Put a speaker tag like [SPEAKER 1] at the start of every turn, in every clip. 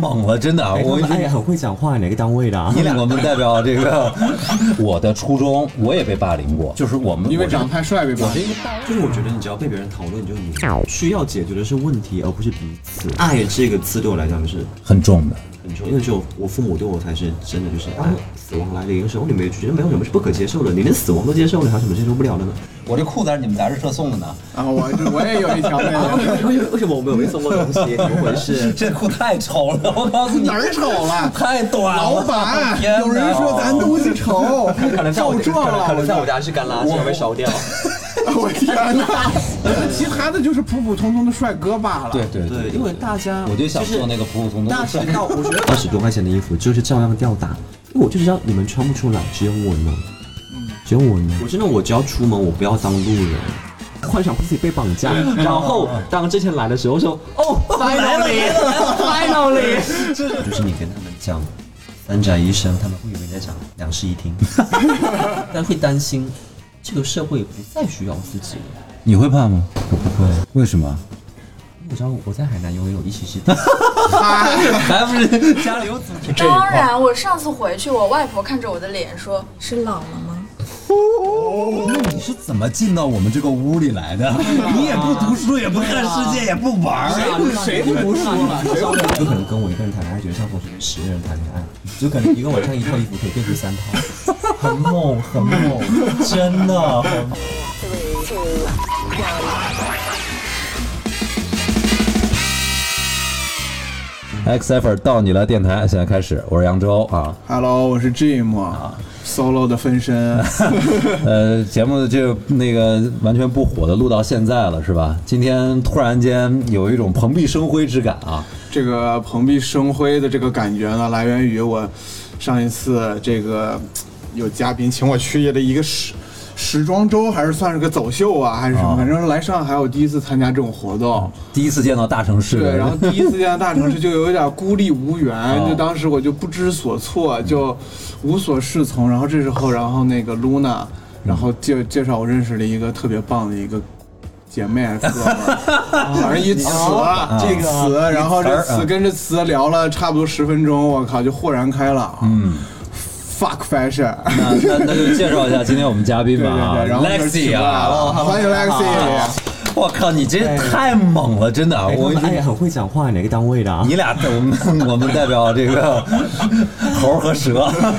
[SPEAKER 1] 猛了，真的，啊
[SPEAKER 2] 哎，
[SPEAKER 1] 我
[SPEAKER 2] 我
[SPEAKER 1] 跟你说
[SPEAKER 2] 们也很会讲话，哪个单位的啊？
[SPEAKER 1] 你我们代表这个， 我的初中我也被霸凌过，就是我们
[SPEAKER 3] 因为
[SPEAKER 1] 我是
[SPEAKER 3] 长得太帅被霸凌。
[SPEAKER 2] 就是我觉得你只要被别人讨论，就是你需要解决的是问题，而不是彼此。爱这个词对我来讲就是
[SPEAKER 1] 很重的。
[SPEAKER 2] 很重要，因为只有我父母对我才是真的就是爱。死亡来临的时候，你们觉得没有什么是不可接受的，你连死亡都接受了，还有什么接受不了 的呢？
[SPEAKER 1] 我这裤子还是你们杂志社送的呢，
[SPEAKER 3] 啊，我我也有一条那个，
[SPEAKER 2] 为为什么我们没送过东西？怎么回事？
[SPEAKER 1] 这裤太丑了，我告诉你
[SPEAKER 3] 哪儿丑了？
[SPEAKER 1] 太短了。
[SPEAKER 3] 老板，
[SPEAKER 1] 天哪
[SPEAKER 3] 有人说咱东西丑，照撞了，我
[SPEAKER 2] 我家是干垃圾，被烧掉。
[SPEAKER 3] 我天哪！其他的就是普普通通的帅哥罢了。
[SPEAKER 1] 对，对
[SPEAKER 2] 对，因为大家
[SPEAKER 1] 我就想做那个普普通通的
[SPEAKER 2] 大家到我觉得二十多块钱的衣服就是照样吊打，因为我就知道你们穿不出来，只有我能，只有我能。嗯我真的我只要出门，我不要当路人。幻想自己被绑架，然后当之前来的时候说哦，finally，finally，就是你跟他们讲三宅一生，他们会以为你在讲两室一 厅，但会担心这个社会不再需要自己了。
[SPEAKER 1] 你会怕吗？我不会，为什么？
[SPEAKER 2] 我知道我在海南游泳一起是，
[SPEAKER 1] 还不是家里有组织这一
[SPEAKER 4] 当
[SPEAKER 1] 块。
[SPEAKER 4] 然，我上次回去，我外婆看着我的脸说：“是老了吗
[SPEAKER 1] 那你是怎么进到我们这个屋里来 的？你也不读书，也不看世界，也不玩儿。
[SPEAKER 3] 谁不读书了？谁不
[SPEAKER 2] 就可能跟我一个人谈恋爱，觉得像我是跟十个人谈恋爱，就可能一个晚上一套衣服可以变出三套，很猛很猛，真的很猛。？”
[SPEAKER 1] X F 到你了，电台现在开始，我是扬州啊。
[SPEAKER 3] ？Hello，我是 Jim。solo 的分身，
[SPEAKER 1] 呃，节目就那个完全不火的录到现在了，是吧？今天突然间有一种蓬荜生辉之感啊！
[SPEAKER 3] 这个蓬荜生辉的这个感觉呢，来源于我上一次这个有嘉宾请我去的一个时时装周，还是算是个走秀啊，还是什么，
[SPEAKER 1] 啊
[SPEAKER 3] 反正来上海我第一次参加这种活动，
[SPEAKER 1] 第一次见到大城市的
[SPEAKER 3] 对，
[SPEAKER 1] 人，
[SPEAKER 3] 然后第一次见到大城市就有点孤立无援，就当时我就不知所措，就无所适从。然后这时候，然后那个 Luna，然后介介绍我认识了一个特别棒的一个。姐妹 哥们儿，反正一词哦这词，然后这词啊跟这词聊了差不多十分钟，我靠，就豁然开朗。嗯，fuck fashion，
[SPEAKER 1] 那啊那那就介绍一下今天我们嘉宾
[SPEAKER 3] 对
[SPEAKER 1] 吧
[SPEAKER 3] 对
[SPEAKER 1] 啊
[SPEAKER 3] 对，然后就是起
[SPEAKER 1] ，Lexi
[SPEAKER 3] 了
[SPEAKER 1] 啊，
[SPEAKER 3] 欢迎 Lexi，
[SPEAKER 1] 我靠，你这太猛了，真的！啊
[SPEAKER 2] 哎，我
[SPEAKER 1] 我跟你
[SPEAKER 2] 们
[SPEAKER 1] 说
[SPEAKER 2] 也很会讲话，哪个单位的 啊？
[SPEAKER 1] 你俩我们 我们代表这个猴和蛇。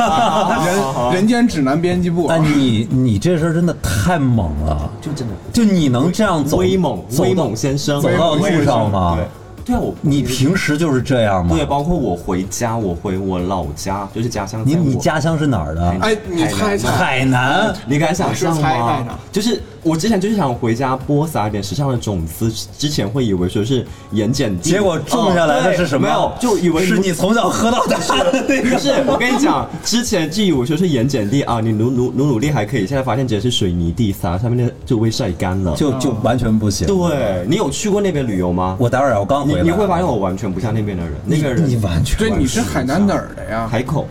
[SPEAKER 3] 人人间指南编辑部
[SPEAKER 1] 哎，，你你这事儿真的太猛了，
[SPEAKER 2] 就真的
[SPEAKER 1] 就你能这样走
[SPEAKER 2] 威猛
[SPEAKER 1] 走
[SPEAKER 2] 威
[SPEAKER 1] 到
[SPEAKER 2] 猛先生，
[SPEAKER 1] 走到
[SPEAKER 3] 威猛
[SPEAKER 1] 路上吗？
[SPEAKER 2] 对啊，我
[SPEAKER 1] 你平时就是这样吗？
[SPEAKER 2] 对，包括我回家，我回我老家，就是家乡。
[SPEAKER 1] 你你。家乡是哪儿的？
[SPEAKER 3] 哎，你猜猜，
[SPEAKER 1] 海 南。
[SPEAKER 2] 你敢想象
[SPEAKER 3] 是猜猜呢
[SPEAKER 2] 吗？就是我之前就是想回家播撒一点时尚的种子，之前会以为说是盐碱地，
[SPEAKER 1] 结果种下来的是什么？
[SPEAKER 2] 哦对没有，就以为
[SPEAKER 1] 是你从小喝到大的那
[SPEAKER 2] 不
[SPEAKER 1] 个。
[SPEAKER 2] 是，我跟你讲，之前就以为说是盐碱地啊，你努努努努力还可以，现在发现只是水泥地，撒上面的就会晒干了。
[SPEAKER 1] 就就完全不行。
[SPEAKER 2] 嗯对你有去过那边旅游吗？
[SPEAKER 1] 我当然我刚
[SPEAKER 2] 你
[SPEAKER 1] 回来，
[SPEAKER 2] 你会发现我完全不像那边的人，那边人
[SPEAKER 1] 你完全
[SPEAKER 3] 对，你是海南哪儿的呀？
[SPEAKER 2] 海口，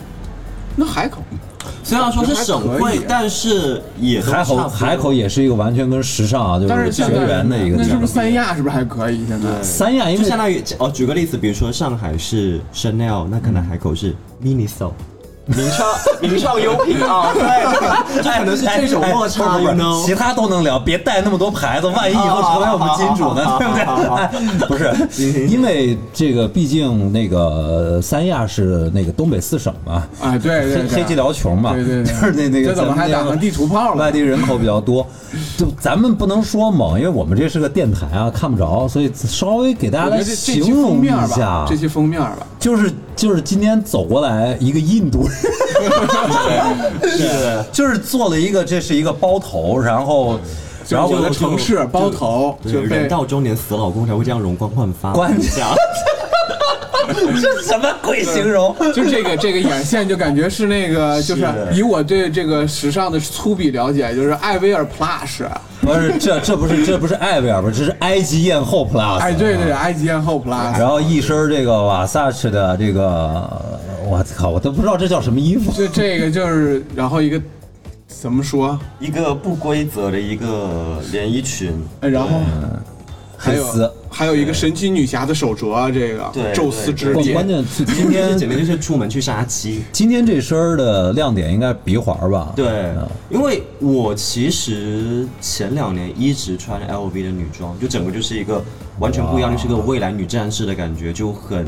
[SPEAKER 3] 那海口
[SPEAKER 2] 虽然说是省
[SPEAKER 3] 还可
[SPEAKER 2] 会
[SPEAKER 3] 以，
[SPEAKER 2] 但是也都
[SPEAKER 1] 海口
[SPEAKER 2] 差不多
[SPEAKER 1] 海口也是一个完全跟时尚啊，就
[SPEAKER 3] 但是
[SPEAKER 1] 绝
[SPEAKER 3] 现在
[SPEAKER 1] 缘的一个
[SPEAKER 3] 那
[SPEAKER 1] 地
[SPEAKER 3] 是
[SPEAKER 1] 方
[SPEAKER 3] 不是三亚是不是还可以？现在
[SPEAKER 1] 三亚因
[SPEAKER 2] 就
[SPEAKER 1] 为
[SPEAKER 2] 相当于哦，举个例子，比如说上海是 Chanel，那可能海口是 Miniso。名创名创优品啊，对， 就可能是这种落
[SPEAKER 1] 哎
[SPEAKER 2] 差
[SPEAKER 1] 不
[SPEAKER 2] ，you
[SPEAKER 1] 是不是
[SPEAKER 2] know
[SPEAKER 1] 其。他都能聊，别带那么多牌子，万一以后成为我们金主呢，对不对？哎不是，因为这个毕竟那个三亚是那个东北四省嘛，
[SPEAKER 3] 哎，对对
[SPEAKER 1] 黑
[SPEAKER 3] 对，
[SPEAKER 1] 黑吉辽穷嘛，
[SPEAKER 3] 对对对
[SPEAKER 1] 就是那那个
[SPEAKER 3] 这怎么还
[SPEAKER 1] 咱
[SPEAKER 3] 打
[SPEAKER 1] 们那个
[SPEAKER 3] 上地图炮
[SPEAKER 1] 外
[SPEAKER 3] 了？
[SPEAKER 1] 地人口比较多，就咱们不能说猛，因为我们这是个电台啊，看不着，所以稍微给大
[SPEAKER 3] 我
[SPEAKER 1] 家
[SPEAKER 3] 觉
[SPEAKER 1] 来
[SPEAKER 3] 得这这
[SPEAKER 1] 形
[SPEAKER 3] 期封
[SPEAKER 1] 容一
[SPEAKER 3] 面吧
[SPEAKER 1] 下，
[SPEAKER 3] 这，期封面吧，
[SPEAKER 1] 就是就是今天走过来一个印度人，是 就是做了一个这是一个包头，然后然后
[SPEAKER 3] 我的
[SPEAKER 1] 就
[SPEAKER 3] 城市包头
[SPEAKER 2] 对
[SPEAKER 3] 就
[SPEAKER 2] 人
[SPEAKER 3] 被
[SPEAKER 2] 到中年死老公才会这样容光焕发。
[SPEAKER 1] 关
[SPEAKER 2] 一 下，
[SPEAKER 1] 这什么鬼形容？
[SPEAKER 3] 就这个这个眼线就感觉是那个就是以我对这个时尚的粗鄙了解，就是艾薇儿 Plus，
[SPEAKER 1] 不是这这不是这不是艾薇儿吧？这是埃及艳后 plus。
[SPEAKER 3] 哎，对对，埃及艳后 Plus，
[SPEAKER 1] 啊然后一身这个瓦萨奇的这个，呃我靠，我都不知道这叫什么衣服。
[SPEAKER 3] 就这个就是然后一个怎么说，
[SPEAKER 2] 一个不规则的一个连衣裙，
[SPEAKER 3] 哎然后还有
[SPEAKER 1] 呃黑丝
[SPEAKER 3] 还有一个神奇女侠的手镯，这个
[SPEAKER 2] 对
[SPEAKER 3] 宙斯之
[SPEAKER 1] 关
[SPEAKER 3] 力，
[SPEAKER 1] 关键是今
[SPEAKER 2] 这
[SPEAKER 1] 天
[SPEAKER 2] 简直就是出门去杀鸡。
[SPEAKER 1] 今天这身儿的亮点应该鼻环吧？
[SPEAKER 2] 对
[SPEAKER 1] 嗯，
[SPEAKER 2] 因为我其实前两年一直穿 LV 的女装，就整个就是一个完全不一样，就是个未来女战士的感觉，就很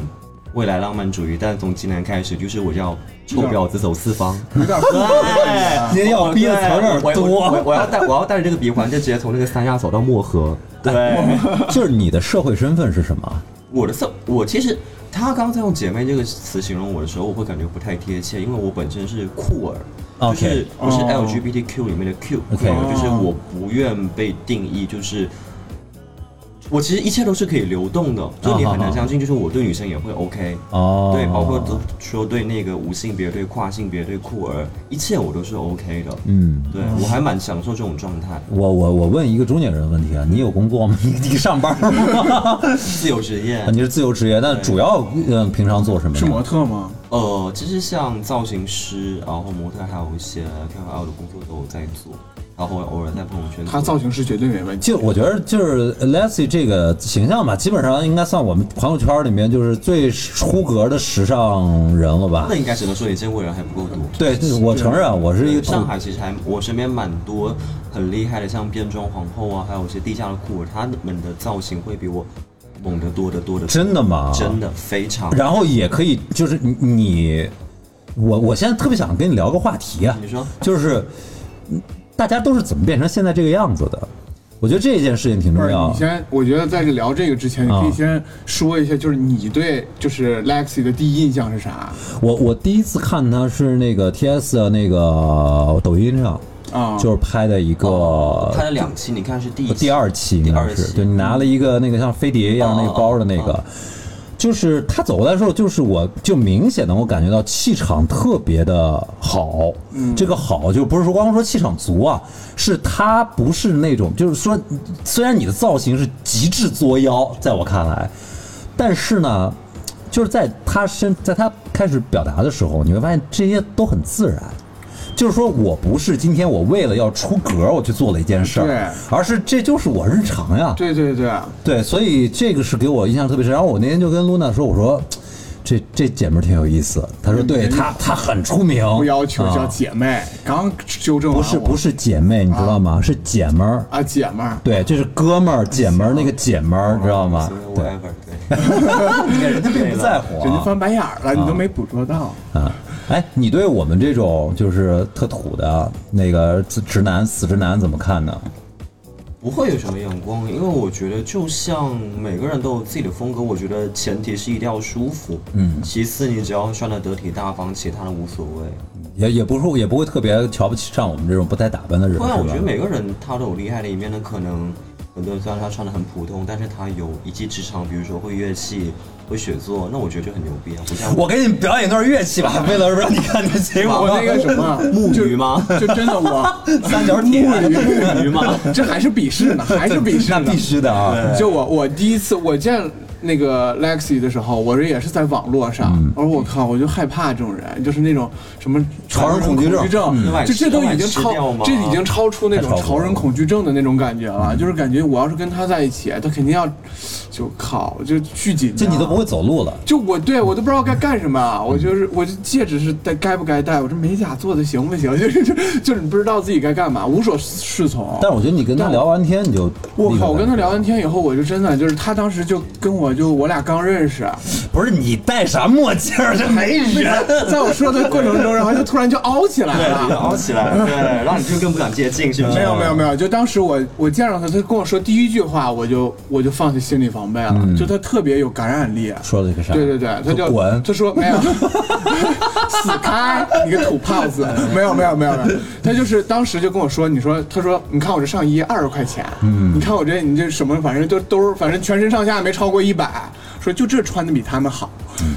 [SPEAKER 2] 未来浪漫主义。但从今年开始，就是我要臭婊子走四方。
[SPEAKER 3] 有点疯狂
[SPEAKER 2] 哎
[SPEAKER 1] 今天要逼的词儿有点
[SPEAKER 2] 我我
[SPEAKER 1] 多，
[SPEAKER 2] 我要带我要带着这个鼻环，就直接从那个三亚走到漠河。对，
[SPEAKER 1] 就是你的社会身份是什么？
[SPEAKER 2] 我的色，我其实他刚才用姐妹这个词形容我的时候，我会感觉不太贴切，因为我本身是酷儿。就
[SPEAKER 1] OK
[SPEAKER 2] 是不是
[SPEAKER 3] 哦
[SPEAKER 2] LGBTQ 里面的 Q，
[SPEAKER 1] OK
[SPEAKER 2] 酷儿就是我不愿被定义，就是我其实一切都是可以流动的，就你很难相信，就是我对女生也会 OK，
[SPEAKER 1] 哦，
[SPEAKER 2] 对，包括都说对那个无性别、对跨性别、对酷儿，一切我都是 OK 的，
[SPEAKER 1] 嗯。
[SPEAKER 2] 对我还蛮享受这种状态，
[SPEAKER 1] 我我我问一个中年人的问题啊，你有工作吗？你 你上班吗？
[SPEAKER 2] 自由职业。
[SPEAKER 1] 你是自由职业，但主要嗯平常做什么呢？
[SPEAKER 3] 是模特吗？
[SPEAKER 2] 呃，其实像造型师，然后模特，还有一些呃 KOL 的工作都有在做，然后偶尔在朋友圈。
[SPEAKER 3] 他造型师绝对没问题。
[SPEAKER 1] 就我觉得就是 Leslie 这个形象吧，基本上应该算我们朋友圈里面就是最出格的时尚人了吧
[SPEAKER 2] 那？应该只能说你见过人还不够多。
[SPEAKER 1] 对，我承认啊我是一个土
[SPEAKER 2] 上海其实还我身边蛮多很厉害的，像变装皇后啊，还有一些地下的酷儿，他们的造型会比我猛得多得多的，
[SPEAKER 1] 真的吗？
[SPEAKER 2] 真的非常。
[SPEAKER 1] 啊然后也可以，就是你你，我我现在特别想跟你聊个话题啊，
[SPEAKER 2] 你说
[SPEAKER 1] 就是嗯大家都是怎么变成现在这个样子的？我觉得这件事情挺
[SPEAKER 3] 不
[SPEAKER 1] 重
[SPEAKER 3] 是
[SPEAKER 1] 要
[SPEAKER 3] 你。先，我觉得在这聊这个之前，
[SPEAKER 1] 啊
[SPEAKER 3] 你可以先说一下，就是你对就是 Lexi 的第一印象是啥
[SPEAKER 1] 我我第一次看他是那个 T S 的那个抖音上，
[SPEAKER 3] 啊？哦
[SPEAKER 1] 就是拍的一个
[SPEAKER 2] 他的两期，你看是第一期
[SPEAKER 1] 第二期应
[SPEAKER 2] 第
[SPEAKER 1] 该
[SPEAKER 2] 二
[SPEAKER 1] 是，
[SPEAKER 2] 期
[SPEAKER 1] 对你拿了一个那个像飞碟一样那个包的那
[SPEAKER 2] 哦哦
[SPEAKER 1] 个，就是他走过来的时候，就是我就明显能够感觉到气场特别的好，
[SPEAKER 2] 嗯
[SPEAKER 1] 这个好就不是说光说气场足啊，是他不是那种就是说，虽然你的造型是极致作妖，在我看来，但是呢。就是在他身，在他开始表达的时候，你会发现这些都很自然。就是说我不是今天我为了要出格我去做了一件事
[SPEAKER 3] 对
[SPEAKER 1] 儿，而是这就是我日常呀。
[SPEAKER 3] 对对对，
[SPEAKER 1] 对，所以这个是给我印象特别深。然后我那天就跟露娜说，我说这这姐们儿挺有意思。她说，对她她很出名，
[SPEAKER 3] 嗯不要求叫
[SPEAKER 1] 啊
[SPEAKER 3] 姐妹，刚纠正完
[SPEAKER 1] 不是
[SPEAKER 3] 我
[SPEAKER 1] 不是姐妹，你知道吗？是姐们儿。
[SPEAKER 3] 啊，姐们儿。
[SPEAKER 1] 对，这是哥
[SPEAKER 3] 啊
[SPEAKER 1] 们儿姐们儿那个姐们儿，知道吗？对，
[SPEAKER 2] ，whatever，对， 人家并
[SPEAKER 1] 不在乎
[SPEAKER 3] 人家
[SPEAKER 1] 啊
[SPEAKER 3] 翻白眼儿了，你都没捕捉到。
[SPEAKER 1] 啊！哎，你对我们这种就是特土的那个直直男死直男怎么看呢？
[SPEAKER 2] 不会有什么眼光，因为我觉得就像每个人都有自己的风格，我觉得前提是一定要舒服，嗯，其次你只要穿的得体大方，其他的无所谓。
[SPEAKER 1] 也也不是也不会特别瞧不起上我们这种不太打扮的人，
[SPEAKER 2] 会啊，
[SPEAKER 1] 是
[SPEAKER 2] 我
[SPEAKER 1] 吧
[SPEAKER 2] 觉得每个人他都有厉害的一面的，可能很多人虽然他穿的很普通，但是他有一技之长，比如说会乐器、会写作，那我觉得就很牛逼啊，不 像
[SPEAKER 1] 我给你们表演段乐器 吧，为了让你看这结
[SPEAKER 3] 我
[SPEAKER 1] 果。
[SPEAKER 3] 那个 什么，
[SPEAKER 2] 木鱼吗？
[SPEAKER 3] 就真的我
[SPEAKER 1] 三角铁
[SPEAKER 3] 木鱼
[SPEAKER 2] 木鱼吗？
[SPEAKER 3] 这还是鄙视呢，还是鄙视
[SPEAKER 1] 那
[SPEAKER 3] 呢
[SPEAKER 1] 必。须的啊！
[SPEAKER 3] 就我我第一次我见那个 Lexi 的时候，我这也是在网络上，
[SPEAKER 1] 嗯
[SPEAKER 3] 我说我靠，我就害怕这种人，就是那种什么
[SPEAKER 1] 潮人恐惧症
[SPEAKER 2] 嗯
[SPEAKER 3] 就这都已
[SPEAKER 2] 那晚
[SPEAKER 3] 经
[SPEAKER 2] 吃掉
[SPEAKER 3] 超
[SPEAKER 2] 吗，
[SPEAKER 3] 这已经超出那种
[SPEAKER 1] 太超过
[SPEAKER 3] 潮
[SPEAKER 1] 了嗯
[SPEAKER 3] 人恐惧症的那种感觉了，就是感觉我要是跟他在一起，他肯定要就靠就巨紧
[SPEAKER 1] 这
[SPEAKER 3] 张，
[SPEAKER 1] 你都不会走路了，
[SPEAKER 3] 就我对我都不知道该干什么，啊我就是我这戒指是戴该不该戴，我这美甲做的行 不行，就是就就是你不知道自己该干嘛，无所适从。
[SPEAKER 1] 但是我觉得你跟他聊完天，你就
[SPEAKER 3] 我
[SPEAKER 1] 立刻
[SPEAKER 3] 靠！我跟他
[SPEAKER 1] 感觉
[SPEAKER 3] 聊完天以后，我就真的就是他当时就跟我就我俩刚认识，
[SPEAKER 1] 不是你戴啥墨镜儿，这没人。
[SPEAKER 3] 在我说的过程中，然后就突然就凹起来
[SPEAKER 2] 对，就
[SPEAKER 3] 了。
[SPEAKER 2] 凹起来，对，然后你就更不敢接近，是不是？
[SPEAKER 3] 没有没有没有，就当时我我见着他，他跟我说第一句话，我就我就放下心理防备了，就他特别有感染力。
[SPEAKER 1] 说了个啥？
[SPEAKER 3] 对对对，他就
[SPEAKER 1] 滚
[SPEAKER 3] 他说没有，死开，你个土胖子，没有没有没有没有，他就是当时就跟我说，你说他说你看我这上衣二十块钱，嗯，你看我这你这什么，反正都都是反正全身上下没超过一百，说就这穿的比他们好，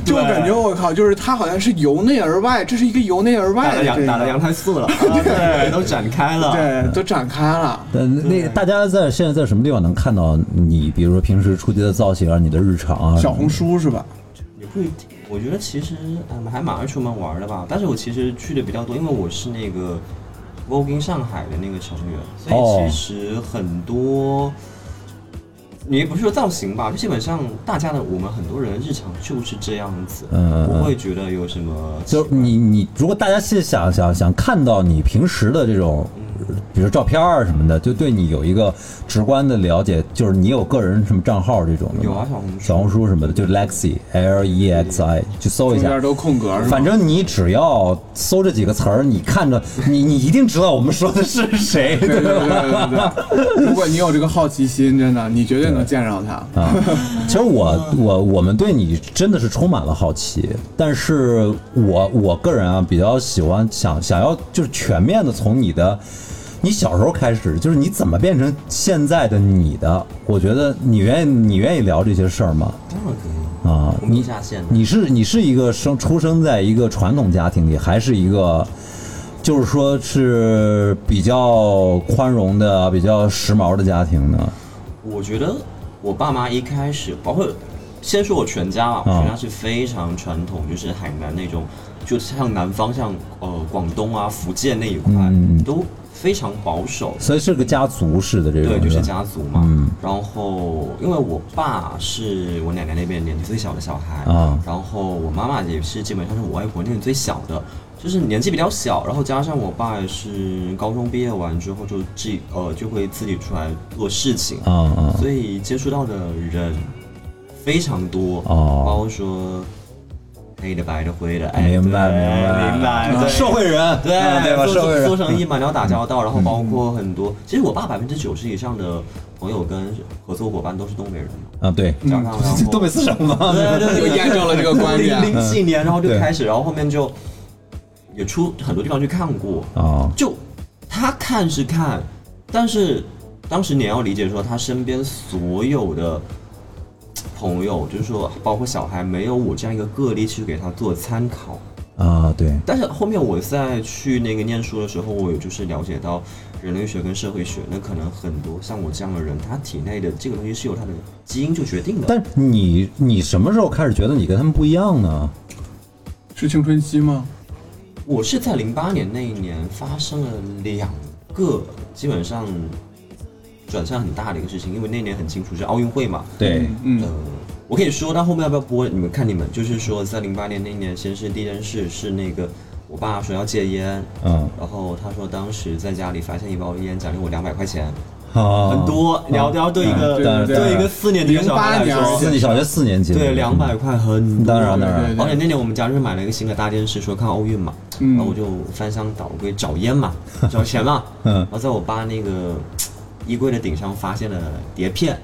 [SPEAKER 3] 就我感觉我靠，就是他好像是由内而外，这是一个由内而
[SPEAKER 2] 打
[SPEAKER 3] 外
[SPEAKER 2] 了
[SPEAKER 3] 的这
[SPEAKER 2] 阳打了
[SPEAKER 3] 个
[SPEAKER 2] 阳，台素了，啊对，都展开了，
[SPEAKER 3] 对，都展开了。
[SPEAKER 1] 但呃那个大家在现在在什么地方能看到你？比如说平时出街的造型啊，你的日常啊，
[SPEAKER 3] 小红书是吧？
[SPEAKER 2] 也不一定，我觉得其实嗯还蛮爱出门玩的吧，但是我其实去的比较多，因为我是那个 Vogue in 上海的那个成员，所
[SPEAKER 1] 哦
[SPEAKER 2] 以其实很多。你也不是说造型吧，就基本上大家的我们很多人日常就是这样子，
[SPEAKER 1] 嗯嗯
[SPEAKER 2] 不会觉得有什么奇
[SPEAKER 1] 就
[SPEAKER 2] 怪。
[SPEAKER 1] 是你你，如果大家是想想想看到你平时的这种，比如照片儿什么的，就对你有一个直观的了解，就是你有个人什么账号这种的吗
[SPEAKER 2] 有啊小红书
[SPEAKER 1] 小红书什么的，就 Lexi L E X I，去搜一
[SPEAKER 3] 中
[SPEAKER 1] 下
[SPEAKER 3] 间。都空格是吧？
[SPEAKER 1] 反正你只要搜这几个词儿，你看着你你一定知道我们说的是谁，
[SPEAKER 3] 对对
[SPEAKER 1] 对
[SPEAKER 3] 对
[SPEAKER 1] 吧？
[SPEAKER 3] 对对对，如果你有这个好奇心，真的你绝对能见着他。
[SPEAKER 1] 啊，其实我我我们对你真的是充满了好奇，但是我我个人啊比较喜欢想想要就是全面的从你的你小时候开始，就是你怎么变成现在的你的，我觉得你愿意你愿意聊这些事儿吗？
[SPEAKER 2] 当然可以
[SPEAKER 1] 啊，
[SPEAKER 2] 我们
[SPEAKER 1] 你
[SPEAKER 2] 下线了
[SPEAKER 1] 你是你是一个生出生在一个传统家庭里，还是一个就是说是比较宽容的、比较时髦的家庭呢？
[SPEAKER 2] 我觉得我爸妈一开始，包括先说我全家
[SPEAKER 1] 啊
[SPEAKER 2] 吧，我全家是非常传统，就是海南那种，就像南方，像呃广东啊、福建那一块，
[SPEAKER 1] 嗯
[SPEAKER 2] 都非常保守。
[SPEAKER 1] 所以是个家族式的这种，
[SPEAKER 2] 对，就是
[SPEAKER 1] 吧
[SPEAKER 2] 家族嘛。
[SPEAKER 1] 嗯
[SPEAKER 2] 然后，因为我爸是我奶奶那边年纪最小的小孩，
[SPEAKER 1] 啊
[SPEAKER 2] 然后我妈妈也是基本上是我外婆那边最小的，就是年纪比较小。然后加上我爸也是高中毕业完之后就自己呃就会自己出来做事情，
[SPEAKER 1] 啊啊
[SPEAKER 2] 所以接触到的人非常多，
[SPEAKER 1] 哦
[SPEAKER 2] 包括说黑的、白的、灰的，哎，
[SPEAKER 1] 明白
[SPEAKER 2] 对
[SPEAKER 1] 明白啊
[SPEAKER 2] 明白，对
[SPEAKER 1] 社会人
[SPEAKER 2] 对
[SPEAKER 1] 啊对吧？
[SPEAKER 2] 做
[SPEAKER 1] 社会
[SPEAKER 2] 做做
[SPEAKER 1] 人嗯
[SPEAKER 2] 生意嘛，你要打交道，然后包括很多，其实我爸百分之九十以上的朋友跟合作伙伴都是东北人嘛，
[SPEAKER 1] 啊，对，
[SPEAKER 2] 加上然后
[SPEAKER 1] 东北四省嘛，
[SPEAKER 2] 对对
[SPEAKER 3] 就
[SPEAKER 2] 对，
[SPEAKER 3] 验证了这个观点
[SPEAKER 2] 零零几年，然后就
[SPEAKER 1] 对
[SPEAKER 2] 开始，然后后面就也出很多地方去看过，
[SPEAKER 1] 啊
[SPEAKER 2] 就他看是看，但是当时你要理解说他身边所有的朋友，就是说包括小孩，没有我这样一个个例去给他做参考。
[SPEAKER 1] 啊，对，
[SPEAKER 2] 但是后面我在去那个念书的时候，我有就是了解到人类学跟社会学，那可能很多像我这样的人，他体内的这个东西是由他的基因就决定的。
[SPEAKER 1] 但你你什么时候开始觉得你跟他们不一样呢？
[SPEAKER 3] 是青春期吗？
[SPEAKER 2] 我是在零八年那一年发生了两个基本上转向很大的一个事情，因为那年很清楚是奥运会嘛，
[SPEAKER 1] 对，
[SPEAKER 3] 嗯，
[SPEAKER 2] 我可以说，但后面要不要播？你们看你们，就是说，在零八年那一年，先是第一件事是那个我爸说要戒烟，
[SPEAKER 1] 嗯，
[SPEAKER 2] 然后他说当时在家里发现一包烟，奖励我两百块钱，
[SPEAKER 1] 啊，
[SPEAKER 2] 很多。你要你要对一
[SPEAKER 1] 嗯
[SPEAKER 2] 个
[SPEAKER 1] 对对
[SPEAKER 2] 对一个四年级的小孩来
[SPEAKER 3] 08年
[SPEAKER 1] 四
[SPEAKER 2] 说，
[SPEAKER 1] 年小学四年级，
[SPEAKER 2] 对两百块很多
[SPEAKER 1] 当然
[SPEAKER 3] 对
[SPEAKER 1] 当然
[SPEAKER 3] 对
[SPEAKER 2] 而且那年我们家就是买了一个新的大电视，说看奥运嘛，
[SPEAKER 3] 嗯
[SPEAKER 2] 然后我就翻箱倒柜找 烟嘛，找钱嘛，
[SPEAKER 1] 嗯
[SPEAKER 2] 然后在我爸那个衣柜的顶上发现了碟片，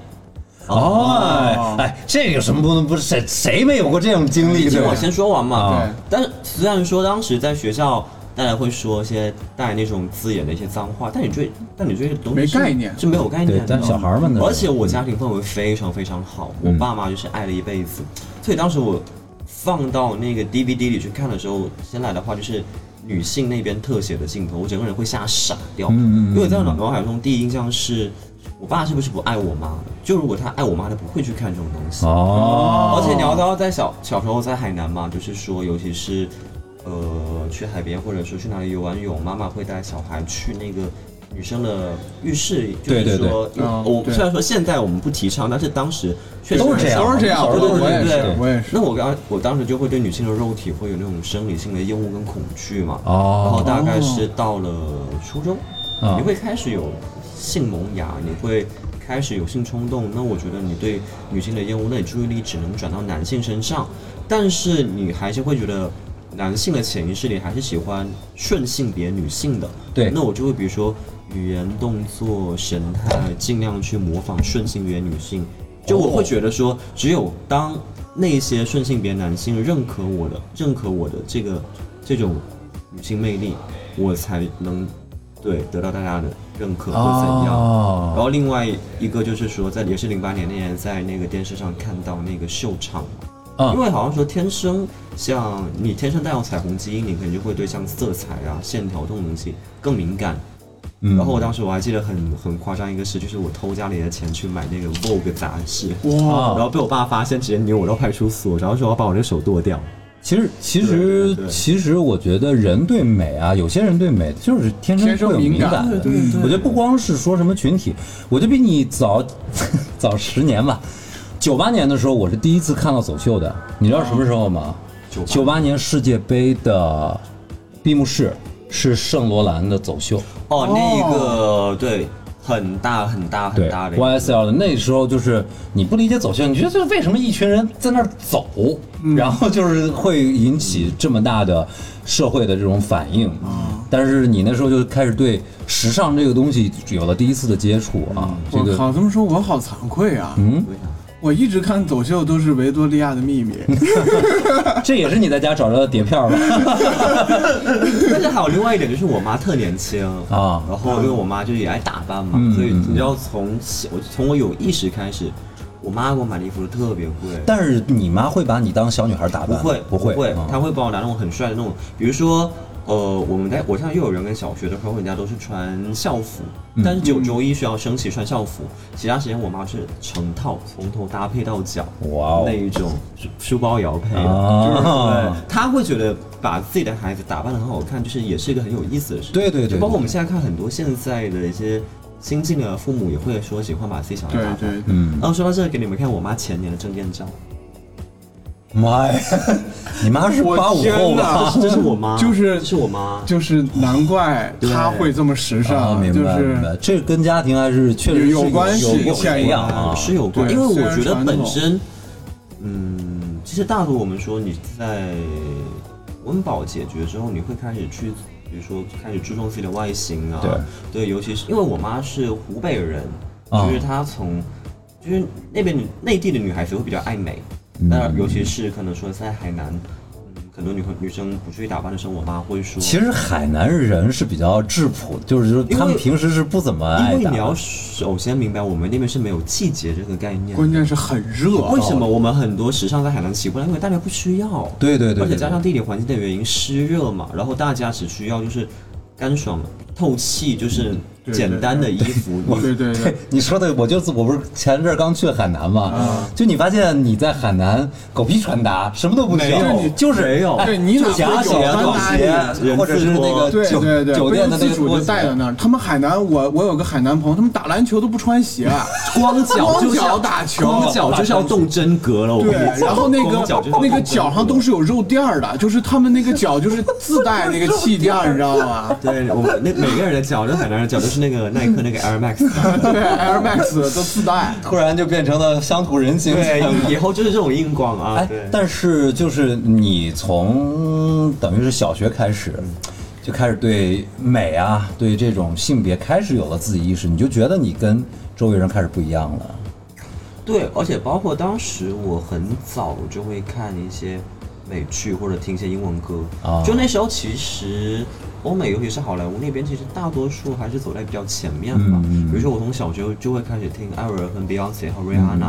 [SPEAKER 1] 哦，哎，这有什么不能不是谁谁没有过这种经历？
[SPEAKER 2] 你
[SPEAKER 1] 对
[SPEAKER 2] 听
[SPEAKER 1] 吧
[SPEAKER 2] 哎我先说完嘛。
[SPEAKER 3] 对
[SPEAKER 2] 但是虽然说当时在学校，大家会说一些带那种字眼的一些脏话，但你对但你对这东西
[SPEAKER 3] 没
[SPEAKER 2] 是
[SPEAKER 3] 概念
[SPEAKER 2] 是没有概念
[SPEAKER 1] 对
[SPEAKER 2] 的。，
[SPEAKER 1] 但小孩儿们的，嗯
[SPEAKER 2] 而且我家庭氛围非常非常好，我爸妈就是爱了一辈子，所以当时我放到那个 DVD 里去看的时候，先来的话就是女性那边特写的镜头，我整个人会吓傻掉。
[SPEAKER 1] 嗯嗯嗯
[SPEAKER 2] 因为我在脑脑海中第一印象是，我爸是不是不爱我妈？就如果他爱我妈，他不会去看这种东西。
[SPEAKER 1] 哦，
[SPEAKER 2] 而且你要知道，在小小时候在海南嘛，就是说，尤其是呃去海边或者说去哪里游完泳，妈妈会带小孩去那个女生的浴室，就是
[SPEAKER 1] 对对对
[SPEAKER 2] 说，因为
[SPEAKER 3] 嗯
[SPEAKER 2] 我
[SPEAKER 3] 对
[SPEAKER 2] 虽然说现在我们不提倡，但是当时确实
[SPEAKER 1] 都是这样
[SPEAKER 3] 都是这样，
[SPEAKER 1] 小时候都是
[SPEAKER 3] 我也
[SPEAKER 2] 这样
[SPEAKER 3] 是，我也是。
[SPEAKER 2] 那我刚我当时就会对女性的肉体会有那种生理性的厌恶跟恐惧嘛，然后
[SPEAKER 1] 哦，
[SPEAKER 2] 大概是到了初中，
[SPEAKER 1] 啊
[SPEAKER 2] 你会开始有性萌芽，你会开始有性冲动。那我觉得你对女性的厌恶，那你注意力只能转到男性身上，但是你还是会觉得男性的潜意识里还是喜欢顺性别女性的。
[SPEAKER 1] 对
[SPEAKER 2] 那我就会比如说语言、动作、神态，尽量去模仿顺性别女性。就我会觉得说，只有当那些顺性别男性认可我的、认可我的这个这种女性魅力，我才能对得到大家的认可或怎样。然
[SPEAKER 1] 哦，
[SPEAKER 2] 后另外一个就是说，在也是零八年那年，在那个电视上看到那个秀场
[SPEAKER 1] 啊
[SPEAKER 2] 因为好像说天生像你天生带有彩虹基因，你可能就会对像色彩啊、线条这种东西更敏感。
[SPEAKER 1] 嗯
[SPEAKER 2] 然后我当时我还记得很很夸张一个事，就是我偷家里的钱去买那个 Vogue 杂志，
[SPEAKER 3] 哇，
[SPEAKER 2] 然后被我爸发现，直接扭我到派出所，然后说要把我这手剁掉。
[SPEAKER 1] 其实，其
[SPEAKER 2] 对
[SPEAKER 1] 实
[SPEAKER 2] 对，对
[SPEAKER 1] 其实，我觉得人对美啊，有些人对美就是天生
[SPEAKER 3] 天生
[SPEAKER 1] 会有
[SPEAKER 3] 敏
[SPEAKER 1] 敏
[SPEAKER 3] 感
[SPEAKER 1] 感的。嗯
[SPEAKER 3] 对对对
[SPEAKER 1] 我觉得不光是说什么群体，我就比你早早十年吧。九八年的时候，我是第一次看到走秀的，你知道什么时候吗？
[SPEAKER 2] 98
[SPEAKER 1] 九八年世界杯的闭幕式是圣罗兰的走秀，
[SPEAKER 2] 哦，那一个对，很大很大很
[SPEAKER 1] 对
[SPEAKER 2] 大的一个
[SPEAKER 1] ，YSL 的那时候就是你不理解走秀，你觉得这为什么一群人在那儿走，然后就是会引起这么大的社会的这种反应。但是你那时候就开始对时尚这个东西有了第一次的接触啊，这
[SPEAKER 3] 我
[SPEAKER 1] 个
[SPEAKER 3] 靠，这么说我好惭愧啊！
[SPEAKER 1] 嗯
[SPEAKER 2] 对啊
[SPEAKER 3] 我一直看走秀都是维多利亚的 秘密，
[SPEAKER 1] 这也是你在家找着的碟片吧？
[SPEAKER 2] 但是还有另外一点，就是我妈特年轻
[SPEAKER 1] 啊
[SPEAKER 2] 然后因为我妈就也爱打扮嘛，
[SPEAKER 1] 嗯
[SPEAKER 2] 所以
[SPEAKER 1] 嗯
[SPEAKER 2] 你知道从小我从我有意识开始，我妈给我买的衣服都特别贵。
[SPEAKER 1] 但是你妈会把你当小女孩打
[SPEAKER 2] 不
[SPEAKER 1] 扮？
[SPEAKER 2] 会
[SPEAKER 1] 不
[SPEAKER 2] 会，
[SPEAKER 1] 会啊
[SPEAKER 2] 她会帮我拿那种很帅的那种，比如说。呃，我们在我上幼儿园跟小学的时候，人家都是穿校服，
[SPEAKER 1] 嗯
[SPEAKER 2] 但是只有周一需要升旗穿校服，其他时间我妈是成套，从头搭配到脚，
[SPEAKER 1] 哇哦
[SPEAKER 2] 那一种书书包也要配的，啊对
[SPEAKER 1] 啊，，
[SPEAKER 2] 他会觉得把自己的孩子打扮的很好看，就是也是一个很有意思的事。
[SPEAKER 1] 对对对
[SPEAKER 2] 就包括我们现在看很多现在的一些新进的父母也会说喜欢把自己小孩
[SPEAKER 3] 对
[SPEAKER 2] 打扮。
[SPEAKER 3] 对对，
[SPEAKER 1] 嗯，
[SPEAKER 2] 然后说到这个，给你们看我妈前年的证 件照，
[SPEAKER 1] 妈呀，你妈是
[SPEAKER 3] 我
[SPEAKER 1] 八五
[SPEAKER 3] 天
[SPEAKER 1] 后
[SPEAKER 3] 哪
[SPEAKER 1] 吧？啊
[SPEAKER 2] 这是我妈，
[SPEAKER 3] 就是
[SPEAKER 2] 这是我妈，
[SPEAKER 3] 就是难怪他会这么时
[SPEAKER 1] 啊，
[SPEAKER 3] 尚，
[SPEAKER 1] 明
[SPEAKER 3] 就
[SPEAKER 1] 白
[SPEAKER 3] 是
[SPEAKER 1] 明白，这跟家庭还是确实是
[SPEAKER 3] 有有关系
[SPEAKER 1] 有
[SPEAKER 3] 下
[SPEAKER 1] 培
[SPEAKER 3] 一
[SPEAKER 1] 养
[SPEAKER 3] 代
[SPEAKER 1] 啊，
[SPEAKER 2] 是有关，
[SPEAKER 3] 对
[SPEAKER 2] 因为
[SPEAKER 3] 虽
[SPEAKER 2] 我
[SPEAKER 3] 然
[SPEAKER 2] 觉得
[SPEAKER 3] 传
[SPEAKER 2] 本
[SPEAKER 3] 统
[SPEAKER 2] 身，嗯，其实大多我们说你在温饱解决之后，你会开始去，比如说开始注重自己的外形啊，对，尤其是因为我妈是湖北人，
[SPEAKER 1] 啊
[SPEAKER 2] 就是她从，就是那边女内地的女孩子会比较爱美，那、尤其是可能说在海南，嗯，很多女女生不注意打扮的时候，我妈会说，
[SPEAKER 1] 其实海南人是比较质朴，就是说他们平时是不怎么爱
[SPEAKER 2] 因为
[SPEAKER 1] 打扮
[SPEAKER 2] 你要首先明白我们那边是没有季节这个概念的，
[SPEAKER 3] 关键是很热，啊
[SPEAKER 2] 为什
[SPEAKER 3] 哦
[SPEAKER 2] 么我们很多时尚在海南起不来？因为大家不需要。
[SPEAKER 1] 对对对对
[SPEAKER 2] 而且加上地理环境的原因，湿热嘛，然后大家只需要就是干爽、透气，就是
[SPEAKER 3] 嗯对
[SPEAKER 2] 简单的衣服。你
[SPEAKER 3] 对对 对，
[SPEAKER 1] 你说的，我就是我不是前阵儿刚去海南嘛，
[SPEAKER 3] 啊
[SPEAKER 1] 就你发现你在海南狗屁穿搭，什么都不需要
[SPEAKER 2] 没有，
[SPEAKER 1] 就是
[SPEAKER 2] 没有
[SPEAKER 1] 哎
[SPEAKER 3] 对你哪
[SPEAKER 1] 就
[SPEAKER 3] 会
[SPEAKER 1] 假
[SPEAKER 3] 有
[SPEAKER 1] 小
[SPEAKER 3] 穿
[SPEAKER 1] 短
[SPEAKER 3] 搭
[SPEAKER 1] 鞋，
[SPEAKER 2] 呀
[SPEAKER 1] 或者是那个
[SPEAKER 3] 对
[SPEAKER 1] 酒
[SPEAKER 3] 对对，
[SPEAKER 1] 酒
[SPEAKER 3] 不
[SPEAKER 1] 店
[SPEAKER 3] 由
[SPEAKER 1] 的
[SPEAKER 3] 自
[SPEAKER 1] 那个
[SPEAKER 3] 主
[SPEAKER 1] 拖
[SPEAKER 3] 就
[SPEAKER 1] 鞋
[SPEAKER 3] 带到那儿。他们海南，我我有个海南朋友，他们打篮球都不穿鞋，啊
[SPEAKER 2] 光脚就是要
[SPEAKER 3] 光脚打球
[SPEAKER 2] 光脚就是要动真格了。我跟
[SPEAKER 3] 对
[SPEAKER 2] 你，讲
[SPEAKER 3] 然后那
[SPEAKER 2] 光
[SPEAKER 3] 个
[SPEAKER 2] 脚就是要动
[SPEAKER 3] 那个
[SPEAKER 2] 真格
[SPEAKER 3] 脚上都是有肉垫儿的，就是他们那个脚就是自带那个气垫儿，你知道吗？
[SPEAKER 2] 对，我们那每个人的脚，那海南人的脚都是那个耐克那个 Air Max 的。
[SPEAKER 3] 对，Air Max 都自带。
[SPEAKER 1] 突然就变成了乡土人情。
[SPEAKER 2] 对，以后就是这种硬广啊。
[SPEAKER 1] 哎
[SPEAKER 2] 对，
[SPEAKER 1] 但是就是你从等于是小学开始，就开始对美啊，对这种性别开始有了自己意识，你就觉得你跟周围人开始不一样了。
[SPEAKER 2] 对，而且包括当时我很早就会看一些美剧或者听一些英文歌，
[SPEAKER 1] 啊
[SPEAKER 2] 就那时候其实欧美尤其是好莱坞那边，其实大多数还是走在比较前面嘛。
[SPEAKER 1] 嗯嗯
[SPEAKER 2] 比如说我从小学就会开始听艾薇儿和 Beyonce 和
[SPEAKER 1] 嗯
[SPEAKER 2] Rihanna，、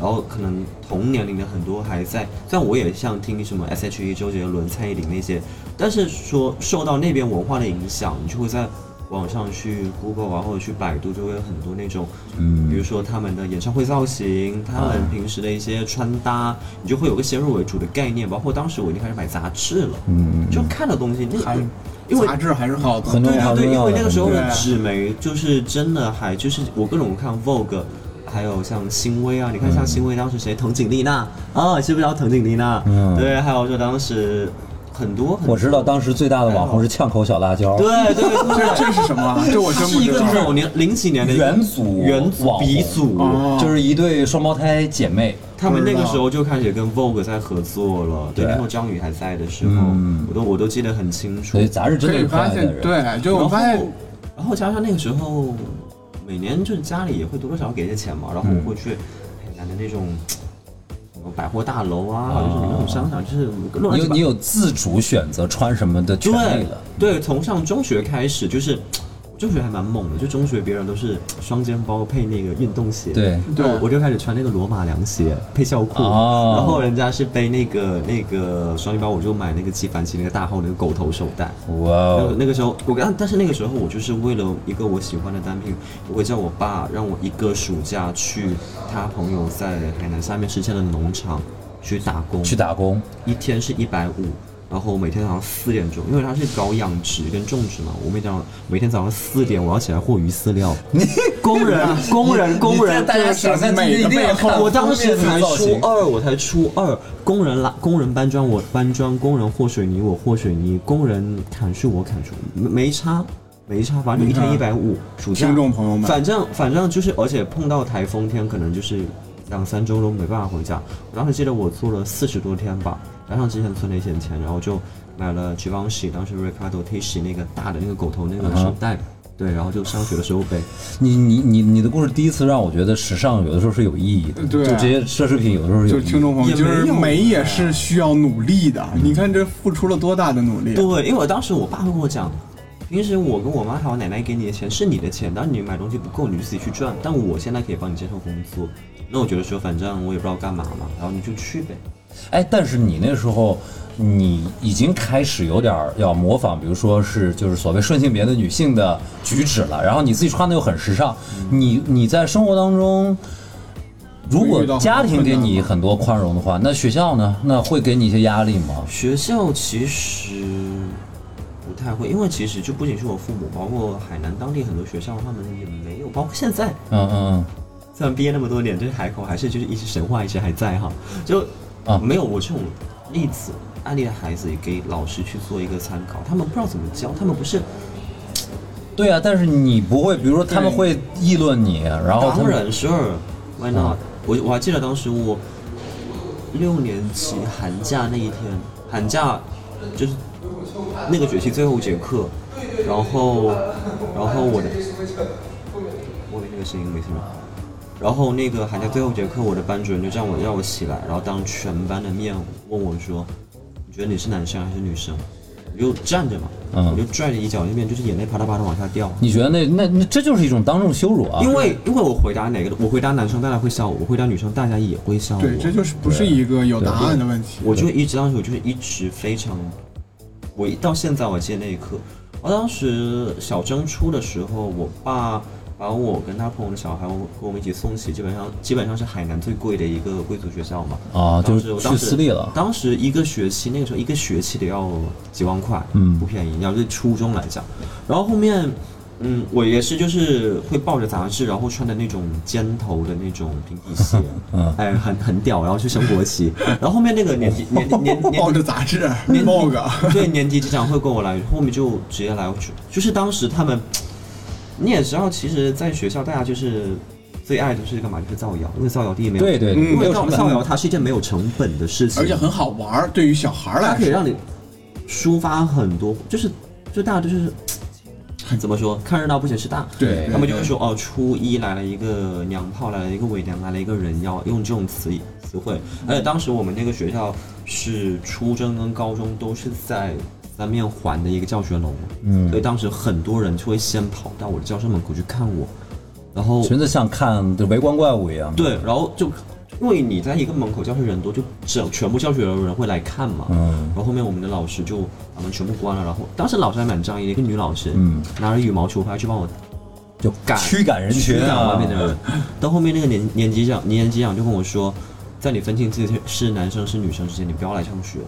[SPEAKER 2] 然后可能同年龄的很多还在，虽然我也像听什么 S.H.E、周杰伦、蔡依林那些，但是说受到那边文化的影响，你就会在。网上去 Google 啊，或者去百度，就会有很多那种，嗯，啊比如说他们的演唱会造型，他们平时的一些穿搭，你就会有个先入为主的概念。包括当时我已经开始买杂志了，嗯，就看的东西，那个因为
[SPEAKER 3] 杂志还是好的，
[SPEAKER 1] 很多
[SPEAKER 2] 对
[SPEAKER 1] 好
[SPEAKER 2] 对对，因为那个时候
[SPEAKER 1] 对
[SPEAKER 2] 的纸媒就是真的还就是我各种看 Vogue，还有像新薇啊，你看像新薇当时谁，藤井丽娜啊，是不是叫藤井丽娜？
[SPEAKER 1] 嗯
[SPEAKER 2] 对，还有就当时很多很多
[SPEAKER 1] 我知道当时最大的网红是呛口小辣椒，
[SPEAKER 2] 对对 对
[SPEAKER 3] 这这是什么啊？这我
[SPEAKER 2] 它
[SPEAKER 3] 真不
[SPEAKER 2] 是一
[SPEAKER 3] 知
[SPEAKER 2] 个
[SPEAKER 3] 道。
[SPEAKER 2] 九年零几年的
[SPEAKER 1] 元祖
[SPEAKER 2] 元祖
[SPEAKER 1] 网红
[SPEAKER 2] 鼻祖，
[SPEAKER 3] 哦
[SPEAKER 1] 就是一对双胞胎姐妹。
[SPEAKER 2] 他们那个时候就开始跟 Vogue 在合作了。对，
[SPEAKER 1] 对
[SPEAKER 2] 那时候张宇还在的时候，
[SPEAKER 1] 嗯
[SPEAKER 2] 我都我都记得很清楚
[SPEAKER 1] 所以。杂志真
[SPEAKER 3] 可
[SPEAKER 1] 的
[SPEAKER 3] 以
[SPEAKER 1] 是
[SPEAKER 3] 发
[SPEAKER 1] 快乐的
[SPEAKER 3] 现，
[SPEAKER 1] 人。
[SPEAKER 3] 对，就我发
[SPEAKER 2] 然
[SPEAKER 3] 现
[SPEAKER 2] 后，然后加上那个时候，每年就是家里也会多多少少给一些钱嘛，然
[SPEAKER 1] 嗯
[SPEAKER 2] 后我会去海南的那种什么百货大楼啊，
[SPEAKER 1] 啊
[SPEAKER 2] 就是那种商场，就是乱
[SPEAKER 1] 你有
[SPEAKER 2] 七八
[SPEAKER 1] 你有自主选择穿什么的权利
[SPEAKER 2] 对
[SPEAKER 1] 了。
[SPEAKER 2] 对，从上中学开始就是。中学还蛮猛的，就中学别人都是双肩包配那个运动鞋，
[SPEAKER 1] 对
[SPEAKER 3] 对
[SPEAKER 2] 那我我就开始穿那个罗马凉鞋配校裤，
[SPEAKER 1] 哦
[SPEAKER 2] 然后人家是背那个那个双肩包，我就买那个纪梵希那个大号那个狗头手袋，
[SPEAKER 1] 哇
[SPEAKER 2] 那个
[SPEAKER 1] 哦，
[SPEAKER 2] 那个时候，我刚，但是那个时候我就是为了一个我喜欢的单品，我会叫我爸让我一个暑假去他朋友在海南下面实现的农场去打工，
[SPEAKER 1] 去打工，
[SPEAKER 2] 一天是一百五，然后每天早上四点钟，因为它是搞养殖跟种植嘛，我每天早上每天早上四点我要起来和鱼饲料。工人，工人，工人，
[SPEAKER 1] 大家想象
[SPEAKER 3] 每个背后
[SPEAKER 2] 哦我当时才初二，我才初二，工人拉工人搬砖，我搬砖；工人和水泥，我和水泥；工人砍树，我砍树，没没差。没差，反正一天一
[SPEAKER 3] 你
[SPEAKER 2] 百
[SPEAKER 3] 看
[SPEAKER 2] 五，暑假。
[SPEAKER 3] 听众朋友们
[SPEAKER 2] 反正反正就是，而且碰到台风天，可能就是两三周都没办法回家。我当时记得我做了四十多天吧，加上之前存了一些钱，然后就买了 Givenchy，当时 Ricardo Tisci 那个大的那个狗头
[SPEAKER 3] 啊
[SPEAKER 2] 那个手袋，对，然后就上学的时候背。
[SPEAKER 1] 你你你你的故事第一次让我觉得时尚有的时候是有意义的，
[SPEAKER 3] 对
[SPEAKER 1] 就这些奢侈品有的时候是有
[SPEAKER 3] 就
[SPEAKER 1] 意义的。
[SPEAKER 3] 听众朋友，
[SPEAKER 2] 也
[SPEAKER 3] 就
[SPEAKER 2] 没有嗯
[SPEAKER 3] 是美也是需要努力的。你看这付出了多大的努力？啊
[SPEAKER 2] 对，因为我当时我爸会跟我讲，平时我跟我妈还有奶奶给你的钱是你的钱，当然你买东西不够你就自己去赚，但我现在可以帮你介绍工作。那我觉得说，反正我也不知道干嘛嘛，然后你就去呗。
[SPEAKER 1] 哎，但是你那时候，你已经开始有点儿要模仿，比如说是就是所谓顺性别的女性的举止了，然后你自己穿的又很时尚，
[SPEAKER 3] 嗯
[SPEAKER 1] 你你在生活当中。如
[SPEAKER 3] 会
[SPEAKER 1] 果
[SPEAKER 3] 遇到很多
[SPEAKER 1] 家庭给
[SPEAKER 3] 困难
[SPEAKER 1] 你
[SPEAKER 3] 吗
[SPEAKER 1] 很多宽容的话，那学校呢？那会给你一些压力吗？
[SPEAKER 2] 学校其实不太会，因为其实就不仅是我父母，包括海南当地很多学校，他们也没有，包括现在，
[SPEAKER 1] 嗯嗯
[SPEAKER 2] 虽然毕业那么多年，就是海口还是就是一直神话一直还在哈，就
[SPEAKER 1] 啊
[SPEAKER 2] 没有我这种例子案例的孩子也给老师去做一个参考，他们不知道怎么教，他们不是
[SPEAKER 1] 嗯，对啊，但是你不会，比如说他们
[SPEAKER 3] 对
[SPEAKER 1] 会议论你，然后他
[SPEAKER 2] 当
[SPEAKER 1] 们嗯
[SPEAKER 2] 然是 why not？、我我还记得当时我六年级寒假那一天，寒假就是那个学期最后一节课，然后然后我的我的那个声音没听到。然后那个寒假最后一节课，我的班主任就让我让我起来，然后当全班的面问我说：“你觉得你是男生还是女生？”我就站着嘛，
[SPEAKER 1] 嗯
[SPEAKER 2] 我就拽着衣角那边，就是眼泪啪嗒啪嗒往下掉。
[SPEAKER 1] 你觉得那那那这就是一种当众羞辱啊？
[SPEAKER 2] 因为因为我回答哪个，我回答男生大家会笑我，我回答女生大家也会笑我。
[SPEAKER 3] 对，这就是不是一个有答案的问题。
[SPEAKER 2] 我就一直当时我就是一直非常，我一到现在我记得那一刻，我当时小升初的时候，我爸把我跟他朋友的小孩，我跟我们一起送起，基本上基本上是海南最贵的一个贵族学校嘛。
[SPEAKER 1] 啊，就
[SPEAKER 2] 当时
[SPEAKER 1] 是
[SPEAKER 2] 我
[SPEAKER 1] 去
[SPEAKER 2] 当
[SPEAKER 1] 私
[SPEAKER 2] 时
[SPEAKER 1] 立了。
[SPEAKER 2] 当时一个学期，那个时候一个学期得要几万块，
[SPEAKER 1] 嗯
[SPEAKER 2] 不便宜。要对初中来讲，然后后面，嗯，我也是就是会抱着杂志，然后穿的那种尖头的那种平底鞋，
[SPEAKER 1] 嗯
[SPEAKER 2] 哎，很 很屌，然后去升 国旗。然后后面那个年级年年年
[SPEAKER 3] 抱着杂志
[SPEAKER 2] 年底
[SPEAKER 3] 抱个，
[SPEAKER 2] 对，年级家长会跟我来，后面就直接来，就就是当时他们，你也知道，其实，在学校大家就是最爱的是干嘛？就是造谣，因为造谣第一没有
[SPEAKER 1] 对对，
[SPEAKER 3] 嗯
[SPEAKER 1] 对
[SPEAKER 2] 因
[SPEAKER 1] 没
[SPEAKER 2] 为
[SPEAKER 1] 有
[SPEAKER 2] 造
[SPEAKER 1] 成
[SPEAKER 2] 造
[SPEAKER 1] 本。
[SPEAKER 2] 谣它是一件没有成本的事情，
[SPEAKER 3] 而且很好玩儿，对于小孩儿
[SPEAKER 2] 它
[SPEAKER 3] 来
[SPEAKER 2] 可以
[SPEAKER 3] 说，
[SPEAKER 2] 让你抒发很多，就是就大家就是怎么说，看热闹不嫌事大。
[SPEAKER 3] 对，
[SPEAKER 2] 他们就会说哦，初一来了一个娘炮，来了一个伪娘，来了一个人妖，用这种词词汇。而且当时我们那个学校是初中跟高中都是在三面环的一个教学楼嘛，
[SPEAKER 1] 嗯
[SPEAKER 2] 所以当时很多人就会先跑到我的教室门口去看我，然后
[SPEAKER 1] 裙子像看就围观怪物一样。
[SPEAKER 2] 对，然后就因为你在一个门口教室人多，就整全部教学楼的人会来看嘛。
[SPEAKER 1] 嗯
[SPEAKER 2] 然后后面我们的老师就把门全部关了，然后当时老师还蛮仗义的，一个女老师，
[SPEAKER 1] 嗯，
[SPEAKER 2] 拿着羽毛球拍去帮我
[SPEAKER 1] 就
[SPEAKER 2] 赶
[SPEAKER 1] 驱赶人群
[SPEAKER 2] 驱赶
[SPEAKER 1] 啊，
[SPEAKER 2] 外面的人。到后面那个年年级长，年级长就跟我说，在你分清自己是男生是女生之前，你不要来上学。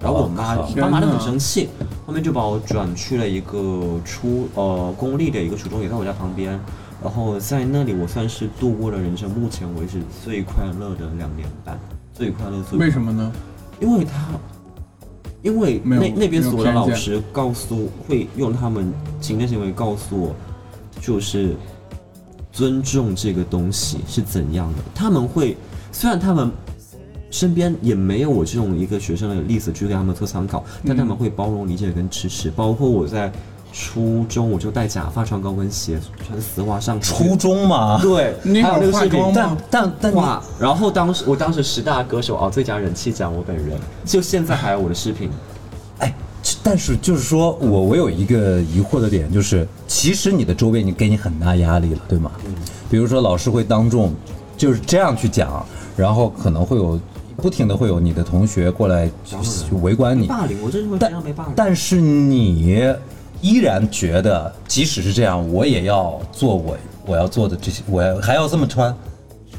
[SPEAKER 2] 然后我妈，
[SPEAKER 1] 我靠
[SPEAKER 2] 我爸妈就
[SPEAKER 3] 天哪
[SPEAKER 2] 很生气，后面就把我转去了一个初呃公立的一个初中，也在我家旁边。然后在那里，我算是度过了人生目前为止最快乐的两年半，最快乐最
[SPEAKER 3] 为什么呢？
[SPEAKER 2] 因为他，因为
[SPEAKER 3] 没有
[SPEAKER 2] 那那边所有的
[SPEAKER 3] 没有
[SPEAKER 2] 老
[SPEAKER 3] 偏见
[SPEAKER 2] 师告诉我，会用他们行政行为告诉我，就是尊重这个东西是怎样的。他们会，虽然他们身边也没有我这种一个学生的例子去给他们做参考，但他们会包容理解跟支持。包括我在初中，我就戴假发、穿高跟鞋、穿丝袜上课
[SPEAKER 1] 初中嘛。
[SPEAKER 2] 对，
[SPEAKER 3] 那
[SPEAKER 2] 还有那
[SPEAKER 3] 会儿
[SPEAKER 2] 个
[SPEAKER 3] 化
[SPEAKER 2] 视频
[SPEAKER 3] 妆
[SPEAKER 1] 但
[SPEAKER 3] 吗？
[SPEAKER 1] 但但你
[SPEAKER 2] 哇！然后当时我当时十大歌手啊最佳人气奖，我本人就现在还有我的视频，
[SPEAKER 1] 哎，这但是就是说我我有一个疑惑的点，就是其实你的周边已经给你很大压力了，对吗？
[SPEAKER 2] 嗯
[SPEAKER 1] 比如说老师会当众就是这样去讲，然后可能会有不停的会有你的同学过来
[SPEAKER 2] 当然
[SPEAKER 1] 围观你，
[SPEAKER 2] 霸凌，我真是会非
[SPEAKER 1] 但
[SPEAKER 2] 常被霸凌。
[SPEAKER 1] 但是你依然觉得，即使是这样，我也要做我我要做的这些，我要还要这么穿，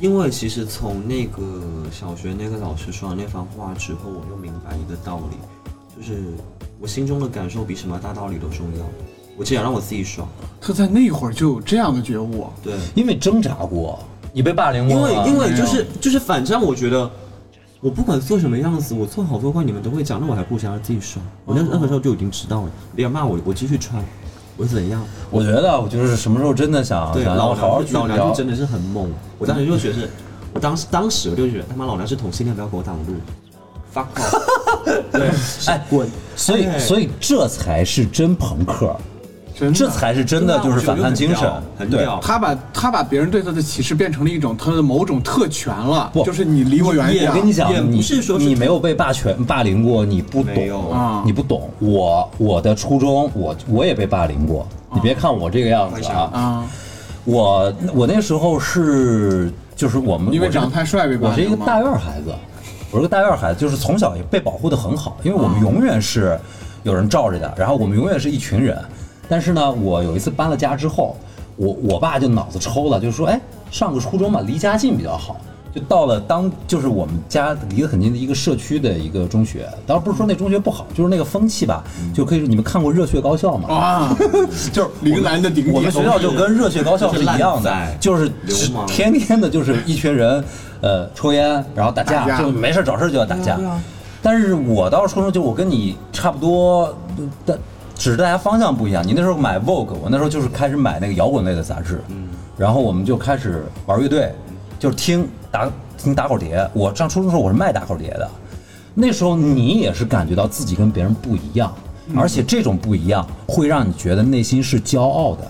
[SPEAKER 2] 因为其实从那个小学那个老师说的那番话之后，我又明白一个道理，就是我心中的感受比什么大道理都重要。我只想让我自己爽。
[SPEAKER 3] 他在那会儿就有这样的觉悟，
[SPEAKER 2] 对，
[SPEAKER 1] 因为挣扎过，你被霸凌
[SPEAKER 2] 因
[SPEAKER 1] 过啊
[SPEAKER 2] 为
[SPEAKER 1] 吗，
[SPEAKER 2] 因为就是就是，反正我觉得，我不管做什么样子，我做好做坏你们都会讲，那我还不如想让自己爽。我那那个时候就已经知道了，别人骂我，我继续穿，我怎样？
[SPEAKER 1] 我觉得我就是什么时候真的想
[SPEAKER 2] 对，
[SPEAKER 1] 想要
[SPEAKER 2] 老
[SPEAKER 1] 好好
[SPEAKER 2] 娘
[SPEAKER 1] 去
[SPEAKER 2] 老娘
[SPEAKER 1] 聊
[SPEAKER 2] 就真的是很猛。我当时就觉得是，我当时当时我就觉得他妈老娘是同性恋，不要给我挡路，fuck off，对，
[SPEAKER 1] 哎
[SPEAKER 2] 滚。
[SPEAKER 1] 所以
[SPEAKER 2] 哎
[SPEAKER 1] 所以这才是真朋克，
[SPEAKER 3] 真
[SPEAKER 2] 啊
[SPEAKER 3] 的。
[SPEAKER 1] 这才是真的就是反叛精神，
[SPEAKER 2] 很
[SPEAKER 1] 对。
[SPEAKER 2] 屌，
[SPEAKER 3] 他把他把别人对他的歧视变成了一种他的某种特权了
[SPEAKER 1] 不，
[SPEAKER 3] 就是你离我远一
[SPEAKER 2] 也
[SPEAKER 3] 点。
[SPEAKER 1] 我跟你讲，
[SPEAKER 2] 哎也不
[SPEAKER 1] 你
[SPEAKER 2] 是说是
[SPEAKER 1] 你没有被霸权霸凌过，你不
[SPEAKER 2] 没有
[SPEAKER 1] 懂，
[SPEAKER 3] 啊
[SPEAKER 1] 你不懂。我我的初中，我我也被霸凌过。你别看我这个样子啊，
[SPEAKER 3] 啊，
[SPEAKER 1] 我我那时候是就是我们
[SPEAKER 3] 因为
[SPEAKER 1] 我是
[SPEAKER 3] 长得太帅被霸
[SPEAKER 1] 我是一
[SPEAKER 3] 凌
[SPEAKER 1] 个
[SPEAKER 3] 吗
[SPEAKER 1] 大院儿孩子，我是个大院儿孩子，就是从小也被保护的很好，因为我们永远是有人罩着的，然后我们永远是一群人。但是呢，我有一次搬了家之后，我我爸就脑子抽了，就说：“哎，上个初中嘛，离家近比较好。”就到了当就是我们家离得很近的一个社区的一个中学，当然不是说那中学不好，就是那个风气吧，就可以你们看过《热血高校》吗？
[SPEAKER 3] 啊， 就是铃兰的顶点。
[SPEAKER 1] 我们学校就跟热血高校是一样的，就是
[SPEAKER 2] 流氓
[SPEAKER 1] 天天的就是一群人，呃，抽烟，然后打架，
[SPEAKER 3] 打架
[SPEAKER 1] 就没事找事就要打架。嗯
[SPEAKER 2] 对啊
[SPEAKER 1] 但是我到初中就我跟你差不多，但只是大家方向不一样。你那时候买 Vogue，我那时候就是开始买那个摇滚类的杂志，然后我们就开始玩乐队，就是听打听打口碟。我上初中的时候我是卖打口碟的，那时候你也是感觉到自己跟别人不一样，而且这种不一样会让你觉得内心是骄傲的，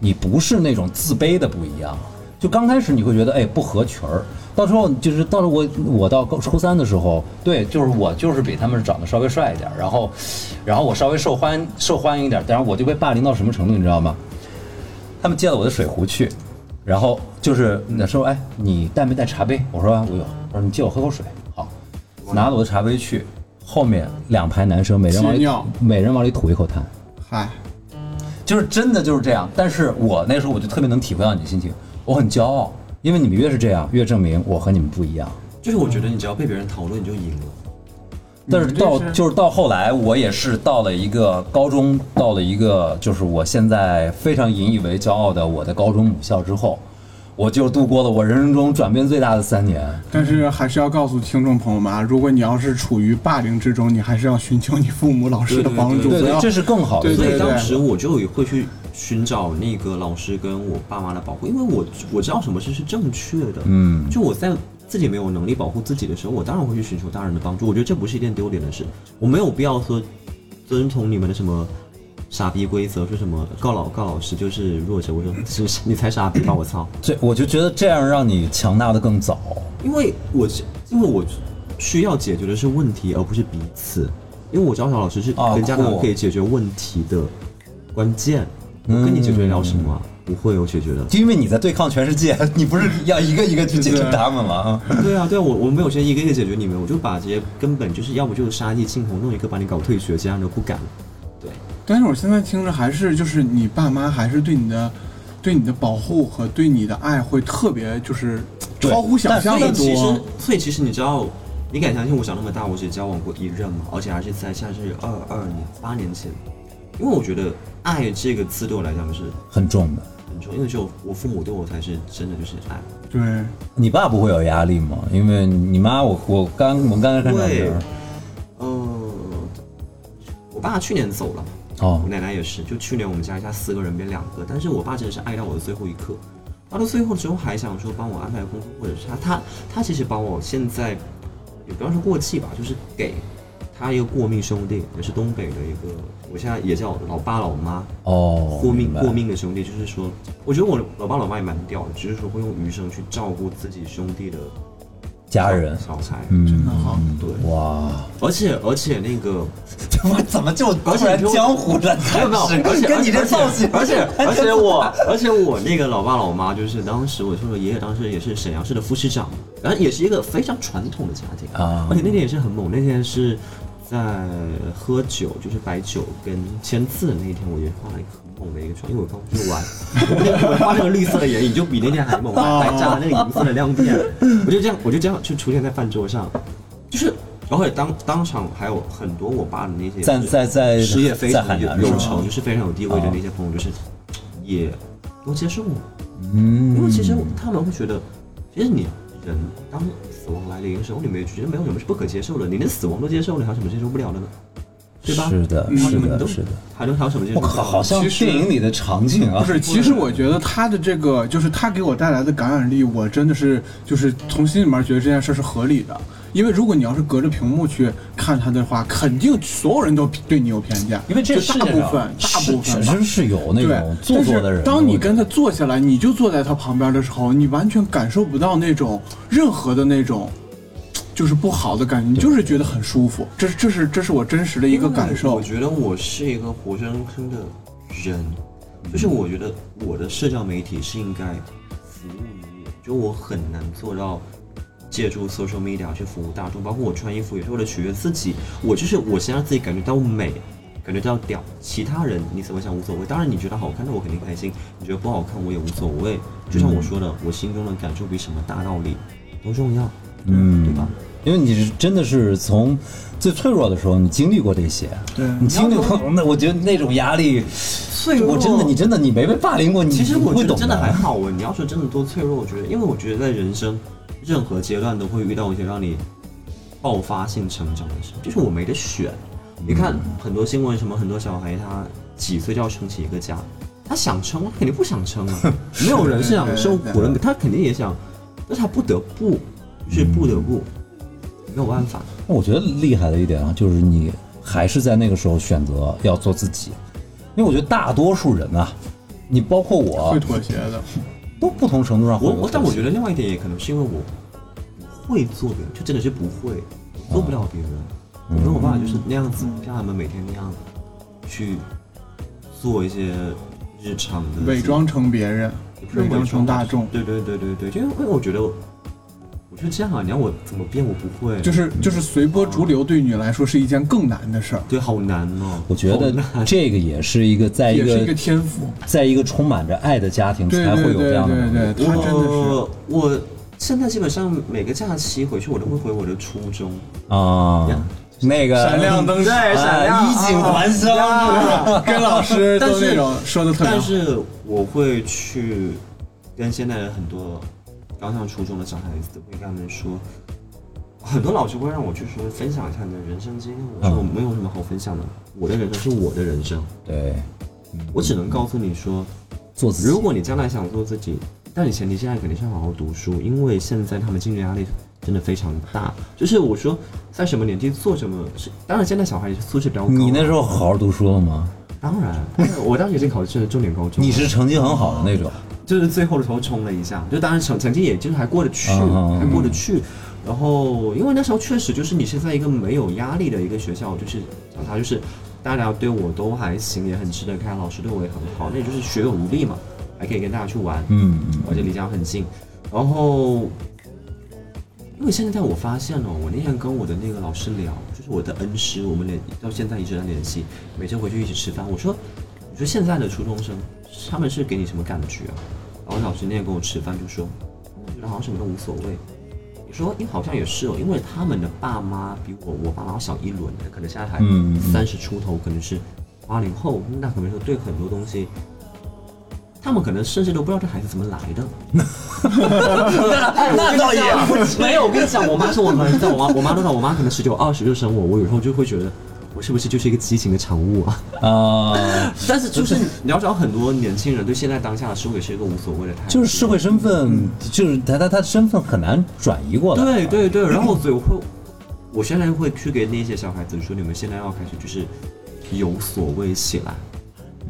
[SPEAKER 1] 你不是那种自卑的不一样。就刚开始你会觉得哎不合群儿，到时候就是到了我我到高初三的时候，对，就是我就是比他们长得稍微帅一点，然后，然后我稍微受欢受欢迎一点，但是我就被霸凌到什么程度你知道吗？他们借了我的水壶去，然后就是那时候哎你带没带茶杯？我说啊我有，我说你借我喝口水，好，拿了我的茶杯去，后面两排男生每人往
[SPEAKER 3] 直
[SPEAKER 1] 里
[SPEAKER 3] 尿
[SPEAKER 1] 每人往里吐一口痰。
[SPEAKER 3] 嗨，
[SPEAKER 1] 就是真的就是这样。但是我那时候我就特别能体会到你的心情，我很骄傲，因为你们越是这样，越证明我和你们不一样。
[SPEAKER 2] 就是我觉得你只要被别人讨论你就赢了，
[SPEAKER 1] 但是
[SPEAKER 3] 嗯
[SPEAKER 1] 到
[SPEAKER 3] 这是
[SPEAKER 1] 就是到后来，我也是到了一个高中，到了一个就是我现在非常引以为骄傲的我的高中母校之后，我就度过了我人生中转变最大的三年。
[SPEAKER 3] 但是还是要告诉听众朋友们啊，如果你要是处于霸凌之中，你还是要寻求你父母、老师的帮助，
[SPEAKER 2] 对
[SPEAKER 1] 对
[SPEAKER 3] 不
[SPEAKER 1] 对，
[SPEAKER 3] 要
[SPEAKER 1] 这是更好的
[SPEAKER 3] 对
[SPEAKER 1] 一个。
[SPEAKER 2] 所
[SPEAKER 3] 对
[SPEAKER 2] 以
[SPEAKER 3] 对
[SPEAKER 2] 当时我就也会去寻找那个老师跟我爸妈的保护，因为我我知道什么事是正确的，
[SPEAKER 1] 嗯
[SPEAKER 2] 就我在自己没有能力保护自己的时候，我当然会去寻求大人的帮助，我觉得这不是一件丢脸的事，我没有必要说遵从你们的什么。傻逼规则说什么告老告老师就是弱者，我说是你才傻逼吧，我操！
[SPEAKER 1] 这我就觉得这样让你强大的更早。
[SPEAKER 2] 因为我是因为我需要解决的是问题，而不是彼此。因为我教小老师是
[SPEAKER 1] 啊
[SPEAKER 2] 跟家长
[SPEAKER 1] 酷
[SPEAKER 2] 可以解决问题的关键，我跟你解决了什么啊、不会有解决的。
[SPEAKER 1] 就因为你在对抗全世界， 你不是要一个一个去解决他们吗？啊
[SPEAKER 2] 对啊，对啊，我我没有先一个一个解决你们，我就把这些根本就是要不就是杀鸡儆猴，弄一个把你搞退学，这样就不敢了。对，
[SPEAKER 3] 但是我现在听着还是就是你爸妈还是对你的对你的保护和对你的爱会特别就是
[SPEAKER 1] 对
[SPEAKER 3] 超乎想象
[SPEAKER 2] 所
[SPEAKER 3] 的
[SPEAKER 2] 以其实
[SPEAKER 3] 多。，啊
[SPEAKER 2] 所以其实你知道，你敢相信我长那么大，我只交往过一任吗？而且还是在现在是二二年，八年前。因为我觉得“爱”这个字对我来讲是
[SPEAKER 1] 很重的。
[SPEAKER 2] 很重要，因为只有我父母对我才是真的就是爱。
[SPEAKER 3] 对，
[SPEAKER 1] 你爸不会有压力吗？因为你妈我，我刚我们刚才看照片儿，
[SPEAKER 2] 呃，我爸去年走了，
[SPEAKER 1] 哦
[SPEAKER 2] 我，奶奶也是，就去年我们家一下四个人变两个，但是我爸真的是爱到我的最后一刻，爱到最后之后还想说帮我安排工作，或者是他他他其实把我现在也不要说过气吧，就是给他一个过命兄弟，也是东北的一个，我现在也叫老爸老妈，
[SPEAKER 1] 哦，
[SPEAKER 2] 过命
[SPEAKER 1] 明白
[SPEAKER 2] 过，命的兄弟，就是说，我觉得我老爸老妈也蛮屌的，就是说会用余生去照顾自己兄弟的
[SPEAKER 1] 家人，
[SPEAKER 2] 小孩，
[SPEAKER 1] 嗯，
[SPEAKER 3] 的好
[SPEAKER 2] 对，
[SPEAKER 1] 哇，
[SPEAKER 2] 而且而且那个
[SPEAKER 1] 怎么怎么就突
[SPEAKER 2] 而且
[SPEAKER 1] 然
[SPEAKER 2] 就
[SPEAKER 1] 江湖了？
[SPEAKER 2] 没有没有，而且
[SPEAKER 1] 跟你这
[SPEAKER 2] 而且
[SPEAKER 1] 造型，
[SPEAKER 2] 而且而且我而且我那个老爸老妈就是当时我说我爷爷当时也是沈阳市的副市长，然后也是一个非常传统的家庭
[SPEAKER 1] 啊
[SPEAKER 2] 而且那天也是很猛，那天是在喝酒，就是白酒跟签字的那一天，我也画了一个很猛猛的一个创意，因为我刚又玩，我画那个绿色的眼影就比那天还猛，我还加了那个银色的亮片，我就这样，我就这样就出现在饭桌上，就是。然后也当当场还有很多我爸的那些
[SPEAKER 1] 在在在
[SPEAKER 2] 事业非
[SPEAKER 1] 在
[SPEAKER 2] 常
[SPEAKER 1] 海
[SPEAKER 2] 有
[SPEAKER 1] 南
[SPEAKER 2] 有
[SPEAKER 1] 是吗
[SPEAKER 2] 成，就是非常有地位的那些朋友，就是也都接受我，因为
[SPEAKER 1] 嗯
[SPEAKER 2] 其实他们会觉得，其实你人当死亡来临的时候，你没觉得没有什么是不可接受的，你连死亡都接受，你还有什么接受不了的呢？对吧？
[SPEAKER 1] 是的
[SPEAKER 2] 嗯
[SPEAKER 1] 是的
[SPEAKER 2] 你都
[SPEAKER 1] 是的，
[SPEAKER 2] 还能还有什么接受
[SPEAKER 1] 我
[SPEAKER 2] 不了
[SPEAKER 1] 靠，
[SPEAKER 2] 的？
[SPEAKER 1] 好像电影里的场景啊
[SPEAKER 3] 不，是，其实我觉得他的这个，就是他给我带来的感染力，我真的是就是从心里面觉得这件事是合理的。因为如果你要是隔着屏幕去看他的话，肯定所有人都对你有偏见，
[SPEAKER 1] 因为这
[SPEAKER 3] 就
[SPEAKER 1] 个世
[SPEAKER 3] 大
[SPEAKER 1] 界
[SPEAKER 3] 部
[SPEAKER 1] 上
[SPEAKER 3] 分大
[SPEAKER 1] 是
[SPEAKER 3] 部分
[SPEAKER 1] 确
[SPEAKER 3] 吧
[SPEAKER 1] 实是有那
[SPEAKER 3] 对，
[SPEAKER 1] 种做作的人。
[SPEAKER 3] 但是当你跟他坐下来，你就坐在他旁边的时候，你完全感受不到那种任何的那种。就是不好的感觉，你就是觉得很舒服，这这是这是我真实的一个感
[SPEAKER 2] 因为
[SPEAKER 3] 受
[SPEAKER 2] 我。觉得我是一个活生生的人，就是我觉得我的社交媒体是应该服务于我，就我很难做到。借助 social media 去服务大众，包括我穿衣服也是为了取悦自己。我就是我先让自己感觉到美，感觉到屌，其他人你怎么想无所谓。当然你觉得好看，那我肯定开心；你觉得不好看，我也无所谓。就像我说的，我心中的感受比什么大道理都重要，
[SPEAKER 1] 嗯
[SPEAKER 2] 对吧？
[SPEAKER 1] 因为你是真的是从最脆弱的时候，你经历过这些，
[SPEAKER 3] 对
[SPEAKER 1] 你经历过那，我觉得那种压力，
[SPEAKER 2] 脆
[SPEAKER 1] 我真的，你真的，你没被霸凌过，你
[SPEAKER 2] 其
[SPEAKER 1] 嗯
[SPEAKER 2] 实
[SPEAKER 1] 你不
[SPEAKER 2] 我
[SPEAKER 1] 会
[SPEAKER 2] 觉得
[SPEAKER 1] 懂
[SPEAKER 2] 真的还好哎，你要说真的多脆弱，我觉得，因为我觉得在人生任何阶段都会遇到一些让你爆发性成长的事，就是我没得选。你看很多新闻，什么很多小孩他几岁就要撑起一个家，他想撑，他肯定不想撑 啊，没有人是想受苦的，他肯定也想，但是他不得不，是不得不，
[SPEAKER 1] 嗯
[SPEAKER 2] 没有办法。
[SPEAKER 1] 那我觉得厉害的一点啊，就是你还是在那个时候选择要做自己，因为我觉得大多数人啊，你包括我
[SPEAKER 3] 会，妥协的，
[SPEAKER 1] 都不同程度上会
[SPEAKER 2] 我
[SPEAKER 1] 有
[SPEAKER 2] 我但
[SPEAKER 1] 妥
[SPEAKER 2] 我
[SPEAKER 1] 协
[SPEAKER 2] 觉得另外一点也可能是因为我不会做别人，就真的是不会，我做不了别人。我跟我爸就是那样子，
[SPEAKER 3] 嗯
[SPEAKER 2] 像他们每天那样去做一些日常的
[SPEAKER 3] 伪装成别人，
[SPEAKER 2] 也不是
[SPEAKER 3] 伪装成大众，
[SPEAKER 2] 对对对对对，就因为我觉得我我就这样啊，你让我怎么变我不会，
[SPEAKER 3] 就是就是随波逐流，对你来说是一件更难的事儿，
[SPEAKER 2] 对，好难哦。
[SPEAKER 1] 我觉得
[SPEAKER 2] 好难
[SPEAKER 1] 这个也是一个在哎一
[SPEAKER 3] 也是一
[SPEAKER 1] 个
[SPEAKER 3] 个天赋。
[SPEAKER 1] 在一个充满着爱的家庭
[SPEAKER 3] 对
[SPEAKER 1] 才会
[SPEAKER 3] 对
[SPEAKER 1] 有这
[SPEAKER 3] 对
[SPEAKER 1] 样的能力。
[SPEAKER 3] 对对，他真的是。
[SPEAKER 2] 我我现在基本上每个假期回去，我都会回我的初中。
[SPEAKER 1] 啊
[SPEAKER 2] 呀，
[SPEAKER 1] 那个
[SPEAKER 3] 闪亮登场
[SPEAKER 1] 啊
[SPEAKER 2] 闪亮
[SPEAKER 1] 衣锦还乡。
[SPEAKER 3] 哎
[SPEAKER 1] 啊
[SPEAKER 3] 啊跟老师
[SPEAKER 2] 但
[SPEAKER 3] 都
[SPEAKER 2] 是
[SPEAKER 3] 那种说的特别
[SPEAKER 2] 但
[SPEAKER 3] 好，
[SPEAKER 2] 是我会去跟现在的很多刚上初中的小孩子，会跟他们说，很多老师会让我去说分享一下你的人生经历。我说
[SPEAKER 1] 嗯
[SPEAKER 2] 我没有什么好分享的，我的人生是我的人生，
[SPEAKER 1] 对，
[SPEAKER 2] 我只能告诉你说，
[SPEAKER 1] 做自己。
[SPEAKER 2] 如果你将来想做自己，但你前提现在肯定是要好好读书，因为现在他们竞争压力真的非常大。就是我说，在什么年纪做什么事，当然现在小孩也是素质比较高。
[SPEAKER 1] 你那时候好好读书了吗？
[SPEAKER 2] 当然，我当时已经考进了重点高中。
[SPEAKER 1] 你是成绩很好的那种，
[SPEAKER 2] 就是最后的时候冲了一下，就当然成成绩也就是还过得去，
[SPEAKER 1] 嗯嗯嗯
[SPEAKER 2] 还过得去。然后因为那时候确实就是你是在一个没有压力的一个学校，就是讲他就是大家对我都还行，也很吃得开，老师对我也很好，那也就是学有余力嘛，还可以跟大家去玩，
[SPEAKER 1] 嗯，
[SPEAKER 2] 而且离家很近。然后因为现在我发现哦，我那天跟我的那个老师聊，就是我的恩师，我们联到现在一直在联系，每天回去一起吃饭。我说，你说现在的初中生，他们是给你什么感觉啊？然后老师那天跟我吃饭就说，我觉得好像什么都无所谓。我说，你好像也是哦，因为他们的爸妈比我我爸妈要小一轮，可能现在还
[SPEAKER 1] 嗯嗯嗯
[SPEAKER 2] 三十出头，可能是八零后，那可能说对很多东西。他们可能甚至都不知道这孩子怎么来 的，那倒也没有。我跟你讲，我妈说我们，但我妈我妈都道，我妈可能十九二十就生我，我有时候就会觉得。我是不是就是一个畸形的产物啊？
[SPEAKER 1] 啊，
[SPEAKER 2] 但是就是你要找很多年轻人对现在当下的社会是一个无所谓的态度，
[SPEAKER 1] 就是社会身份，
[SPEAKER 3] 嗯
[SPEAKER 1] 就是他他他身份很难转移过来。
[SPEAKER 2] 对对对，然后所以我会，我现在会去给那些小孩子说，你们现在要开始就是有所谓起来，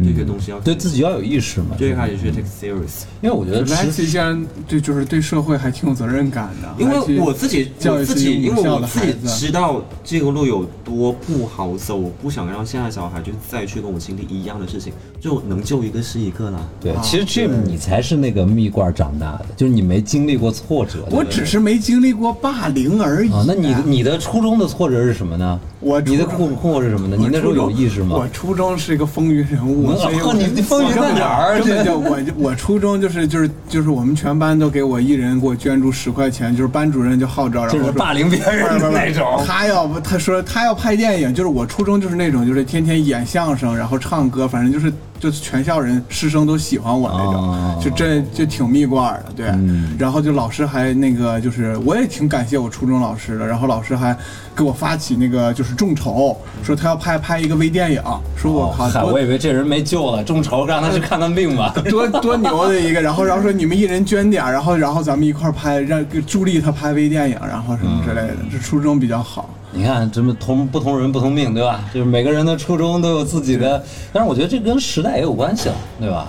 [SPEAKER 2] 这个东西要
[SPEAKER 1] 嗯对自己要有意识嘛。
[SPEAKER 2] 这
[SPEAKER 3] 啊
[SPEAKER 2] 个开始
[SPEAKER 3] 嗯
[SPEAKER 2] 去 take serious，
[SPEAKER 1] 因为我觉得
[SPEAKER 3] 莱
[SPEAKER 1] 吃
[SPEAKER 3] 奇竟然对就是对社会还挺有责任感的，
[SPEAKER 2] 因
[SPEAKER 3] 还去
[SPEAKER 2] 为我自己，
[SPEAKER 3] 教
[SPEAKER 2] 我
[SPEAKER 3] 育
[SPEAKER 2] 自
[SPEAKER 3] 自己
[SPEAKER 2] 己，因为
[SPEAKER 3] 母校
[SPEAKER 2] 我
[SPEAKER 3] 的
[SPEAKER 2] 自
[SPEAKER 3] 孩
[SPEAKER 2] 己
[SPEAKER 3] 子啊
[SPEAKER 2] 知道这个路有多不好走，我不想让现在小孩就再去跟我经历一样的事情，就能救一个是一个啦。
[SPEAKER 1] 对，
[SPEAKER 3] 啊
[SPEAKER 1] 其实 Jim 你才是那个蜜罐长大的，就是你没经历过挫折。对不对
[SPEAKER 3] 我只是没经历过霸凌而已。
[SPEAKER 1] 啊，那你的你的初中的挫折是什么呢？
[SPEAKER 3] 哎我初
[SPEAKER 1] 你的
[SPEAKER 3] 中
[SPEAKER 1] 困惑是什么呢？
[SPEAKER 3] 我
[SPEAKER 1] 你那时候
[SPEAKER 3] 初
[SPEAKER 1] 有
[SPEAKER 3] 中
[SPEAKER 1] 意识吗
[SPEAKER 3] 我？初中是一个风云人物，
[SPEAKER 1] 嗯
[SPEAKER 3] 所以
[SPEAKER 1] 啊
[SPEAKER 3] 我
[SPEAKER 1] 你你风云在哪儿
[SPEAKER 3] 我根本就我我初中就是就是就是我们全班都给我一人给我捐助十块钱，就是班主任就号召，然后
[SPEAKER 1] 就是
[SPEAKER 3] 说
[SPEAKER 1] 霸凌别人的 那种。
[SPEAKER 3] 他要不他说他要拍电影，就是我初中就是那种就是天天演相声，然后唱歌，反正就是就是全校人师生都喜欢我那种，
[SPEAKER 1] 哦
[SPEAKER 3] 就真就挺蜜罐儿的，对。
[SPEAKER 1] 嗯
[SPEAKER 3] 然后就老师还那个就是我也挺感谢我初中老师的，然后老师还给我发起那个就是众筹，说他要拍拍一个微电影，说我靠
[SPEAKER 1] 哦嗨，
[SPEAKER 3] 多
[SPEAKER 1] 我以为这人没救了，众筹让他去看看病吧。
[SPEAKER 3] 多多牛的一个，然后然后说你们一人捐点儿，然后然后咱们一块儿拍，让给助力他拍微电影，然后什么之类
[SPEAKER 1] 嗯
[SPEAKER 3] 的，这初中比较好。
[SPEAKER 1] 你看，这么同不同人不同命，对吧？就是每个人的初衷都有自己的，但是我觉得这跟时代也有关系了，对吧？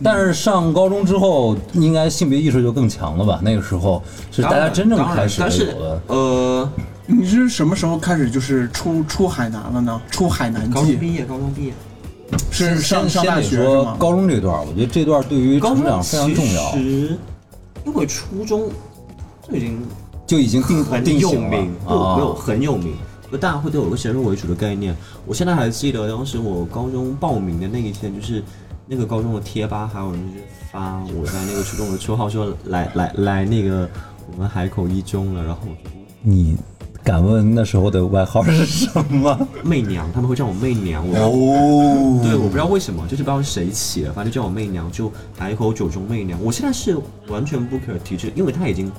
[SPEAKER 1] 但是上高中之后，应该性别意识就更强了吧？那个时候是大家真正开始
[SPEAKER 2] 当然
[SPEAKER 1] 有
[SPEAKER 2] 但
[SPEAKER 1] 了
[SPEAKER 2] 是。呃，
[SPEAKER 3] 你是什么时候开始就是出出海南了呢？出海南
[SPEAKER 2] 高中
[SPEAKER 3] 记
[SPEAKER 2] 毕业，高中毕业，
[SPEAKER 3] 是上
[SPEAKER 1] 先
[SPEAKER 3] 上大学
[SPEAKER 1] 先得
[SPEAKER 3] 是
[SPEAKER 1] 说
[SPEAKER 3] 吗？
[SPEAKER 1] 高中这段，我觉得这段对于
[SPEAKER 2] 高
[SPEAKER 1] 成
[SPEAKER 2] 中
[SPEAKER 1] 长非常重要
[SPEAKER 2] 其，实因为初中就已经
[SPEAKER 1] 就已经定
[SPEAKER 2] 很
[SPEAKER 1] 定
[SPEAKER 2] 有
[SPEAKER 1] 型了
[SPEAKER 2] 名，
[SPEAKER 1] 啊
[SPEAKER 2] 没有很有名。就大家会对我有个先入为主的概念。我现在还记得当时我高中报名的那一天，就是那个高中的贴吧，还有人就是发我在那个初中的绰号，说来来来那个我们海口一中了，然后我就
[SPEAKER 1] 你敢问那时候的外号是什么？
[SPEAKER 2] 媚娘，他们会叫我媚娘，我
[SPEAKER 1] 哦
[SPEAKER 2] 对，我不知道为什么，就是不知道是谁起的，反正叫我媚娘，就海口九中媚娘。我现在是完全不 care 体制，因为他已经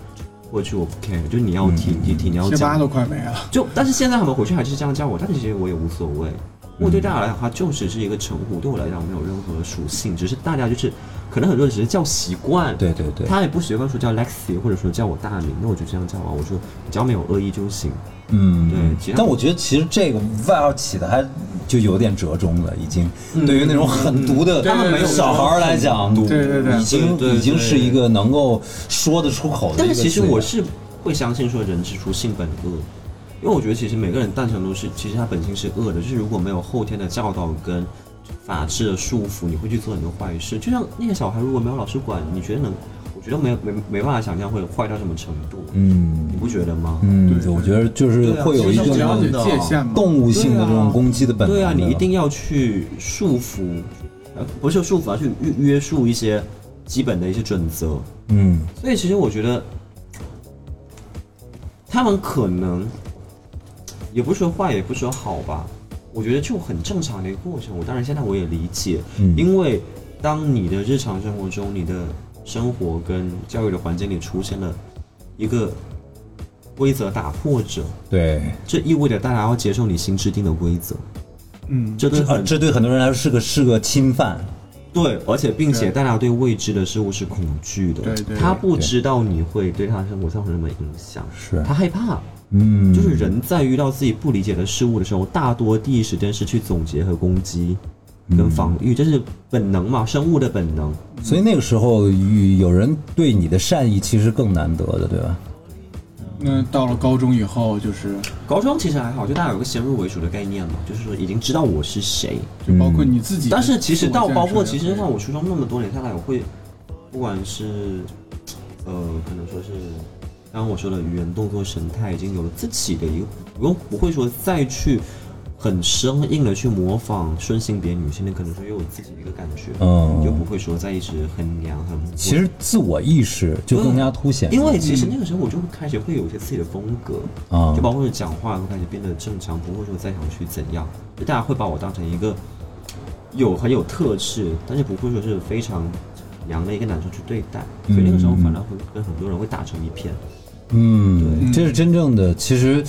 [SPEAKER 2] 过去，我不 care，就你要提
[SPEAKER 1] 嗯
[SPEAKER 2] 你提，你要
[SPEAKER 3] 贴吧
[SPEAKER 2] 讲
[SPEAKER 3] 都，快没了，
[SPEAKER 2] 就但是现在他们回去还是这样叫我，但是其实我也无所谓。
[SPEAKER 1] 嗯
[SPEAKER 2] 我对大家来讲，它就只是一个称呼，对我来讲没有任何属性，只是大家就是可能很多人只是叫习惯，
[SPEAKER 1] 对对对，
[SPEAKER 2] 他也不习惯说叫 Lexi，或者说叫我大名，那我就这样叫啊，我说只要没有恶意就行。
[SPEAKER 1] 嗯，
[SPEAKER 2] 对其他
[SPEAKER 1] 但我觉得其实这个外号起的还就有点折中了，已经
[SPEAKER 2] 嗯
[SPEAKER 1] 对于那种很毒的
[SPEAKER 3] 对对对
[SPEAKER 1] 小孩儿来讲，
[SPEAKER 3] 对对对
[SPEAKER 1] 已经
[SPEAKER 2] 对对对
[SPEAKER 1] 已经是一个能够说得出口的一个词啊语
[SPEAKER 2] 但是
[SPEAKER 1] 了。
[SPEAKER 2] 其实我是会相信说人之初性本恶，因为我觉得其实每个人诞生都是，其实他本性是恶的，就是如果没有后天的教导跟法治的束缚，你会去做很多坏事。就像那个小孩如果没有老师管，你觉得能？我觉得没有没没办法想象会坏到什么程度，
[SPEAKER 1] 嗯
[SPEAKER 2] 你不觉得吗？
[SPEAKER 1] 嗯，
[SPEAKER 3] 对
[SPEAKER 1] 就我觉得就是会有一定
[SPEAKER 2] 对
[SPEAKER 3] 了
[SPEAKER 2] 啊
[SPEAKER 3] 解
[SPEAKER 1] 的
[SPEAKER 2] 其实
[SPEAKER 3] 界限嘛。
[SPEAKER 1] 动物性的这种攻击的本能。
[SPEAKER 2] 对啊，你一定要去束缚，呃，不是束缚啊，去约约束一些基本的一些准则。
[SPEAKER 1] 嗯，
[SPEAKER 2] 所以其实我觉得，他们可能也不是说坏，也不是说好吧，我觉得就很正常的一个过程。我当然现在我也理解，
[SPEAKER 1] 嗯
[SPEAKER 2] 因为当你的日常生活中，你的生活跟教育的环境里出现了一个规则打破者，
[SPEAKER 1] 对，
[SPEAKER 2] 这意味着大家要接受你新制定的规则，
[SPEAKER 3] 嗯，
[SPEAKER 2] 这对
[SPEAKER 1] 这啊
[SPEAKER 2] 很
[SPEAKER 1] 这对很多人来说是个是个侵犯。
[SPEAKER 2] 对，而且并且
[SPEAKER 3] 对
[SPEAKER 2] 大家对未知的事物是恐惧的，
[SPEAKER 3] 对对
[SPEAKER 2] 他不
[SPEAKER 1] 对
[SPEAKER 2] 知道你会对他的生活造成什么影响，
[SPEAKER 1] 是
[SPEAKER 2] 他害怕。
[SPEAKER 1] 嗯，
[SPEAKER 2] 就是人在遇到自己不理解的事物的时候，大多第一时间是去总结和攻击，跟防御，这是本能嘛，生物的本能。
[SPEAKER 1] 所以那个时候与有人对你的善意其实更难得的，对吧？
[SPEAKER 3] 那到了高中以后，就是
[SPEAKER 2] 高中其实还好，就大家有个先入为主的概念嘛，就是说已经知道我是谁。
[SPEAKER 3] 就包括你自己的自
[SPEAKER 2] 嗯
[SPEAKER 3] 我建设也可以，啊
[SPEAKER 2] 但是其实到包括其实像我初中那么多年下来，我会不管是呃，可能说是刚刚我说的语言、动作、神态，已经有了自己的一个不用不会说再去很生硬的去模仿顺性别女性的，可能说有我自己的一个感觉，
[SPEAKER 1] 嗯
[SPEAKER 2] 就不会说再一直很娘很。
[SPEAKER 1] 其实嗯自我意识就更加凸显了，
[SPEAKER 2] 因为其实那个时候我就会开始会有一些自己的风格，
[SPEAKER 1] 啊
[SPEAKER 2] 就包括是讲话会开始变得正常，不会说再想去怎样，就大家会把我当成一个有很有特质，但是不会说是非常娘的一个男生去对待，所以那个时候反而会跟很多人会打成一片。
[SPEAKER 1] 嗯，这是真正的，其实。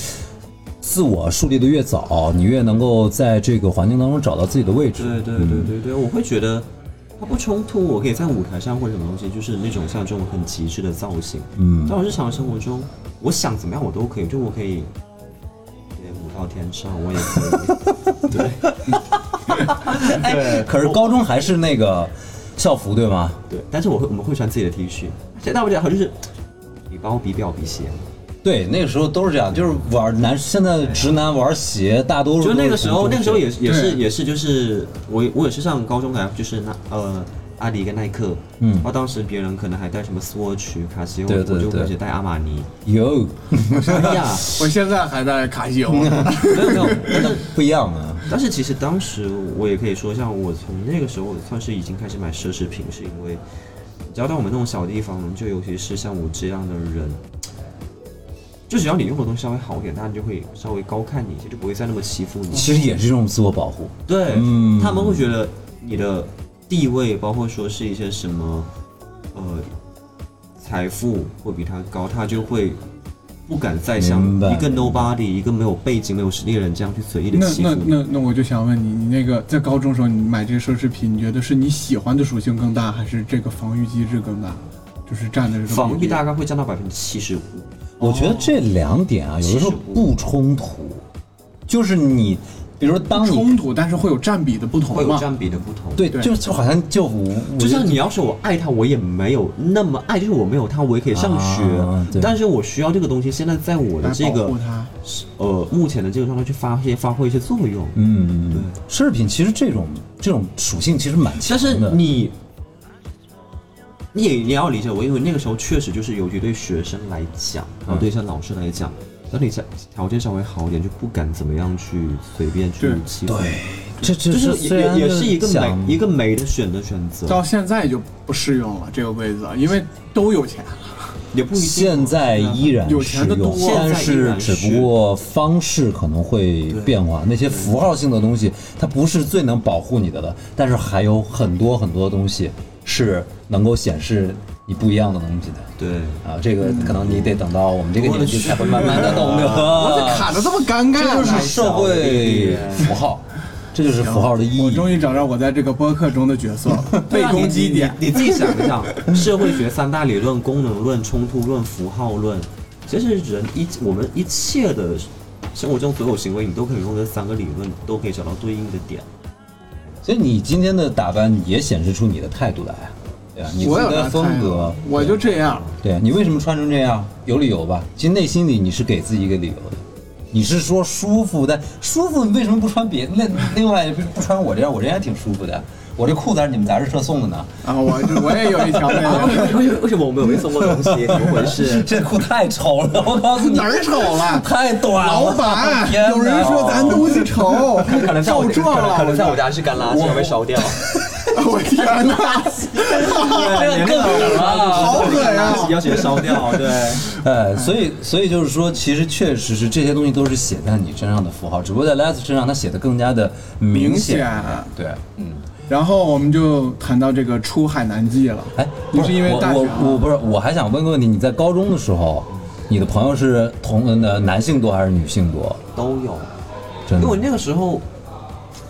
[SPEAKER 1] 自我树立的越早，你越能够在这个环境当中找到自己的位置。
[SPEAKER 2] 对对对对对，我会觉得它不冲突，我可以在舞台上或者什么东西，就是那种像这种很极致的造型。
[SPEAKER 1] 嗯
[SPEAKER 2] 但我日常生活中，我想怎么样我都可以，就我可以。舞到天上，我也可以。 对，对，哎
[SPEAKER 1] 可是高中还是那个校服，对吗？
[SPEAKER 2] 对，但是我会我们会穿自己的 T 恤，现在大不了就是比包、比表、比鞋，
[SPEAKER 1] 对，那个时候都是这样，就是玩男，现在直男玩鞋，大多数
[SPEAKER 2] 就
[SPEAKER 1] 都是
[SPEAKER 2] 那个时
[SPEAKER 1] 从
[SPEAKER 2] 候，
[SPEAKER 1] 中
[SPEAKER 2] 那个时候也也是
[SPEAKER 3] 对
[SPEAKER 2] 也是就是我我也是上高中来就是那呃阿迪跟耐克，
[SPEAKER 1] 嗯
[SPEAKER 2] 然后当时别人可能还带什么 Swatch、卡西欧，
[SPEAKER 1] 对对
[SPEAKER 2] 我就
[SPEAKER 1] 对
[SPEAKER 2] 开始带阿玛尼。
[SPEAKER 1] 有，
[SPEAKER 2] 哎呀，
[SPEAKER 3] 我现在还在卡西欧，啊
[SPEAKER 2] 没有没有，但是
[SPEAKER 1] 不一样啊。
[SPEAKER 2] 但是其实当时我也可以说，像我从那个时候算是已经开始买奢侈品，是因为你知道，到我们那种小地方，就尤其是像我这样的人，就只要你用的东西稍微好一点，大家就会稍微高看你一些，就不会再那么欺负你。
[SPEAKER 1] 其实也哦是一种自我保护。
[SPEAKER 2] 对，
[SPEAKER 1] 嗯
[SPEAKER 2] 他们会觉得你的地位，包括说是一些什么，呃，财富会比他高，他就会不敢再像
[SPEAKER 1] 明白
[SPEAKER 2] 一个 nobody、一个没有背景、没有实力的人这样去随意的
[SPEAKER 3] 那
[SPEAKER 2] 欺负
[SPEAKER 3] 那
[SPEAKER 2] 你。
[SPEAKER 3] 那那我就想问你，你那个在高中时候你买这个奢侈品，你觉得是你喜欢的属性更大，还是这个防御机制更大？就是占的这个
[SPEAKER 2] 防
[SPEAKER 3] 比
[SPEAKER 2] 御
[SPEAKER 3] 例
[SPEAKER 2] 大概会降到百分之七十五。
[SPEAKER 1] 我觉得这两点啊，有的时候
[SPEAKER 2] 其实不
[SPEAKER 1] 不冲突，就是你，比如当你
[SPEAKER 3] 冲突，但是会有占比的不
[SPEAKER 2] 会
[SPEAKER 3] 同
[SPEAKER 2] 有
[SPEAKER 3] 嘛？
[SPEAKER 2] 占比的不同。，
[SPEAKER 1] 对，
[SPEAKER 3] 对
[SPEAKER 1] 就就好像就我
[SPEAKER 2] 就像你要说我爱他，我也没有那么爱，就是我没有他，我也可以上学，
[SPEAKER 1] 啊对
[SPEAKER 2] 但是我需要这个东西，现在在我的
[SPEAKER 3] 来
[SPEAKER 2] 这
[SPEAKER 3] 保
[SPEAKER 2] 个
[SPEAKER 3] 护它。
[SPEAKER 2] 呃目前的这个状态去发挥发挥一些作用。
[SPEAKER 1] 嗯，
[SPEAKER 2] 对
[SPEAKER 1] 嗯奢侈品其实这种这种属性其实蛮强
[SPEAKER 2] 但是
[SPEAKER 1] 的。
[SPEAKER 2] 你，你也你要理解我，因为那个时候确实就是，尤其对学生来讲，
[SPEAKER 1] 嗯
[SPEAKER 2] 然后对像老师来讲，当你家条件稍微好一点，就不敢怎么样去随便去
[SPEAKER 3] 对
[SPEAKER 2] 欺负。
[SPEAKER 1] 对，这这
[SPEAKER 2] 就是
[SPEAKER 1] 虽
[SPEAKER 2] 也
[SPEAKER 1] 然
[SPEAKER 2] 也是一个
[SPEAKER 1] 想
[SPEAKER 2] 美一个美的选择选
[SPEAKER 3] 到
[SPEAKER 2] 择，
[SPEAKER 3] 现在就不适用了这个位子，因为都有钱。
[SPEAKER 1] 啊
[SPEAKER 2] 也不一定啊
[SPEAKER 1] 现在依然
[SPEAKER 3] 有
[SPEAKER 1] 适
[SPEAKER 3] 钱的
[SPEAKER 1] 用
[SPEAKER 3] 多，
[SPEAKER 1] 但
[SPEAKER 2] 现在依
[SPEAKER 1] 是
[SPEAKER 2] 然
[SPEAKER 1] 只
[SPEAKER 2] 是
[SPEAKER 1] 不过方式可能会变化。那些符号性的东西，它不是最能保护你的了，但是还有很多很多东西是能够显示你不一样的东西的。
[SPEAKER 2] 对。
[SPEAKER 1] 啊，这个可能你得等到我们这个年纪才会慢慢的懂得。
[SPEAKER 3] 我这卡的这么尴尬
[SPEAKER 1] 这
[SPEAKER 3] 呢，
[SPEAKER 1] 就是社会符号，这就是符号的意
[SPEAKER 3] 嗯我
[SPEAKER 1] 义。
[SPEAKER 3] 终于找到我在这个播客中 的角色了，被
[SPEAKER 2] 对啊
[SPEAKER 3] 攻击点。
[SPEAKER 2] 你你你自己想一 想，社会学三大理论：功能论、冲突论、符号论。其实人一我们一切的生活中所有行为，你都可以用这三个理论，都可以找到对应的点。
[SPEAKER 1] 所以你今天的打扮也显示出你的态度来啊，对吧？你自
[SPEAKER 3] 我有
[SPEAKER 1] 己
[SPEAKER 3] 啥
[SPEAKER 1] 的风
[SPEAKER 3] 态度
[SPEAKER 1] 格，
[SPEAKER 3] 我就这样。
[SPEAKER 1] 对啊你为什么穿成这样？有理由吧？其实内心里你是给自己一个理由的，你是说舒服，但舒服你为什么不穿别那另外不穿我这样？我这样还挺舒服的，我这裤子还是你们杂志社送的呢，
[SPEAKER 3] 啊，我就我也有一 条那
[SPEAKER 1] 啊
[SPEAKER 3] 个，
[SPEAKER 2] 为什么为什么我们没送过东西？怎么回 事？
[SPEAKER 1] 这裤太丑了，我告诉你
[SPEAKER 3] 哪儿丑 了？
[SPEAKER 1] 太短了，
[SPEAKER 3] 老
[SPEAKER 1] 我
[SPEAKER 3] 板，
[SPEAKER 1] 天哪
[SPEAKER 3] 有人说咱东西 丑，照撞了，
[SPEAKER 2] 可能啊在我
[SPEAKER 3] 我
[SPEAKER 2] 家是干垃圾，被烧掉。
[SPEAKER 3] 我天哪，
[SPEAKER 1] 这更狠了。
[SPEAKER 3] 好狠啊！
[SPEAKER 2] 要学烧掉，对。
[SPEAKER 1] 哎，所以所以就是说，其实确实是这些东西都是写在你身上的符号，只不过在 Les 身上他写的更加的明
[SPEAKER 3] 明
[SPEAKER 1] 显
[SPEAKER 3] 显。
[SPEAKER 1] 对，嗯，
[SPEAKER 3] 然后我们就谈到这个出海南记了。
[SPEAKER 1] 哎，
[SPEAKER 3] 你
[SPEAKER 1] 不
[SPEAKER 3] 是因为
[SPEAKER 1] 我
[SPEAKER 3] 大学啊
[SPEAKER 1] 我我不是，我还想问个问题，你在高中的时候，你的朋友是同呃男性多还是女性多？
[SPEAKER 2] 都有，
[SPEAKER 1] 真
[SPEAKER 2] 因为
[SPEAKER 1] 的，
[SPEAKER 2] 那个时候，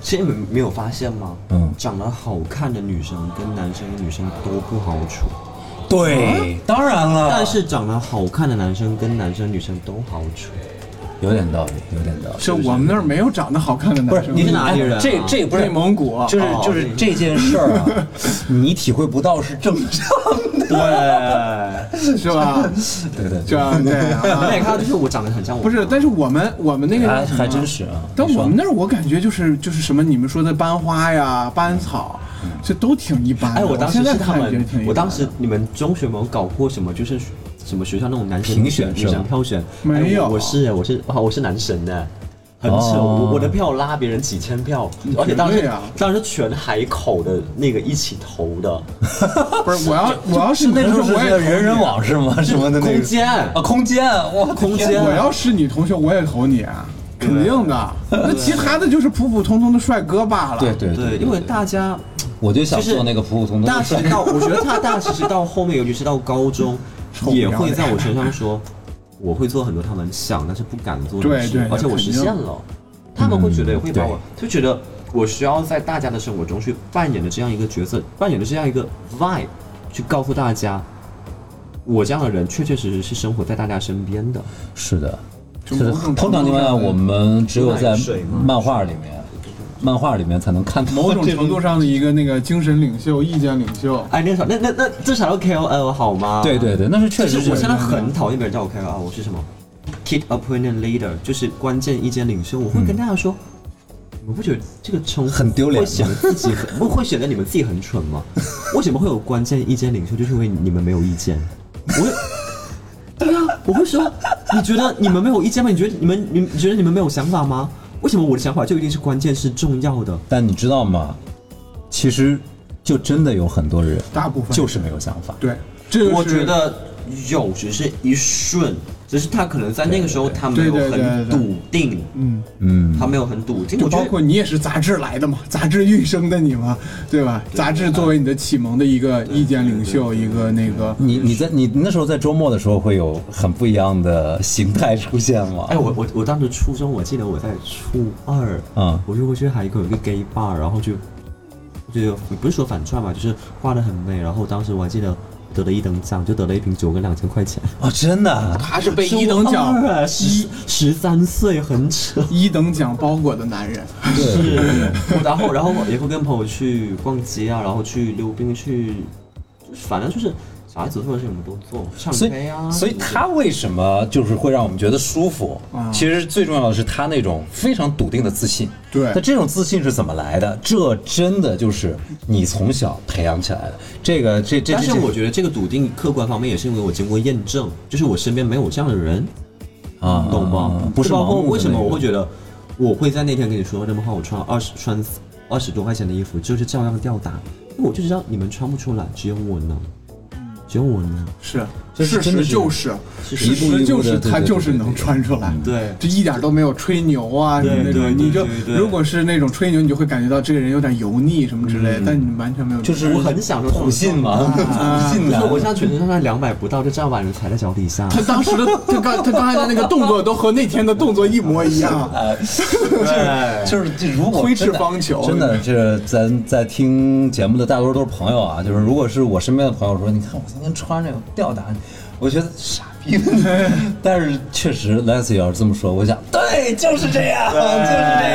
[SPEAKER 2] 其实你们没有发现吗？
[SPEAKER 1] 嗯
[SPEAKER 2] 长得好看的女生跟男生跟女生都不好处。
[SPEAKER 3] 啊
[SPEAKER 1] 对，当然了，
[SPEAKER 2] 但是长得好看的男生跟男生女生都好处，
[SPEAKER 1] 有点道理，有点道理。
[SPEAKER 3] 是我们那儿没有长得好看的
[SPEAKER 1] 不
[SPEAKER 3] 男
[SPEAKER 1] 是
[SPEAKER 3] 生，
[SPEAKER 1] 你
[SPEAKER 2] 是哪里
[SPEAKER 1] 哎
[SPEAKER 2] 人啊
[SPEAKER 1] 这这不是
[SPEAKER 3] 内蒙古哦
[SPEAKER 1] 就是
[SPEAKER 2] 哦
[SPEAKER 1] 就是
[SPEAKER 2] 内蒙
[SPEAKER 1] 这件事儿啊， 你体会不到是正常的。
[SPEAKER 2] 对，
[SPEAKER 3] 是吧？
[SPEAKER 1] 对对
[SPEAKER 3] 这
[SPEAKER 1] 对，
[SPEAKER 3] 样
[SPEAKER 2] 你
[SPEAKER 3] 对
[SPEAKER 2] 也
[SPEAKER 3] 啊，
[SPEAKER 2] 看到哎就是我长得很像我，
[SPEAKER 3] 不是，但是我们我们那个
[SPEAKER 1] 还
[SPEAKER 3] 叫什么
[SPEAKER 1] 还真是啊。
[SPEAKER 3] 但
[SPEAKER 1] 你说
[SPEAKER 3] 我们那儿我感觉就是就是什么你们说的班花呀、班草，
[SPEAKER 1] 嗯
[SPEAKER 3] 这都挺一般的。
[SPEAKER 2] 哎，我当时
[SPEAKER 3] 现在
[SPEAKER 2] 是他
[SPEAKER 3] 看觉得
[SPEAKER 2] 们
[SPEAKER 3] 挺一般，的
[SPEAKER 2] 我当时你们中学有没有搞过什么，就是什么学校那种男神
[SPEAKER 1] 评选
[SPEAKER 2] 女
[SPEAKER 1] 是
[SPEAKER 2] 神
[SPEAKER 1] 吧
[SPEAKER 2] 票选？
[SPEAKER 3] 没
[SPEAKER 2] 哎我
[SPEAKER 3] 有
[SPEAKER 2] 我是我是哦哇，我是男神呢。很
[SPEAKER 1] 哦
[SPEAKER 2] 扯，我我的票拉别人几千票，而且当
[SPEAKER 3] 绝
[SPEAKER 2] 时
[SPEAKER 3] 对啊
[SPEAKER 2] 当时全海口的那个一起投的
[SPEAKER 3] 啊不是我要我要是
[SPEAKER 1] 是
[SPEAKER 3] 你
[SPEAKER 1] 那时候
[SPEAKER 3] 同
[SPEAKER 1] 是
[SPEAKER 3] 学
[SPEAKER 1] 那
[SPEAKER 3] 我也
[SPEAKER 1] 个
[SPEAKER 3] 投你
[SPEAKER 1] 人人网是 吗？什么的那
[SPEAKER 2] 空
[SPEAKER 1] 个
[SPEAKER 2] 间，
[SPEAKER 1] 啊，空间，我的
[SPEAKER 2] 空
[SPEAKER 1] 天
[SPEAKER 2] 间
[SPEAKER 3] 我要是你同学我也投你，啊，肯定 的。那其他的就是普普通通的帅哥罢了。
[SPEAKER 1] 对对
[SPEAKER 2] 对，因为大家
[SPEAKER 1] 我就想
[SPEAKER 2] 就是
[SPEAKER 1] 做那个普普通通
[SPEAKER 2] 大
[SPEAKER 1] 的
[SPEAKER 2] 其
[SPEAKER 1] 帅
[SPEAKER 2] 实到，我觉得他大其实到后面，尤其是到高 中，
[SPEAKER 3] 臭
[SPEAKER 2] 也
[SPEAKER 3] 不要
[SPEAKER 2] 会
[SPEAKER 3] 脸
[SPEAKER 2] 在我身上说，我会做很多他们想但是不敢做的
[SPEAKER 3] 对
[SPEAKER 2] 事
[SPEAKER 3] 对，
[SPEAKER 2] 而且我实
[SPEAKER 3] 肯定
[SPEAKER 2] 现了，他们会觉得
[SPEAKER 1] 嗯
[SPEAKER 2] 会把我就觉得我需要在大家的生活中去扮演的这样一个角色，扮演的这样一个 vibe，去告诉大家。我这样的人确确实实是生活在大家身边的，
[SPEAKER 1] 是的，
[SPEAKER 3] 就是
[SPEAKER 1] 的
[SPEAKER 3] 某种程。度
[SPEAKER 1] 通常情况下，
[SPEAKER 3] 上的
[SPEAKER 1] 我们只有在
[SPEAKER 2] 卖水吗
[SPEAKER 1] 漫画里面，漫画里面才能看到
[SPEAKER 3] 某种
[SPEAKER 1] 这
[SPEAKER 3] 程度上的一个那个精神领袖、意见领袖。
[SPEAKER 2] 哎，那啥，那那那至少要 KOL 好吗？
[SPEAKER 1] 对对对，那是确
[SPEAKER 2] 其
[SPEAKER 1] 实
[SPEAKER 2] 实
[SPEAKER 1] 是
[SPEAKER 2] 我现在很讨厌别人叫我 KOL，我是什么 Kid Opinion Leader，就是关键意见领袖。我会跟大家说，你们不觉得这个称呼
[SPEAKER 1] 嗯很丢脸吗
[SPEAKER 2] 会显得自己很不会显得你们自己很蠢吗？为什么会有关键意见领袖？就是因为你们没有意见。我也，对啊，我会说，你觉得你们没有意见吗？你觉得你们你你觉得你们没有想法吗？为什么我的想法就一定是关键是重要的？
[SPEAKER 1] 但你知道吗？其实就真的有很多人
[SPEAKER 3] 大部分
[SPEAKER 1] 就是没有想法。
[SPEAKER 3] 对，这就是
[SPEAKER 2] 我觉得有只是一瞬，只是他可能在那个时候他没有
[SPEAKER 3] 对对对
[SPEAKER 2] 很
[SPEAKER 3] 对
[SPEAKER 2] 笃定，
[SPEAKER 3] 嗯，
[SPEAKER 1] 嗯，
[SPEAKER 2] 他没有很笃定。
[SPEAKER 3] 就
[SPEAKER 2] 我觉
[SPEAKER 3] 包
[SPEAKER 2] 得
[SPEAKER 3] 括你也是杂志来的嘛， 杂志运生的你嘛，对吧？杂志作为你的启蒙的一个意见领袖，一个那个，
[SPEAKER 1] 你你在你那时候在周末的时候会有很不一样的 形态出现吗？
[SPEAKER 2] 哎，我我我当时初中，我记得我在初二，呃
[SPEAKER 1] 嗯
[SPEAKER 2] 我就会去海口有一个 gay bar，然后就就不是说反串嘛，就是画的很美，然后当时我还记得得了一等奖，就得了一瓶酒跟两千块钱。
[SPEAKER 1] 哦，真的啊，
[SPEAKER 3] 他是被一等奖
[SPEAKER 2] 初二啊十十三岁很扯。
[SPEAKER 3] 一等奖包裹的男人，
[SPEAKER 1] 对，
[SPEAKER 2] 是，然后然后也会跟朋友去逛街啊，然后去溜冰去，就是反正就是小孩子做的事情我们都做，唱
[SPEAKER 1] 所以
[SPEAKER 2] 歌啊，
[SPEAKER 1] 所以他为什么就是会让我们觉得舒服？
[SPEAKER 2] 啊
[SPEAKER 1] 其实最重要的是他那种非常笃定的自信。
[SPEAKER 3] 对
[SPEAKER 1] 那这种自信是怎么来的？这真的就是你从小培养起来的。这个这这，
[SPEAKER 2] 但是
[SPEAKER 1] 这
[SPEAKER 2] 我觉得这个笃定客观方面也是因为我经过验证，就是我身边没有这样的人，
[SPEAKER 1] 啊，
[SPEAKER 2] 懂吗？
[SPEAKER 1] 不是
[SPEAKER 2] 就包
[SPEAKER 1] 盲
[SPEAKER 2] 括
[SPEAKER 1] 目的
[SPEAKER 2] 为什么
[SPEAKER 1] 那
[SPEAKER 2] 我
[SPEAKER 1] 种
[SPEAKER 2] 会觉得我会在那天跟你说那么话，我穿二十穿二十多块钱的衣服就是照样吊打，因为我就知道你们穿不出来，只有我能，只有我能。
[SPEAKER 3] 是
[SPEAKER 1] 这是
[SPEAKER 3] 事
[SPEAKER 1] 真的
[SPEAKER 3] 实
[SPEAKER 1] 是
[SPEAKER 3] 就是，
[SPEAKER 2] 是
[SPEAKER 3] 事
[SPEAKER 1] 一步一步的
[SPEAKER 3] 实就是
[SPEAKER 1] 对对
[SPEAKER 3] 他
[SPEAKER 1] 对
[SPEAKER 3] 就是
[SPEAKER 1] 对对
[SPEAKER 3] 能穿出来，
[SPEAKER 2] 对
[SPEAKER 3] 这一点都没有吹牛啊什么
[SPEAKER 2] 对
[SPEAKER 3] 那
[SPEAKER 2] 对
[SPEAKER 3] 种。你就
[SPEAKER 2] 对对对
[SPEAKER 3] 如果是那种吹牛，你就会感觉到这个人有点油腻什么之类的，但你完全没有，
[SPEAKER 1] 就是
[SPEAKER 2] 我很享受这种啊
[SPEAKER 1] 普信嘛， 普信
[SPEAKER 2] 就
[SPEAKER 1] 的
[SPEAKER 2] 是。我现在全身上下两百不到，就这样把人踩在脚底下。
[SPEAKER 3] 他当时的他刚他刚才的那个动作都和那天的动作一模一样。
[SPEAKER 2] 对
[SPEAKER 1] 就是这如果
[SPEAKER 3] 挥斥
[SPEAKER 1] 真的
[SPEAKER 3] 方遒嗯
[SPEAKER 1] 真的，这咱在听节目的大多数都是朋友啊。就是如果是我身边的朋友说，你看我今天穿这个吊打你，我觉得傻逼。 但是确实，Lance 要是这么说，我想对，就是这样，就是
[SPEAKER 2] 哎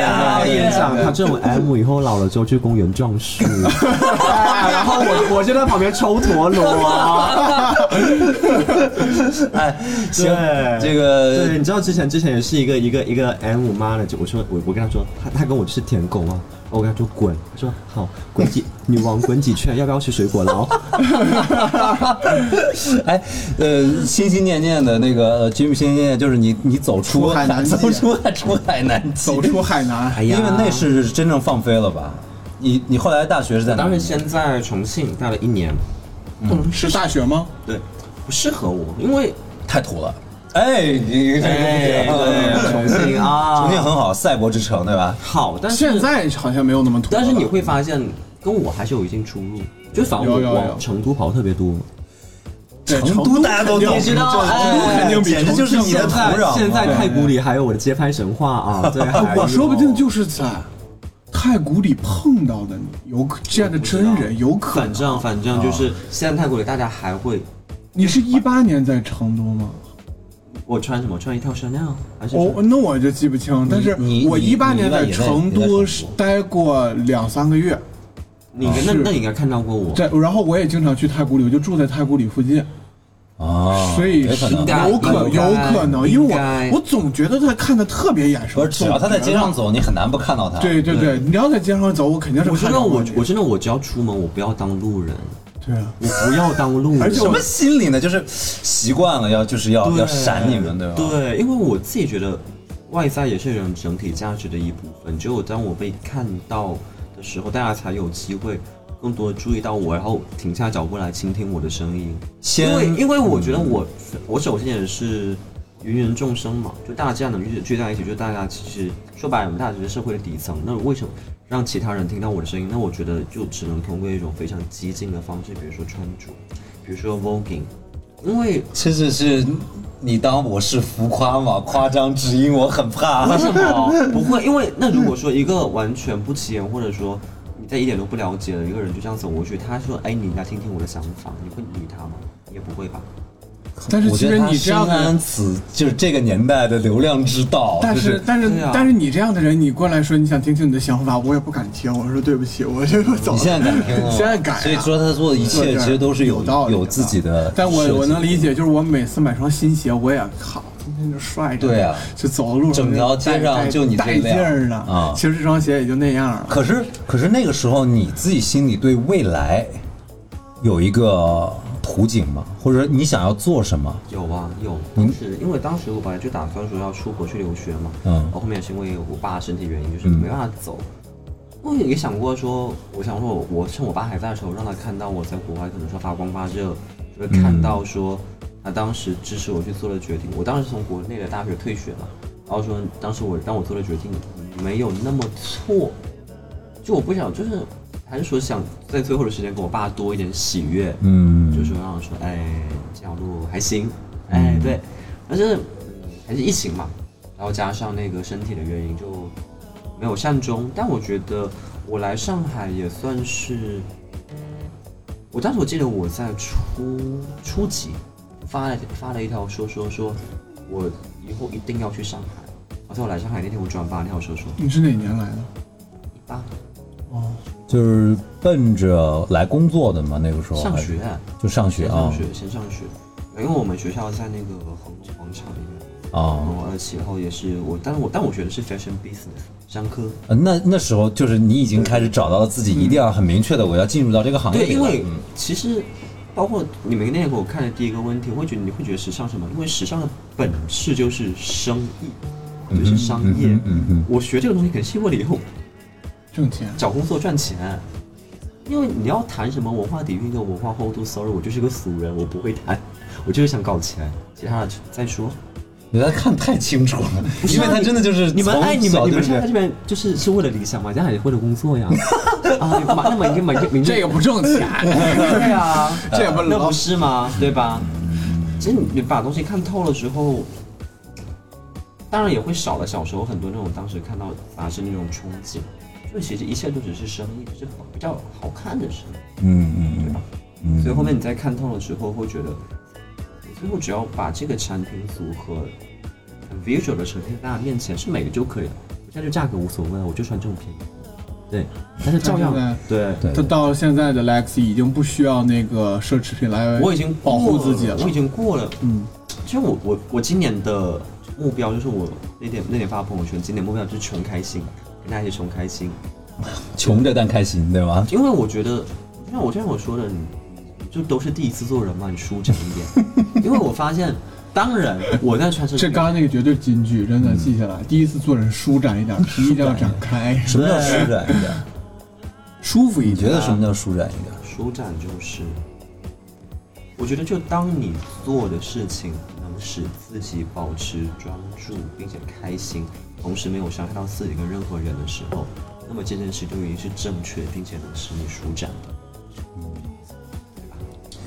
[SPEAKER 1] 这样。
[SPEAKER 2] 我跟你讲，他这种 M 以后老了之后去公园撞树，哎然后我我就在旁边抽陀螺啊。
[SPEAKER 1] 哎，行，
[SPEAKER 2] 对
[SPEAKER 1] 这个
[SPEAKER 2] 对，你知道之前之前也是一个一个一个 M 五妈的，就我说我我跟他说，他他跟我是舔狗啊，我跟他说滚，他说好滚几女王滚几圈，要不要吃水果捞？
[SPEAKER 1] 哎，呃，心心念念的那个呃节目，心心念念就是你，你走出
[SPEAKER 3] 出海南极
[SPEAKER 1] 走出出海南极，
[SPEAKER 3] 走出海南，
[SPEAKER 2] 哎呀
[SPEAKER 1] 因为那是真正放飞了吧？你你后来大学是在哪
[SPEAKER 2] 当
[SPEAKER 1] 里
[SPEAKER 2] 时先在重庆待了一年，
[SPEAKER 3] 嗯是大学吗？
[SPEAKER 2] 对，不适合我，因为
[SPEAKER 1] 太土了。哎，你
[SPEAKER 2] 哎对重庆 啊，
[SPEAKER 1] 重庆很好，赛博之城对吧？
[SPEAKER 2] 好，但是
[SPEAKER 3] 现在好像没有那么土了吧，
[SPEAKER 2] 但是你会发现，跟我还是有一定出入。就反正
[SPEAKER 3] 有
[SPEAKER 2] 我
[SPEAKER 3] 有有
[SPEAKER 2] 往成都跑特别多，
[SPEAKER 3] 对
[SPEAKER 1] 成都大家都
[SPEAKER 3] 肯定
[SPEAKER 1] 你知道
[SPEAKER 3] 成都肯定比
[SPEAKER 1] 哎简直就是你的
[SPEAKER 2] 现
[SPEAKER 1] 土
[SPEAKER 2] 在
[SPEAKER 1] 壤嘛。
[SPEAKER 2] 现在太古里还有我的街拍神话啊， 对，还有
[SPEAKER 3] 我说不定就是在太古里碰到的你，有可见的真人，有可
[SPEAKER 2] 反
[SPEAKER 3] 能。
[SPEAKER 2] 正反正就是现在太古里大家还会，
[SPEAKER 3] 你是一八年在成都吗？
[SPEAKER 2] 我穿什么？穿一条 Chanel 还是
[SPEAKER 3] 哦，
[SPEAKER 2] 穿？
[SPEAKER 3] 那我就记不清，但是
[SPEAKER 1] 你
[SPEAKER 3] 我
[SPEAKER 1] 你
[SPEAKER 3] 一八年在
[SPEAKER 1] 你在也
[SPEAKER 3] 成
[SPEAKER 1] 在成
[SPEAKER 3] 都
[SPEAKER 1] 都哦
[SPEAKER 3] 是待过两三个月，
[SPEAKER 2] 你那
[SPEAKER 3] 是
[SPEAKER 2] 那你应该看到过我。
[SPEAKER 3] 在然后我也经常去太古里，我就住在太古里附近，
[SPEAKER 1] 啊，
[SPEAKER 3] 所以
[SPEAKER 1] 有可
[SPEAKER 3] 是
[SPEAKER 1] 能
[SPEAKER 2] 应该
[SPEAKER 3] 有可
[SPEAKER 2] 应该
[SPEAKER 3] 有可能，因为
[SPEAKER 2] 应该
[SPEAKER 3] 我我总觉得他看的特别眼熟，
[SPEAKER 1] 不是只要他在街上走，啊你很难不看到他。
[SPEAKER 3] 总觉得，对对对，你要在街上走，我肯定是
[SPEAKER 2] 我真
[SPEAKER 3] 看
[SPEAKER 2] 的
[SPEAKER 3] 到
[SPEAKER 2] 我
[SPEAKER 3] 你
[SPEAKER 2] 我真的我只要出门，我不要当路人，
[SPEAKER 3] 对啊，
[SPEAKER 2] 我不要当路人。
[SPEAKER 3] 而且
[SPEAKER 1] 什
[SPEAKER 3] 我
[SPEAKER 1] 么心理呢？就是习惯了要就是要
[SPEAKER 2] 对
[SPEAKER 1] 要闪你们，对吧？
[SPEAKER 2] 对，因为我自己觉得外在也是人整体价值的一部分，只有当我被看到的时候，大家才有机会更多地注意到我，然后停下脚步来倾听我的声音。
[SPEAKER 1] 先
[SPEAKER 2] 因为因为我觉得我我首先也是芸芸众生嘛，就大家能聚聚在一起，就大家其实说白了，我们大家只是社会的底层。那为什么让其他人听到我的声音？那我觉得就只能通过一种非常激进的方式，比如说穿着，比如说 voguing，因为
[SPEAKER 1] 这是是你当我是浮夸吗？夸张只因我很怕。
[SPEAKER 2] 为什么？哦不会，因为那如果说一个完全不起眼，或者说你在一点都不了解的一个人就这样走过去，他说：“哎，你来听听我的想法。”你会理他吗？你也不会吧？
[SPEAKER 3] 但是
[SPEAKER 1] 我
[SPEAKER 3] 其
[SPEAKER 1] 觉
[SPEAKER 3] 实
[SPEAKER 1] 得他
[SPEAKER 3] 你这样
[SPEAKER 1] 深
[SPEAKER 3] 的
[SPEAKER 1] 谙此就是这个年代的流量之道，
[SPEAKER 3] 但
[SPEAKER 1] 就是
[SPEAKER 3] 但是
[SPEAKER 2] 对啊
[SPEAKER 3] 但是你这样的人，你过来说你想听听你的想法，我也不敢听。我说对不起，我这个走
[SPEAKER 1] 你现在
[SPEAKER 3] 了。
[SPEAKER 1] 敢听了吗，
[SPEAKER 3] 现在敢啊
[SPEAKER 1] 所以说他做的一
[SPEAKER 3] 对
[SPEAKER 1] 切
[SPEAKER 3] 对
[SPEAKER 1] 其实都是有
[SPEAKER 3] 有道理的
[SPEAKER 1] 有自己的设计，
[SPEAKER 3] 但我我能理解，就是我每次买双新鞋，我也靠，天天就帅着，
[SPEAKER 1] 对啊
[SPEAKER 3] 就走的路上
[SPEAKER 1] 整条街上
[SPEAKER 3] 带
[SPEAKER 1] 就你
[SPEAKER 3] 带
[SPEAKER 1] 最亮
[SPEAKER 3] 劲儿呢
[SPEAKER 1] 啊
[SPEAKER 3] 其实这双鞋也就那样了，
[SPEAKER 1] 可是，可是那个时候你自己心里对未来有一个图景吗？或者你想要做什么？
[SPEAKER 2] 有啊有，
[SPEAKER 1] 嗯
[SPEAKER 2] 当时因为当时我本来就打算说要出国去留学嘛，
[SPEAKER 1] 嗯
[SPEAKER 2] 然后后面是因为我爸身体原因，就是
[SPEAKER 1] 嗯
[SPEAKER 2] 没办法走。我也想过说，我想说我我趁我爸还在的时候，让他看到我在国外可能说发光发热，就会看到说他当时支持我去做的决定。我当时是从国内的大学退学嘛，
[SPEAKER 1] 嗯
[SPEAKER 2] 然后说当时我让我做的决定没有那么错，就我不想就是还是说想在最后的时间给我爸多一点喜悦，
[SPEAKER 1] 嗯，
[SPEAKER 2] 就是让我说，哎，这条路还行，哎，对，但是嗯还是疫情嘛，然后加上那个身体的原因就没有善终。但我觉得我来上海也算是，我当时我记得我在初初级发了发了一条说说说，我以后一定要去上海。而且我来上海那天我转发那条说说，啊
[SPEAKER 3] 你是哪年来的？
[SPEAKER 2] 一八
[SPEAKER 3] 哦，
[SPEAKER 1] 就是奔着来工作的嘛，那个时候
[SPEAKER 2] 上
[SPEAKER 1] 哦还是
[SPEAKER 2] 学、啊。
[SPEAKER 1] 就上学
[SPEAKER 2] 先
[SPEAKER 1] 啊
[SPEAKER 2] 上学，先上学。因为我们学校在那个恒隆广场里面，然
[SPEAKER 1] 啊、
[SPEAKER 2] 后而且后也是我，但我但我学的是 fashion business 商科。
[SPEAKER 1] 呃那那时候就是你已经开始找到了自己一定要很明确的，我要进入到这个行业
[SPEAKER 2] 对，
[SPEAKER 1] 里
[SPEAKER 2] 因
[SPEAKER 1] 了。
[SPEAKER 2] 为
[SPEAKER 1] 嗯
[SPEAKER 2] 其实包括你们那天给我看的第一个问题，我会觉得你会觉得时尚什么？因为时尚的本质就是生意，就是商业。
[SPEAKER 1] 嗯嗯嗯
[SPEAKER 2] 我学这个东西肯定是为了以后
[SPEAKER 3] 挣钱，
[SPEAKER 2] 找工作赚钱。因为你要谈什么文化底蕴跟文化厚度，sorry，我就是个俗人，我不会谈，我就是想搞钱，其他的再说。
[SPEAKER 1] 你来看太清楚了，
[SPEAKER 2] 不是
[SPEAKER 1] 因
[SPEAKER 2] 啊
[SPEAKER 1] 为他真的就是
[SPEAKER 2] 你们
[SPEAKER 1] 从
[SPEAKER 2] 哎，你们
[SPEAKER 1] 小
[SPEAKER 2] 你们
[SPEAKER 1] 就是
[SPEAKER 2] 上在这边就是是为了理想嘛，在也为了工作呀。啊，马那么一个马一
[SPEAKER 3] 这个不挣钱，
[SPEAKER 2] 对啊，
[SPEAKER 3] 这 也 不
[SPEAKER 2] 那
[SPEAKER 3] 老
[SPEAKER 2] 不是吗？对吧？其实你把东西看透了之后，当然也会少了小时候很多那种当时看到杂志那种憧憬，就其实一切都只是生意，只是比较好看的生意，
[SPEAKER 1] 嗯嗯
[SPEAKER 2] 对吧？
[SPEAKER 1] 嗯，
[SPEAKER 2] 所以后面你再看透了之后，会觉得，哎最后只要把这个产品组合很 visual 的呈现在大家面前，是美的就可以了。我现在就价格无所谓了，我就穿这种便宜的，对，但是照样
[SPEAKER 3] 但是
[SPEAKER 2] 对。
[SPEAKER 1] 对
[SPEAKER 3] 他到现在的 Lexi 已经不需要那个奢侈品来
[SPEAKER 2] 我已经
[SPEAKER 3] 哎保护自己
[SPEAKER 2] 过
[SPEAKER 3] 了
[SPEAKER 2] 了，我已经过了。
[SPEAKER 3] 嗯，
[SPEAKER 2] 其实我我我今年的目标就是我那天那天发朋友圈，今年目标就是穷开心，跟大家一起穷开心。
[SPEAKER 1] 穷着但开心，对吧？
[SPEAKER 2] 因为我觉得，就像我就像我说的，你你就都是第一次做人嘛，你舒展一 点。因为我发现，当然我在穿奢侈
[SPEAKER 3] 这
[SPEAKER 2] 品
[SPEAKER 3] 刚刚那个绝对金句，真的记下来。第一次做人舒展一点，皮一定要展开，
[SPEAKER 1] 什么叫舒展一点？
[SPEAKER 3] 舒服一
[SPEAKER 1] 你觉
[SPEAKER 3] 点。
[SPEAKER 1] 得什么叫舒展一点？
[SPEAKER 2] 舒展就是，我觉得就当你做的事情能使自己保持专注并且开心，同时没有伤害到自己跟任何人的时候，那么这件事就已经是正确并且能使你舒展的。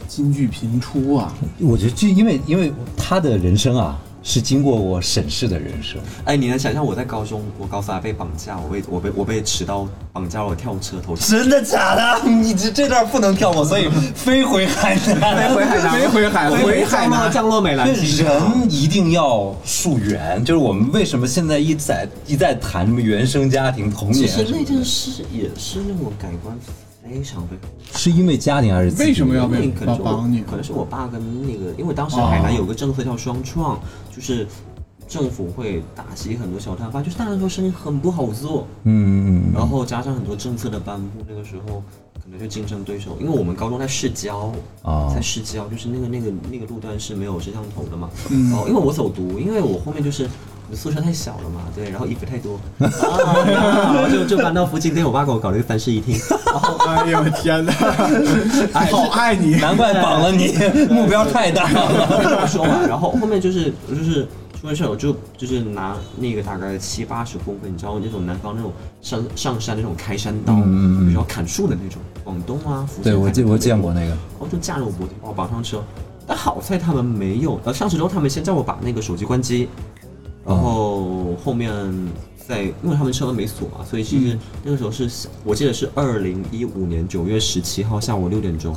[SPEAKER 3] 金句频出啊！
[SPEAKER 1] 我觉得就因为因为他的人生啊，是经过我审视的人生。
[SPEAKER 2] 哎，你能想象我在高中，我高三还被绑架，我被我被我被持刀绑架了，我跳车头
[SPEAKER 1] 真的假的？你这这段不能跳过，所以飞回海南。
[SPEAKER 2] 回海南，
[SPEAKER 3] 没回海南
[SPEAKER 2] 回海南降落美兰机场
[SPEAKER 1] 人一定要溯源，就是我们为什么现在一再一再谈什么原生家庭、童
[SPEAKER 2] 其
[SPEAKER 1] 年
[SPEAKER 2] 实
[SPEAKER 1] 什
[SPEAKER 2] 那
[SPEAKER 1] 么的
[SPEAKER 2] 件，事也是让我改观非常非常
[SPEAKER 1] 是因为家庭还是自己
[SPEAKER 3] 为什么要
[SPEAKER 2] 因为
[SPEAKER 3] 被
[SPEAKER 2] 可
[SPEAKER 3] 爸
[SPEAKER 2] 能是我
[SPEAKER 3] 绑你？
[SPEAKER 2] 可能是我爸跟那个，因为
[SPEAKER 1] 哦
[SPEAKER 2] 当时海南有个政策叫双创，就是政府会打击很多小摊贩，就是那时候生意很不好做，
[SPEAKER 1] 嗯嗯嗯
[SPEAKER 2] 然后加上很多政策的颁布，那个时候可能就竞争对手，因为我们高中在市郊，
[SPEAKER 1] 哦
[SPEAKER 2] 在市郊就是那个那个那个路段是没有摄像头的嘛，
[SPEAKER 1] 嗯
[SPEAKER 2] 然后因为我走读，因为我后面就是。宿舍太小了嘛，对，然后衣服 太多，啊、然后就就搬到附近，跟我爸给我搞了一个三室一厅，
[SPEAKER 3] 哎呦天哪！好爱你
[SPEAKER 1] 嗯，，难怪绑了 你，目标太大 了。
[SPEAKER 2] 不说完，然后后面就是就是出门手就就是拿那个大概七八十公分，你知道那种南方那种上上山那种开山刀，
[SPEAKER 1] 嗯嗯嗯
[SPEAKER 2] 就是要砍树的那种，广东啊，福建
[SPEAKER 1] 对，我
[SPEAKER 2] 砍
[SPEAKER 1] 见
[SPEAKER 2] 的
[SPEAKER 1] 我见过那个，
[SPEAKER 2] 然后就架着我脖子把我绑上车。但好在他们没有，然后上车之后他们先叫我把那个手机关机，然后后面再因为他们车门没锁嘛，所以其实那个时候是、我记得是二零一五年九月十七号下午六点钟。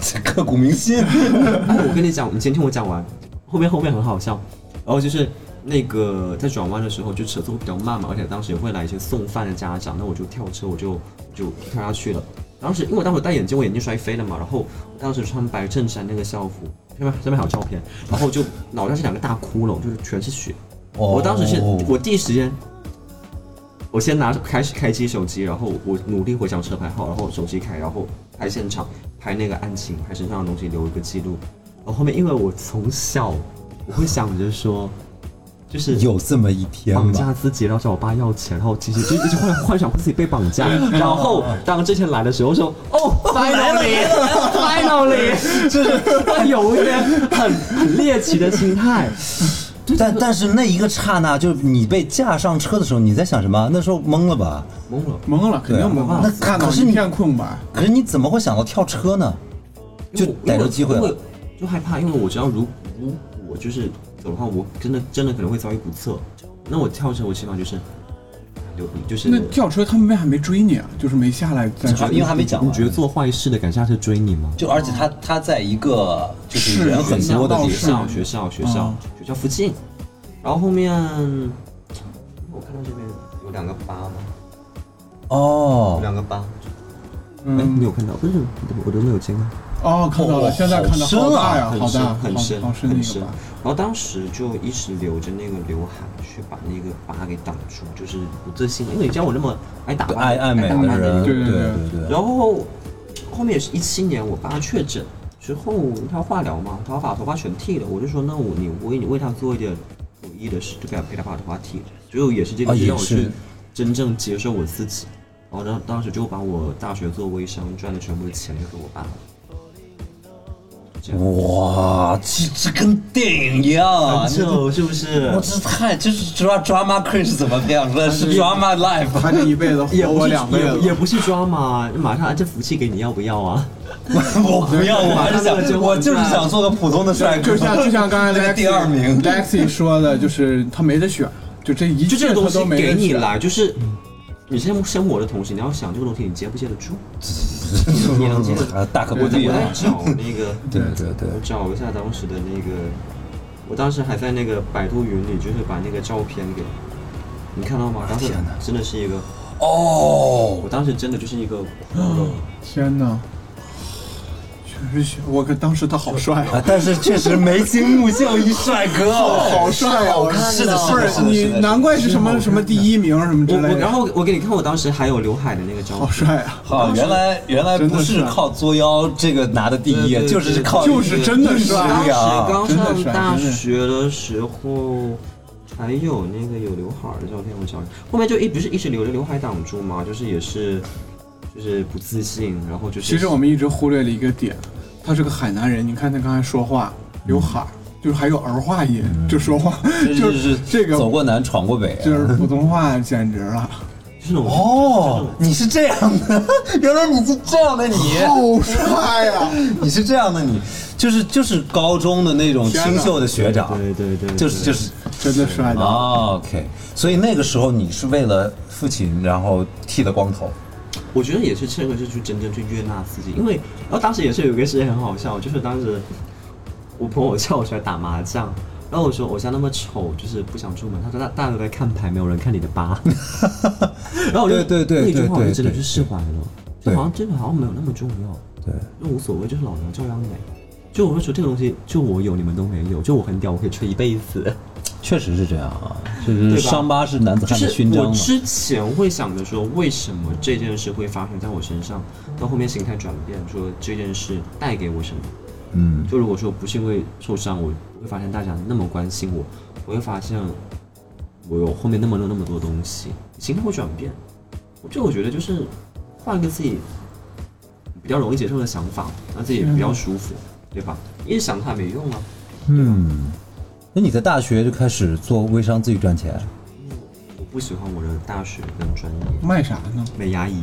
[SPEAKER 1] 这 刻骨铭 心。
[SPEAKER 2] 哎，我跟你讲，你先听我讲完，后面后面很好笑。然后就是那个在转弯的时候，就车速会比较慢嘛，而且当时也会来一些送饭的家长，那我就跳车，我就就跳下去了。当时因为我当时戴眼镜，我眼镜摔飞了嘛，然后我当时穿白衬衫那个校服，边这边还有照片，然后就脑袋是两个大窟窿，就是全是血。
[SPEAKER 1] 哦
[SPEAKER 2] 我当时是我第一时间，我先拿开始开机手机，然后我努力回想车牌号，然后手机开，然后拍现场，拍那个案情，拍身上的东西，留一个记录。然后后面因为我从小我会想着说，就是
[SPEAKER 1] 有啊这么一天
[SPEAKER 2] 绑
[SPEAKER 1] 吧
[SPEAKER 2] 架？自己，然后找我爸要钱，然后其实就一直幻幻想自己被绑架，然后当之前来的时候说哦，finally，finally，就是 会有一点很很猎奇的心态，
[SPEAKER 1] 但但是那一个刹那，就是你被架上车的时候，你在想什么？那时候懵了吧？
[SPEAKER 2] 懵了。
[SPEAKER 3] 懵了，肯定懵了
[SPEAKER 1] 那，
[SPEAKER 3] 大脑
[SPEAKER 1] 可是
[SPEAKER 3] 一
[SPEAKER 1] 你
[SPEAKER 3] 片空白。
[SPEAKER 1] 可是你怎么会想到跳车呢？就逮着机会
[SPEAKER 2] 因为
[SPEAKER 1] 了
[SPEAKER 2] 我，就害怕，因为我知道如如果就是走的话，我真的真的可能会遭遇不测。那我跳车，我起码就是留，就是
[SPEAKER 3] 那轿车他们为啥没追你啊？就是没下来再
[SPEAKER 1] 这
[SPEAKER 3] 追
[SPEAKER 1] 因为还没讲
[SPEAKER 2] 你
[SPEAKER 1] 完
[SPEAKER 2] 觉。得做坏事的敢下车追你吗？
[SPEAKER 1] 就而且他他在一个就是
[SPEAKER 3] 是嗯
[SPEAKER 1] 人很
[SPEAKER 2] 学校
[SPEAKER 1] 多的地
[SPEAKER 2] 学
[SPEAKER 1] 方，
[SPEAKER 2] 校学校学校、学校附近，然后后面我看到这边有两个疤吗？有
[SPEAKER 1] 哦，
[SPEAKER 2] 两个疤，哎、
[SPEAKER 3] 嗯
[SPEAKER 2] 你，有看到？不是，我都没有见到。
[SPEAKER 3] 哦，看到了，
[SPEAKER 1] 哦
[SPEAKER 3] 现在看到
[SPEAKER 1] 深
[SPEAKER 3] 好大呀，
[SPEAKER 2] 很
[SPEAKER 3] 啊好
[SPEAKER 2] 深啊
[SPEAKER 3] 大，
[SPEAKER 2] 很深
[SPEAKER 3] 好好深的
[SPEAKER 2] 很
[SPEAKER 3] 一个
[SPEAKER 2] 深。
[SPEAKER 3] 吧。
[SPEAKER 2] 然后当时就一直留着那个刘海去把那个疤给挡住，就是我最心疼，因为你知道我那么爱打扮、
[SPEAKER 1] 爱爱美
[SPEAKER 2] 打
[SPEAKER 1] 的
[SPEAKER 2] 扮的
[SPEAKER 1] 人，
[SPEAKER 3] 对
[SPEAKER 1] 对
[SPEAKER 3] 对对
[SPEAKER 1] 对。
[SPEAKER 2] 然后后面也是一七年，我爸确诊之后，他要化疗嘛，他要把头发全剃了。我就说，那我你为你为他做一点有益的事，就给他陪他把头发剃了。最后也是这
[SPEAKER 1] 啊
[SPEAKER 2] 个
[SPEAKER 1] 也
[SPEAKER 2] 让我去
[SPEAKER 1] 是
[SPEAKER 2] 真正接受我自己。然后当当时就把我大学做微商赚的全部的钱就给我爸了。这样，
[SPEAKER 1] 哇，这这跟电影一样啊！
[SPEAKER 2] 很久是不啊是
[SPEAKER 1] 我？这太就是抓 drama queen 是怎么培养出来的？是 drama life。
[SPEAKER 3] 他这一辈子
[SPEAKER 2] 也
[SPEAKER 3] 活
[SPEAKER 2] 不
[SPEAKER 3] 我
[SPEAKER 2] 是
[SPEAKER 3] 两辈
[SPEAKER 2] 也
[SPEAKER 3] 子，
[SPEAKER 2] 也不是抓嘛，马上啊这福气给你要不要啊？
[SPEAKER 1] 我不要，我还是想，我就是想做个普通的帅哥。
[SPEAKER 3] 就像就像刚才 Lexi
[SPEAKER 1] 第二名
[SPEAKER 3] Lexi 说的，就是他没得选，就这一
[SPEAKER 2] 就这
[SPEAKER 3] 切
[SPEAKER 2] 个
[SPEAKER 3] 他
[SPEAKER 2] 东
[SPEAKER 3] 都
[SPEAKER 2] 西
[SPEAKER 3] 没
[SPEAKER 2] 给
[SPEAKER 3] 得
[SPEAKER 2] 你
[SPEAKER 3] 选。
[SPEAKER 2] 来，就是你现在生活的同时，你要想这个东西你接不接得住。你能接得住？
[SPEAKER 1] 啊 大可不
[SPEAKER 2] 我在
[SPEAKER 1] 必
[SPEAKER 2] 我
[SPEAKER 1] 啊！
[SPEAKER 2] 在找那个，
[SPEAKER 1] 对对对
[SPEAKER 2] 我找一下当时的那个，我当时还在那个百度云里，就是把那个照片给你看到吗？当时
[SPEAKER 1] 天哪
[SPEAKER 2] 真的是一个，
[SPEAKER 1] 哦，
[SPEAKER 2] 我当时真的就是一个骷髅，
[SPEAKER 3] 天哪，全是血！我可当时他好帅啊，
[SPEAKER 1] 啊，但是确实眉清目秀一帅哥哦，
[SPEAKER 3] 好帅啊！我看
[SPEAKER 1] 是的，是
[SPEAKER 3] 不
[SPEAKER 1] 的，
[SPEAKER 3] 是
[SPEAKER 1] 是的，
[SPEAKER 3] 你
[SPEAKER 1] 是，的
[SPEAKER 3] 难怪是什么什么第一名什么之
[SPEAKER 2] 我
[SPEAKER 3] 类
[SPEAKER 2] 我然
[SPEAKER 3] 的，
[SPEAKER 2] 后我给你看我当时还有刘海的那个照
[SPEAKER 3] 好
[SPEAKER 2] 片，
[SPEAKER 3] 帅啊！
[SPEAKER 1] 啊，原来原来不是靠作妖这个拿的第
[SPEAKER 2] 对
[SPEAKER 1] 一，
[SPEAKER 2] 对对
[SPEAKER 1] 就是靠
[SPEAKER 3] 就是真的帅
[SPEAKER 2] 当时
[SPEAKER 1] 啊！
[SPEAKER 2] 刚上大学的时候，还有那个有刘海儿的照片，我找一下后面就一不是一直留着刘海挡住嘛，就是也是就是不自信，然后就是
[SPEAKER 3] 其实我们一直忽略了一个点，他是个海南人。你看他刚才说话有海，就是还有儿化音，就说话，就是这个
[SPEAKER 1] 走过南闯过北啊，
[SPEAKER 3] 就是普通话简直了，
[SPEAKER 2] 就是那种
[SPEAKER 1] 哦，你是这样的， 原来你是这样的你，
[SPEAKER 3] 好帅呀！
[SPEAKER 1] 你是这样的你，就是就是高中的那种
[SPEAKER 3] 天哪
[SPEAKER 1] 清秀的学长，
[SPEAKER 2] 对对对，
[SPEAKER 1] 就是
[SPEAKER 2] 对
[SPEAKER 1] 就是。
[SPEAKER 3] 真的帅的。
[SPEAKER 1] 哦 OK，所以那个时候你是为了父亲，然后剃了光头。
[SPEAKER 2] 我觉得也是趁着就去真正去悦纳自己，因为然后当时也是有一个事情很好笑，就是当时我朋友叫我出来打麻将，然后我说我像那么丑，就是不想出门。他说大大家都在看牌，没有人看你的 疤。然后我就
[SPEAKER 1] 对对对
[SPEAKER 2] 那句话我
[SPEAKER 1] 对对
[SPEAKER 2] 就真的
[SPEAKER 1] 对
[SPEAKER 2] 去释怀了，就
[SPEAKER 1] 对
[SPEAKER 2] 好像真的好像没有那么重要，
[SPEAKER 1] 对，
[SPEAKER 2] 那无所谓，就是老娘照样美。就我会说这个东西，就我有你们都没有，就我很屌，我可以吹一辈子。
[SPEAKER 1] 确实是这样啊，就是
[SPEAKER 2] 对吧
[SPEAKER 1] 伤疤是男子
[SPEAKER 2] 就
[SPEAKER 1] 汉的
[SPEAKER 2] 是
[SPEAKER 1] 勋章啊
[SPEAKER 2] 我
[SPEAKER 1] 嘛。
[SPEAKER 2] 之前会想着说，为什么这件事会发生在我身上，到后面心态转变，说这件事带给我什么。
[SPEAKER 1] 嗯，
[SPEAKER 2] 就如果说不是因为受伤，我会发现大家那么关心我，我会发现我有后面那么多那么多东西，心态会转变。这我觉得就是换一个自己比较容易接受的想法，让自己比
[SPEAKER 1] 啊
[SPEAKER 2] 较舒服，对吧？一直想它没用啊。
[SPEAKER 1] 嗯，那你在大学就开始做微商自己赚钱？
[SPEAKER 2] 我不喜欢我的大学跟专业，
[SPEAKER 3] 卖啥呢？
[SPEAKER 2] 美牙仪。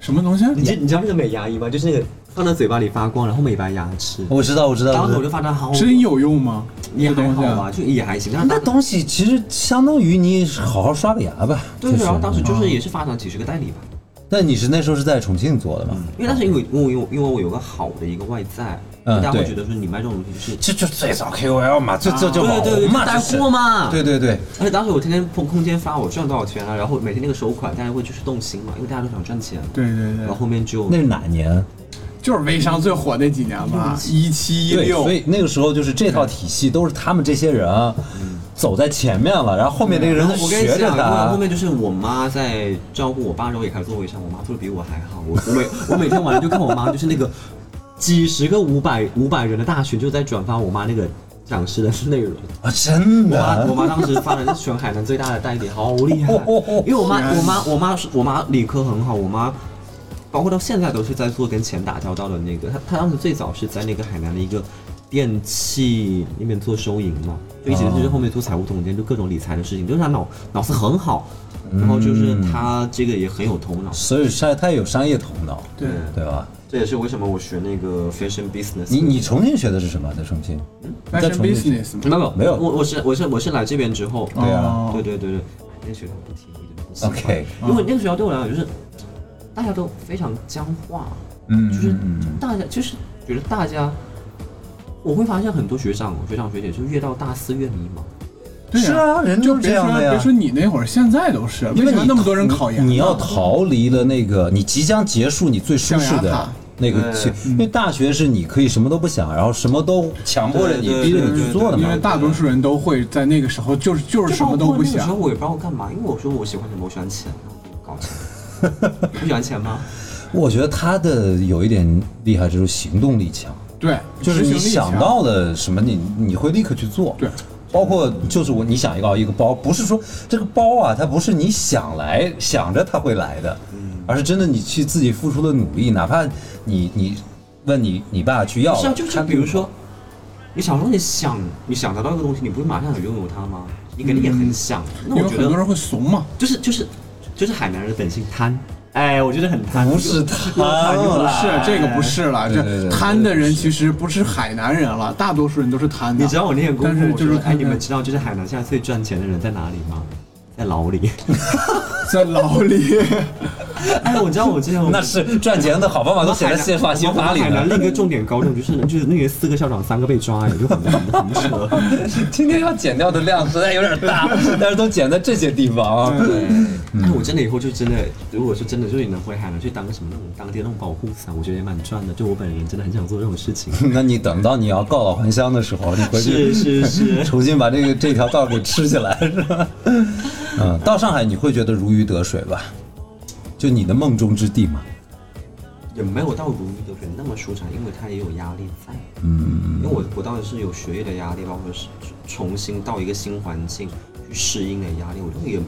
[SPEAKER 3] 什么东西？
[SPEAKER 2] 你知你知道那个美牙仪吗？就是那个放在嘴巴里发光，然后美白牙齿。
[SPEAKER 1] 我知道，我知道，
[SPEAKER 2] 当时
[SPEAKER 1] 我
[SPEAKER 2] 我
[SPEAKER 1] 知
[SPEAKER 2] 就
[SPEAKER 1] 道。
[SPEAKER 2] 发现好，
[SPEAKER 3] 真有用吗？
[SPEAKER 2] 也还
[SPEAKER 3] 这东
[SPEAKER 2] 好
[SPEAKER 3] 西
[SPEAKER 2] 吧，
[SPEAKER 3] 啊，
[SPEAKER 2] 就也还行。但
[SPEAKER 1] 那东西其实相当于你好好刷个牙吧。
[SPEAKER 2] 对
[SPEAKER 1] 就
[SPEAKER 2] 对，
[SPEAKER 1] 是
[SPEAKER 2] 然后当时就
[SPEAKER 1] 嗯
[SPEAKER 2] 是也是发展几十个代理吧，
[SPEAKER 1] 那你是那时候是在重庆做的吗？
[SPEAKER 2] 因为当时因为因为因为我有个好的一个外在，
[SPEAKER 1] 嗯
[SPEAKER 2] 大家会
[SPEAKER 1] 对
[SPEAKER 2] 觉得说你卖这种东西就是
[SPEAKER 1] 这就最早 KOL 嘛，这这就
[SPEAKER 2] 对对对，
[SPEAKER 1] 嘛，
[SPEAKER 2] 带
[SPEAKER 1] 就是
[SPEAKER 2] 货嘛，
[SPEAKER 1] 对。对对，
[SPEAKER 2] 而且当时我天天碰空间发我赚多少钱啊，然后每天那个收款，大家会就是动心嘛，因为大家都想赚钱。
[SPEAKER 3] 对对
[SPEAKER 2] 然
[SPEAKER 3] 对
[SPEAKER 2] 后，后面就
[SPEAKER 1] 那是哪年？
[SPEAKER 3] 就是微商最火那几年嘛，
[SPEAKER 1] 嗯
[SPEAKER 3] 一七一
[SPEAKER 1] 对，
[SPEAKER 3] 六
[SPEAKER 1] 所，以那个时候就是这套体系都是他们这些人走在前面了，然后后面那个人
[SPEAKER 2] 然后嗯我跟你
[SPEAKER 1] 学着
[SPEAKER 2] 讲，啊后
[SPEAKER 1] 他。
[SPEAKER 2] 面就是我妈在照顾我爸，然后也开始做微商。我妈做的比我还好，我我每我每天晚上就看我妈，就是那个几十个五百五百人的大群，就在转发我妈那个讲师的内容。
[SPEAKER 1] 啊，真
[SPEAKER 2] 我妈我
[SPEAKER 1] 的，
[SPEAKER 2] 妈当时发的是全海南最大的代理，好 厉
[SPEAKER 1] 哦
[SPEAKER 2] 害！因为我妈我妈我妈是我妈理科很好，我妈包括到现在都是在做跟钱打交道的那个。她她当时最早是在那个海南的一个电器那边做收银嘛，就一直就是后面做财务总监，就各种理财的事情，就是她脑脑子很好，然后就是她这个也很有头脑。
[SPEAKER 1] 所以他他也有商业头脑，
[SPEAKER 3] 对
[SPEAKER 1] 对吧？
[SPEAKER 2] 这也是为什么我学那个 fashion business。
[SPEAKER 1] 你你重庆学的是什么？在重庆，你在
[SPEAKER 3] 嗯 fashion
[SPEAKER 1] 重庆
[SPEAKER 3] business 嘛
[SPEAKER 2] 没有
[SPEAKER 1] 没有
[SPEAKER 2] 我我是我是我是来这边之后，
[SPEAKER 1] 对啊
[SPEAKER 2] 对对对对，那个学校不提，我一点都不喜欢。
[SPEAKER 1] OK
[SPEAKER 2] 因为那个学校对我来讲就是大家都非常僵化，
[SPEAKER 1] 嗯，
[SPEAKER 2] 就是
[SPEAKER 1] 嗯嗯
[SPEAKER 2] 大家就是觉得大家，我会发现很多学长学长学姐就越到大四越迷茫。
[SPEAKER 3] 对呀
[SPEAKER 1] 是啊人
[SPEAKER 3] 就
[SPEAKER 1] 就是
[SPEAKER 3] 别
[SPEAKER 1] 这样
[SPEAKER 3] 说
[SPEAKER 1] 的呀
[SPEAKER 3] 别说你那会儿，现在都是，
[SPEAKER 1] 因为你
[SPEAKER 3] 什么那么多人考研呢，
[SPEAKER 1] 你要逃离了那个，你即将结束你最舒适
[SPEAKER 3] 象牙
[SPEAKER 1] 的
[SPEAKER 3] 塔
[SPEAKER 1] 那个
[SPEAKER 2] 对
[SPEAKER 1] 期，因为大学是你可以什么都不想，然后什么都强迫着你，
[SPEAKER 2] 对对
[SPEAKER 1] 逼着
[SPEAKER 2] 对
[SPEAKER 1] 你
[SPEAKER 2] 对
[SPEAKER 1] 去做的
[SPEAKER 3] 因为
[SPEAKER 1] 嘛。
[SPEAKER 3] 大多数人都会在那个时候，就是就是什么
[SPEAKER 2] 就
[SPEAKER 3] 都不
[SPEAKER 2] 包括那个时候
[SPEAKER 3] 想。
[SPEAKER 2] 我也不知道干嘛，因为我说我喜欢什么，我喜欢钱，然后就搞钱。 你不喜欢钱吗？
[SPEAKER 1] 我觉得他的有一点厉害就是行动力强，
[SPEAKER 3] 对，
[SPEAKER 1] 就是
[SPEAKER 3] 执行
[SPEAKER 1] 你
[SPEAKER 3] 力
[SPEAKER 1] 想
[SPEAKER 3] 强
[SPEAKER 1] 到的什么你，你会立刻去做。
[SPEAKER 3] 对。
[SPEAKER 1] 包括就是我，你想要一个包，不是说这个包啊，它不是你想来想着它会来的，
[SPEAKER 2] 嗯
[SPEAKER 1] 而是真的你去自己付出的努力，哪怕你你问你你爸去
[SPEAKER 3] 哦
[SPEAKER 1] 要，
[SPEAKER 2] 是啊，就
[SPEAKER 1] 他
[SPEAKER 2] 是比如说，你小时候你想你想得到一个东西，你不会马上想拥有它吗？你肯定也很想。那
[SPEAKER 3] 嗯因
[SPEAKER 2] 我
[SPEAKER 3] 为
[SPEAKER 2] 觉
[SPEAKER 3] 很多
[SPEAKER 2] 得
[SPEAKER 3] 人会怂嘛。
[SPEAKER 2] 就是就是就是海南人的本性贪，哎，我觉得很贪。
[SPEAKER 1] 不是他
[SPEAKER 3] 不是这个不是了，
[SPEAKER 1] 哎对对对对
[SPEAKER 3] 这贪的人其实不是海南人了，大多数人都是贪的。
[SPEAKER 2] 你知道我那天跟我
[SPEAKER 3] 但是
[SPEAKER 2] 就
[SPEAKER 3] 就是
[SPEAKER 2] 说，
[SPEAKER 3] 看
[SPEAKER 2] 哎，
[SPEAKER 3] 看
[SPEAKER 2] 你们知道就是海南现在最赚钱的人在哪里吗？在牢 里。
[SPEAKER 3] 在 牢里，
[SPEAKER 2] 哎，我知道我之前我
[SPEAKER 1] 那是赚钱的好方法，都写在宪法刑法里
[SPEAKER 2] 我们海南
[SPEAKER 1] 了。
[SPEAKER 2] 另一个重点高中就是就是那个四个校长三个被抓，哎，就很很 很扯。
[SPEAKER 1] 今天要减掉的量实在有点大，但是都减在这些地方啊。
[SPEAKER 2] 哎，我真的以后就真的，如果说真的就是你能回海南去当个什么那种当地那种保护伞，我觉得也蛮赚的。就我本人真的很想做这种事 情。
[SPEAKER 1] 那你等到你要告老还乡的时候，你回
[SPEAKER 2] 是
[SPEAKER 1] 去
[SPEAKER 2] 是 是，
[SPEAKER 1] 重新把这个这条道给吃起来，是吧？ 嗯，到上海你会觉得如鱼得水吧？就你的梦中之地嘛。
[SPEAKER 2] 也没有到如鱼得水那么舒畅，因为它也有压力在。嗯，因为我我当时是有学业的压力，包括是重新到一个新环境去适应的压力，我这个也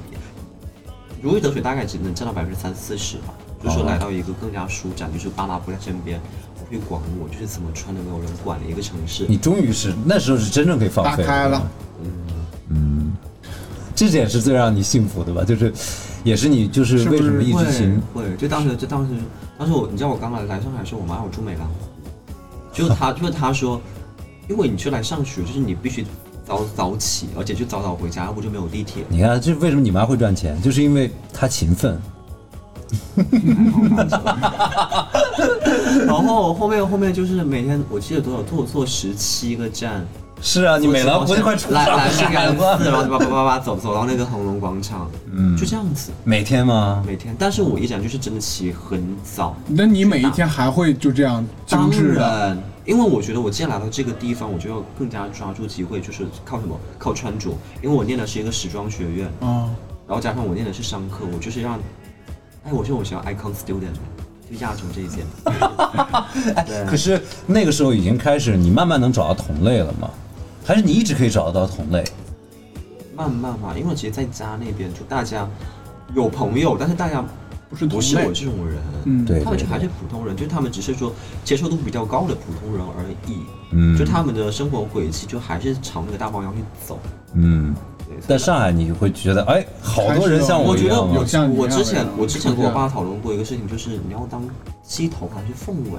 [SPEAKER 2] 如鱼得水，大概只能占到百分之三四十吧。就是说来到一个更加舒展，就是爸妈不在身边，不会管我，就是怎么穿都没有人管的一个城市。
[SPEAKER 1] 你终于是那时候是真正可以放
[SPEAKER 3] 打
[SPEAKER 1] 飞嗯
[SPEAKER 3] 开了，
[SPEAKER 1] 这点是最让你幸福的吧？就是，也是你就是
[SPEAKER 3] 是不
[SPEAKER 1] 为
[SPEAKER 3] 是
[SPEAKER 1] 什么一
[SPEAKER 2] 会
[SPEAKER 1] 直行
[SPEAKER 2] 会，就当时就当时当时我你知道我刚来来上海的时候，我妈让我住美兰湖，就 是她就是她说，因为你就来上学，就是你必须早早起，而且就早早回家，要不就没有 地铁。
[SPEAKER 1] 你看，这为什么你妈会赚钱，就是因为她勤奋。
[SPEAKER 2] 然后后面后面就是每天我记得多少坐坐十七个站，
[SPEAKER 1] 是啊，你美兰湖就快出
[SPEAKER 2] 来来这 个样子，
[SPEAKER 1] 了
[SPEAKER 2] 然后
[SPEAKER 1] 吗？
[SPEAKER 2] 就叭叭叭叭走走到那个恒隆广场，嗯，就这样子
[SPEAKER 1] 每天吗？
[SPEAKER 2] 每天。但是我依然就是真的起很早，
[SPEAKER 3] 那你每一天还会就这样精
[SPEAKER 2] 当
[SPEAKER 3] 致的？
[SPEAKER 2] 然，因为我觉得我既然来到这个地方，我就要更加抓住机会，就是靠什么？靠穿着。因为我念的是一个时装学院，
[SPEAKER 3] 啊，
[SPEAKER 2] 然后加上我念的是商科，我就是让，哎，我说我想要 icon student，就亚洲这一届。 对
[SPEAKER 1] 可是那个时候已经开始，你慢慢能找到同类了吗？还是你一直可以找得到同类？
[SPEAKER 2] 慢慢嘛，因为其实在家那边就大家有朋友，但是大家
[SPEAKER 3] 不是同
[SPEAKER 2] 不是
[SPEAKER 3] 类
[SPEAKER 2] 我这种人，
[SPEAKER 3] 嗯
[SPEAKER 1] 对
[SPEAKER 2] 他们就还是普通人，就他们只是说接受度比较高的普通人而已。
[SPEAKER 1] 嗯
[SPEAKER 2] 就他们的生活轨迹就还是朝那个大方向去走。
[SPEAKER 1] 嗯，
[SPEAKER 2] 对
[SPEAKER 1] 在上海你会觉得，哎，好多人像
[SPEAKER 2] 我
[SPEAKER 1] 一
[SPEAKER 2] 觉得
[SPEAKER 1] 样
[SPEAKER 2] 我
[SPEAKER 1] 吗
[SPEAKER 3] 有？像你
[SPEAKER 2] 我
[SPEAKER 3] 一
[SPEAKER 2] 之
[SPEAKER 3] 样
[SPEAKER 2] 前
[SPEAKER 3] 的
[SPEAKER 2] 我之前跟我爸讨论过一个事情，就是你要当鸡头还是凤尾？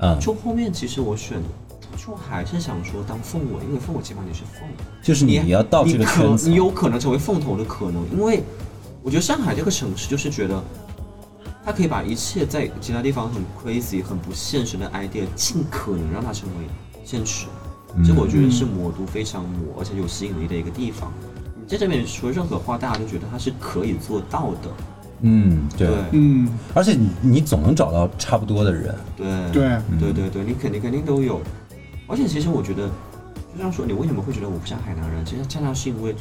[SPEAKER 1] 嗯，
[SPEAKER 2] 就后面其实我选，就还是想说当凤尾，因为凤尾起码你是凤，
[SPEAKER 1] 就是嗯你要到这个
[SPEAKER 2] 你
[SPEAKER 1] 圈
[SPEAKER 2] 可
[SPEAKER 1] 子
[SPEAKER 2] 你，有可能成为凤头的可能，因为我觉得上海这个城市就是觉得。它可以把一切在其他地方很 crazy、很不现实的 idea，尽可能让它成为现实。
[SPEAKER 1] 嗯
[SPEAKER 2] 这我觉得是魔都非常魔，而且有吸引力的一个地方。你在这边说任何话，大家都觉得它是可以做到的。
[SPEAKER 1] 嗯，对
[SPEAKER 2] 对
[SPEAKER 3] 嗯，
[SPEAKER 1] 而且你你总能找到差不多的人，
[SPEAKER 2] 对
[SPEAKER 1] 嗯
[SPEAKER 3] 对
[SPEAKER 2] 对对对，你肯定肯定都有。而且其实我觉得，就像说你为什么会觉得我不像海南人？其实恰恰是因为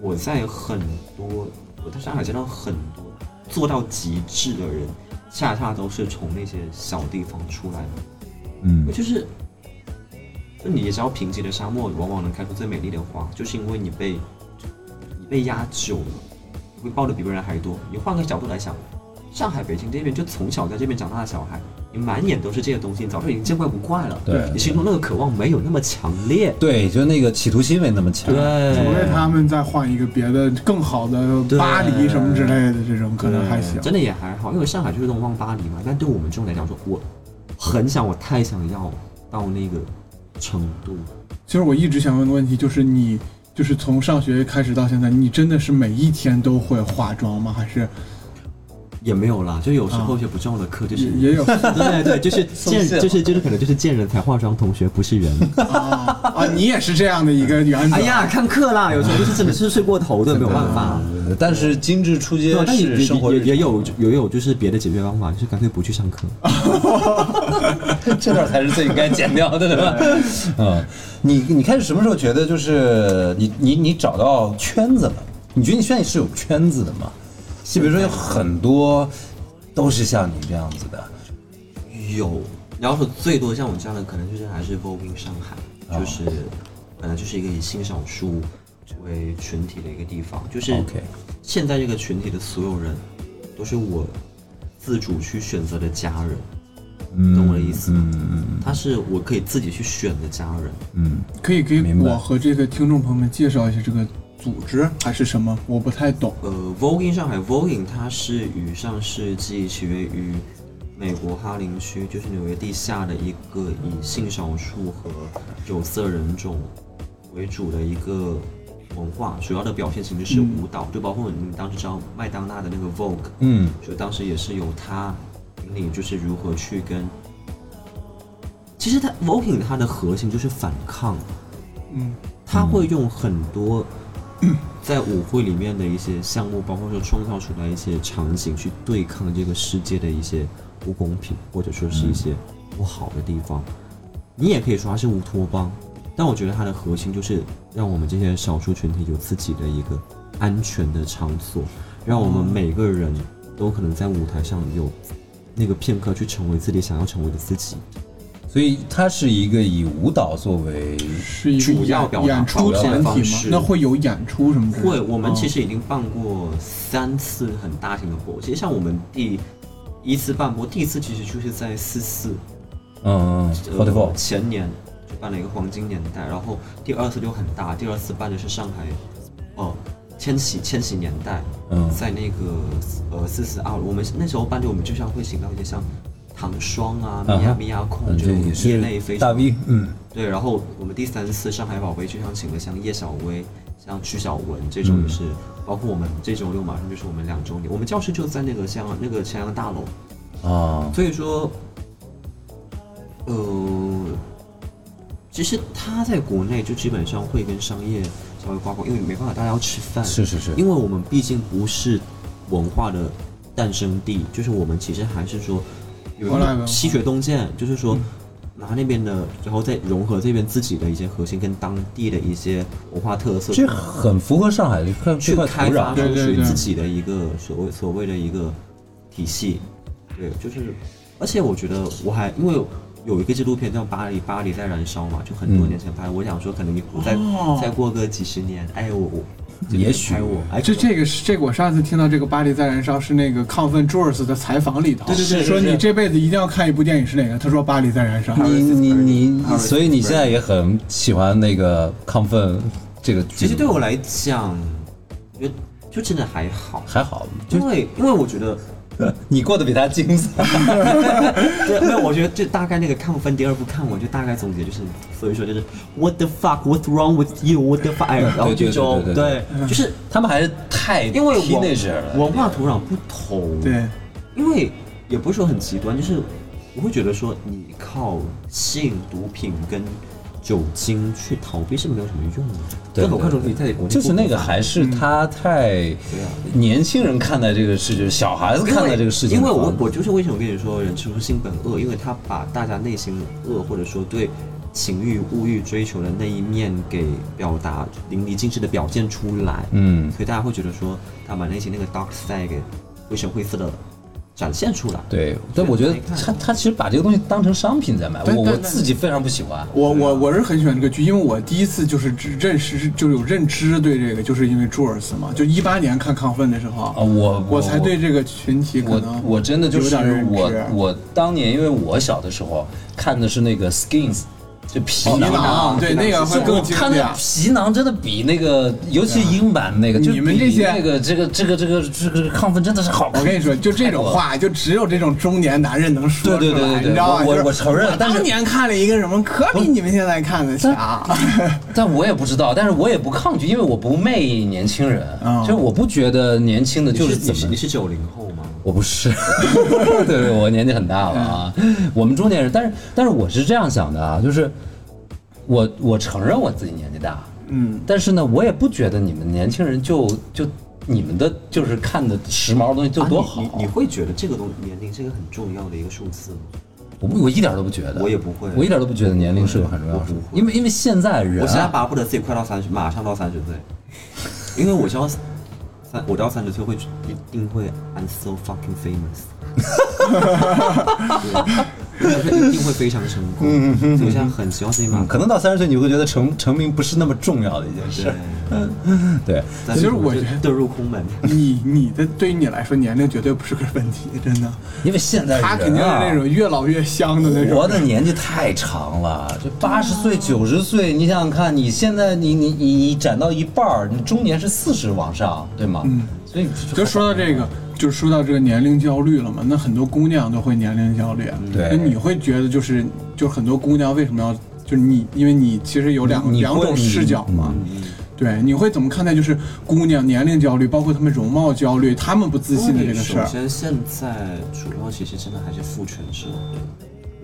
[SPEAKER 2] 我在很多我在上海见到很多做到极致的人，恰恰都是从那些小地方出来的。
[SPEAKER 1] 嗯
[SPEAKER 2] 就是，就你也知道，贫瘠的沙漠往往能开出最美丽的花，就是因为你被你被压久了，你会抱的比别人还多。你换个角度来想，上海、北京这边就从小在这边长大的小孩，你满眼都是这些东西，你早就已经见怪不怪了。
[SPEAKER 1] 对
[SPEAKER 2] 你心中那个渴望没有那么强烈。
[SPEAKER 1] 对，就那个企图心没那么强，
[SPEAKER 3] 除非他们再换一个别的更好的
[SPEAKER 2] 哎对
[SPEAKER 3] 巴黎什么之类的这种，可能还行
[SPEAKER 2] 对。真的也还好，因为上海就是东方巴黎嘛。但对我们这种来讲说，我很想，我太想要到那个程度。
[SPEAKER 3] 其实我一直想问个问题，就是你就是从上学开始到现在，你真的是每一天都会化妆吗？还是
[SPEAKER 2] 也没有啦，就有时候一些不重要的课，就是、
[SPEAKER 3] 也啊也 有
[SPEAKER 2] 对对， 就是
[SPEAKER 1] 松懈
[SPEAKER 2] 见，就是就是可能就是 见人才化妆，同学不是人。
[SPEAKER 3] 啊啊？你也是这样的一个原则？
[SPEAKER 2] 哎 呀，看课啦，有时候就是真的是睡过头的，没有办 法。
[SPEAKER 1] 呃但是精致出街
[SPEAKER 2] 对，但也
[SPEAKER 1] 是
[SPEAKER 2] 也
[SPEAKER 1] 生活
[SPEAKER 2] 也
[SPEAKER 1] 日
[SPEAKER 2] 也有也有就是别的解决方法，就是干脆不去上课。
[SPEAKER 1] 常， 这段才是最应该剪掉的，对吧？嗯，你你开始什么时候觉得就是你你你找到圈子了？你觉得你现在是有圈子的吗？就比如说有很多都是像你这样子的，
[SPEAKER 2] 有，你要说最多像我这样的，可能就是还是 Vogue in 上海，就是本来就是一个以性少数为群体的一个地方，就是
[SPEAKER 1] OK
[SPEAKER 2] 现在这个群体的所有人都是我自主去选择的家人，
[SPEAKER 1] 嗯
[SPEAKER 2] 懂我的意思吗？
[SPEAKER 1] 嗯
[SPEAKER 2] 他是我可以自己去选的家人。
[SPEAKER 1] 嗯
[SPEAKER 3] 可以给
[SPEAKER 1] 明白
[SPEAKER 3] 我和这个听众朋友们介绍一下这个组织还是什么？我不太懂。
[SPEAKER 2] 呃，Vogue in 上海，Vogue in 它是与上世纪起源于美国哈林区，就是纽约地下的一个以性少数和有色人种为主的一个文化，主要的表现形式是舞蹈，就包括你当时知道麦当娜的那个 Vogue，
[SPEAKER 1] 嗯
[SPEAKER 2] 就当时也是由他引领，就是如何去跟。其实他 Vogue 它的核心就是反抗，
[SPEAKER 3] 嗯，
[SPEAKER 2] 他会用很多 在舞会里面的一些项目，包括说创造出来一些场景，去对抗这个世界的一些不公平，或者说是一些不好的地方。你也可以说它是乌托邦，但我觉得它的核心就是让我们这些少数群体有自己的一个安全的场所，让我们每个人都可能在舞台上有那个片刻去成为自己想要成为的自己。
[SPEAKER 1] 所以它是一个以舞蹈作为
[SPEAKER 3] 是一个
[SPEAKER 2] 主要
[SPEAKER 3] 演
[SPEAKER 2] 表达
[SPEAKER 3] 演出
[SPEAKER 2] 方
[SPEAKER 3] 团体吗
[SPEAKER 2] 式？
[SPEAKER 3] 那会有演出什么之类
[SPEAKER 1] 嗯
[SPEAKER 3] 的？
[SPEAKER 2] 会，我
[SPEAKER 1] 哦
[SPEAKER 2] 们其
[SPEAKER 3] 实
[SPEAKER 2] 实已经办过三次很大型的活。其实像我们第一次办活，第一次其实就是在四四
[SPEAKER 1] 嗯嗯 forty four
[SPEAKER 2] 呃前年就办了一个黄金年代，然后第二次就很大，第二次办的是上海哦千禧千禧年代，
[SPEAKER 1] 嗯
[SPEAKER 2] 在那个呃四十二，我们那时候办的我们就像会请到一些像唐霜
[SPEAKER 1] 啊
[SPEAKER 2] 啊、
[SPEAKER 1] 哈
[SPEAKER 2] 米娅米娅控，
[SPEAKER 1] 嗯
[SPEAKER 2] 就
[SPEAKER 1] 这也
[SPEAKER 2] 业内
[SPEAKER 1] 是
[SPEAKER 2] 非
[SPEAKER 1] 大
[SPEAKER 2] 常
[SPEAKER 1] V 嗯
[SPEAKER 2] 对，然后我们第三次上海宝贝就像请了像叶小薇、像曲小文这种也是，包括我们这周六马上就是我们两周年，我们教室就在那个像那个前阳大楼，
[SPEAKER 1] 啊
[SPEAKER 2] 所以说，呃，其实他在国内就基本上会跟商业稍微挂钩，因为没办法，大家要吃饭，
[SPEAKER 1] 是是是
[SPEAKER 2] 因为我们毕竟不是文化的诞生地，就是我们其实还是说有
[SPEAKER 3] 舶来文
[SPEAKER 2] 一
[SPEAKER 3] 化
[SPEAKER 2] 个吸血东渐，就是说拿那边的，然后再融合这边自己的一些核心跟当地的一些文化特色，
[SPEAKER 1] 这很符合上海这块这
[SPEAKER 2] 去
[SPEAKER 1] 块
[SPEAKER 2] 开
[SPEAKER 1] 土
[SPEAKER 2] 发
[SPEAKER 1] 壤
[SPEAKER 2] 出
[SPEAKER 3] 对对
[SPEAKER 2] 属于
[SPEAKER 3] 对
[SPEAKER 2] 自己的一个所谓所谓的一个体系。对，就是，而且我觉得我还因为有一个纪录片叫《巴黎巴黎在燃烧》嘛，就很多
[SPEAKER 1] 嗯
[SPEAKER 2] 年前拍的。我想说，可能你再、
[SPEAKER 3] 哦
[SPEAKER 2] 再过个几十年，哎我我，
[SPEAKER 1] 也许
[SPEAKER 2] 拍我哎
[SPEAKER 3] 这这个是这个，我上次听到这个《巴黎在燃烧》是那个亢奋 Jules 的采访里头，
[SPEAKER 1] 对对对
[SPEAKER 3] 说
[SPEAKER 1] 是是嗯
[SPEAKER 3] 你这辈子一定要看一部电影是哪个？他说《巴黎在燃烧》。
[SPEAKER 1] 你你你，
[SPEAKER 3] Harvest
[SPEAKER 1] 所以你现在也很喜欢那个亢奋这个剧，
[SPEAKER 2] 其实对我来讲，我觉得就真的还好，
[SPEAKER 1] 还好，就
[SPEAKER 2] 因为因为我觉得。
[SPEAKER 1] 你过得比他精彩。
[SPEAKER 2] 对，没有，我觉得就大概那个看分第二部看完，就大概总结就是，所以说就是 What the fuck? What's wrong with you? What the fuck? 哎然后
[SPEAKER 1] 对对
[SPEAKER 2] 这种
[SPEAKER 1] 对对对
[SPEAKER 2] 对，就是
[SPEAKER 1] 他们还是太
[SPEAKER 2] 因为
[SPEAKER 1] teenager
[SPEAKER 2] 我
[SPEAKER 1] 了，
[SPEAKER 2] 文化土壤不同，
[SPEAKER 3] 对，
[SPEAKER 2] 因为也不是说很极端，就是我会觉得说你靠性、毒品跟酒精去逃避是没有什么用的。
[SPEAKER 1] 对
[SPEAKER 2] 更何况说你在国内
[SPEAKER 1] 就是那个
[SPEAKER 2] 不合法啊
[SPEAKER 1] 还是他太年轻人看待这个事情，小孩子看待这个事情
[SPEAKER 2] 因
[SPEAKER 1] 的
[SPEAKER 2] 为
[SPEAKER 1] 方法，
[SPEAKER 2] 我我就是为什么跟你说人吃出性本恶，因为他把大家内心的恶或者说对情欲、物欲追求的那一面给表达淋漓尽致的表现出来，
[SPEAKER 1] 嗯，
[SPEAKER 2] 所以大家会觉得说他把内心那个 dark side 给绘声绘色的展现出来。
[SPEAKER 1] 对，但我觉得
[SPEAKER 2] 没看
[SPEAKER 1] 他他其实把这个东西当成商品在卖，
[SPEAKER 3] 对
[SPEAKER 1] 我
[SPEAKER 3] 对
[SPEAKER 1] 我
[SPEAKER 3] 对
[SPEAKER 1] 自己非常不喜欢。
[SPEAKER 3] 我我我是很喜欢这个剧，因为我第一次就是只认识就是有认知对这个，就是因为 Jules 嘛，就一八年看《亢奋》的时候，
[SPEAKER 1] 啊，我
[SPEAKER 3] 我才对这个群体可
[SPEAKER 1] 我
[SPEAKER 3] 能
[SPEAKER 1] 我真的就
[SPEAKER 3] 有
[SPEAKER 1] 是
[SPEAKER 3] 点认知
[SPEAKER 1] 我我当年因为我小的时候看的是那个 Skins，就皮
[SPEAKER 3] 皮
[SPEAKER 1] 囊
[SPEAKER 3] 囊，，对哦那个会
[SPEAKER 1] 就我
[SPEAKER 3] 更经
[SPEAKER 1] 看
[SPEAKER 3] 典啊
[SPEAKER 1] 那。皮囊真的比那个，尤其英版那个，就
[SPEAKER 3] 你们
[SPEAKER 1] 比
[SPEAKER 3] 这些
[SPEAKER 1] 那个这个这个这个这个亢奋真的是好哎看。
[SPEAKER 3] 我跟你说，就这种 话，就只有这种中年男人能说出
[SPEAKER 1] 对对对对
[SPEAKER 3] 来，
[SPEAKER 1] 对
[SPEAKER 3] 你知道吗？
[SPEAKER 1] 我
[SPEAKER 3] 就是
[SPEAKER 1] 我承认
[SPEAKER 3] 我
[SPEAKER 1] 但是
[SPEAKER 3] 当年看了一个什么，可比你们现在看的 强。
[SPEAKER 1] 但我也不知道，但是我也不抗拒，因为我不媚年轻人，
[SPEAKER 3] 嗯
[SPEAKER 1] 就我不觉得年轻的
[SPEAKER 2] 你
[SPEAKER 1] 就是是
[SPEAKER 2] 你
[SPEAKER 1] 怎
[SPEAKER 2] 是
[SPEAKER 1] 么
[SPEAKER 2] 你。是九零后吗？
[SPEAKER 1] 我不是， 对对，我年纪很大了啊，我们中年人，但是但是我是这样想的啊，就是我我承认我自己年纪大，
[SPEAKER 3] 嗯，
[SPEAKER 1] 但是呢，我也不觉得你们年轻人就就你们的就是看的时髦的东西就多好，
[SPEAKER 2] 啊你你你会觉得这个东年龄是一个很重要的一个数字吗？
[SPEAKER 1] 我不我一点都不觉得，
[SPEAKER 2] 我也不会
[SPEAKER 1] 我一点都不觉得年龄是个很重要的事
[SPEAKER 2] 我不，会
[SPEAKER 1] 因为因为现在人
[SPEAKER 2] 我现在
[SPEAKER 1] 啊，
[SPEAKER 2] 巴不得自己快到三十，马上到三十岁，因为我知道三，我到三十岁会一定会 I'm so fucking famous，对我就是一定会非常成
[SPEAKER 3] 嗯
[SPEAKER 2] 功，所以我现在很希望自己
[SPEAKER 1] 嗯，
[SPEAKER 2] 马上。
[SPEAKER 1] 可能到三十岁你会觉得成成名不是那么重要的一件事
[SPEAKER 2] 对，，
[SPEAKER 1] 对，
[SPEAKER 2] 但
[SPEAKER 3] 其实
[SPEAKER 2] 是
[SPEAKER 3] 我
[SPEAKER 2] 就
[SPEAKER 3] 觉得
[SPEAKER 2] 遁入空门。
[SPEAKER 3] 你你的对于你来说，年龄绝对不是个问题，真的。哎
[SPEAKER 1] 因为现在人啊
[SPEAKER 3] 他肯定是那种越老越香的那种。
[SPEAKER 1] 活的年纪太长了，这八十岁、九十岁，你想想看，你现在你你你你攒到一半儿，你中年是四十往上，对吗？嗯，所以
[SPEAKER 3] 就说到这个，就说到这个年龄焦虑了嘛。那很多姑娘都会年龄焦虑，啊
[SPEAKER 1] 嗯对
[SPEAKER 3] 那你会觉得就是，就是很多姑娘为什么要，就是你，因为你其实有两
[SPEAKER 1] 你你
[SPEAKER 3] 两
[SPEAKER 1] 会
[SPEAKER 3] 种视角嘛。
[SPEAKER 2] 嗯
[SPEAKER 3] 对，你会怎么看待就是姑娘年龄焦虑，包括她们容貌焦虑，她们不自信的这个事
[SPEAKER 2] 首
[SPEAKER 3] 儿？
[SPEAKER 2] 先，现在主要其实真的还是父权社会，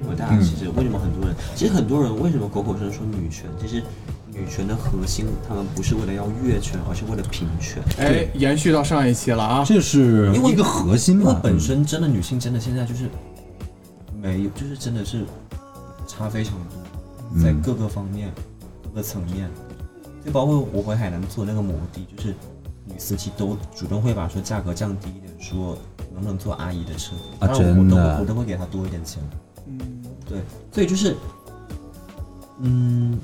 [SPEAKER 2] 因为大
[SPEAKER 3] 嗯
[SPEAKER 2] 家其实为什么很多人，其实很多人为什么口口声声说女权，其实女权的核心，他们不是为了要越权，而是为了平权。
[SPEAKER 3] 哎，延续到上一期了啊。
[SPEAKER 1] 这是
[SPEAKER 2] 因为
[SPEAKER 1] 一个核心
[SPEAKER 2] 因为
[SPEAKER 1] 嘛，嗯
[SPEAKER 2] 本身真的女性真的现在就是没有，就是真的是差非常多，在各个方面、
[SPEAKER 1] 嗯
[SPEAKER 2] 各个层面，就包括我回海南做那个摩的，就是女司机都主动会把说价格降低一点，说能不能坐阿姨的车，
[SPEAKER 1] 啊
[SPEAKER 2] 当然我
[SPEAKER 1] 真
[SPEAKER 2] 都
[SPEAKER 1] 的
[SPEAKER 2] 我都会给她多一点钱。
[SPEAKER 3] 嗯
[SPEAKER 2] 对，所以就是，嗯，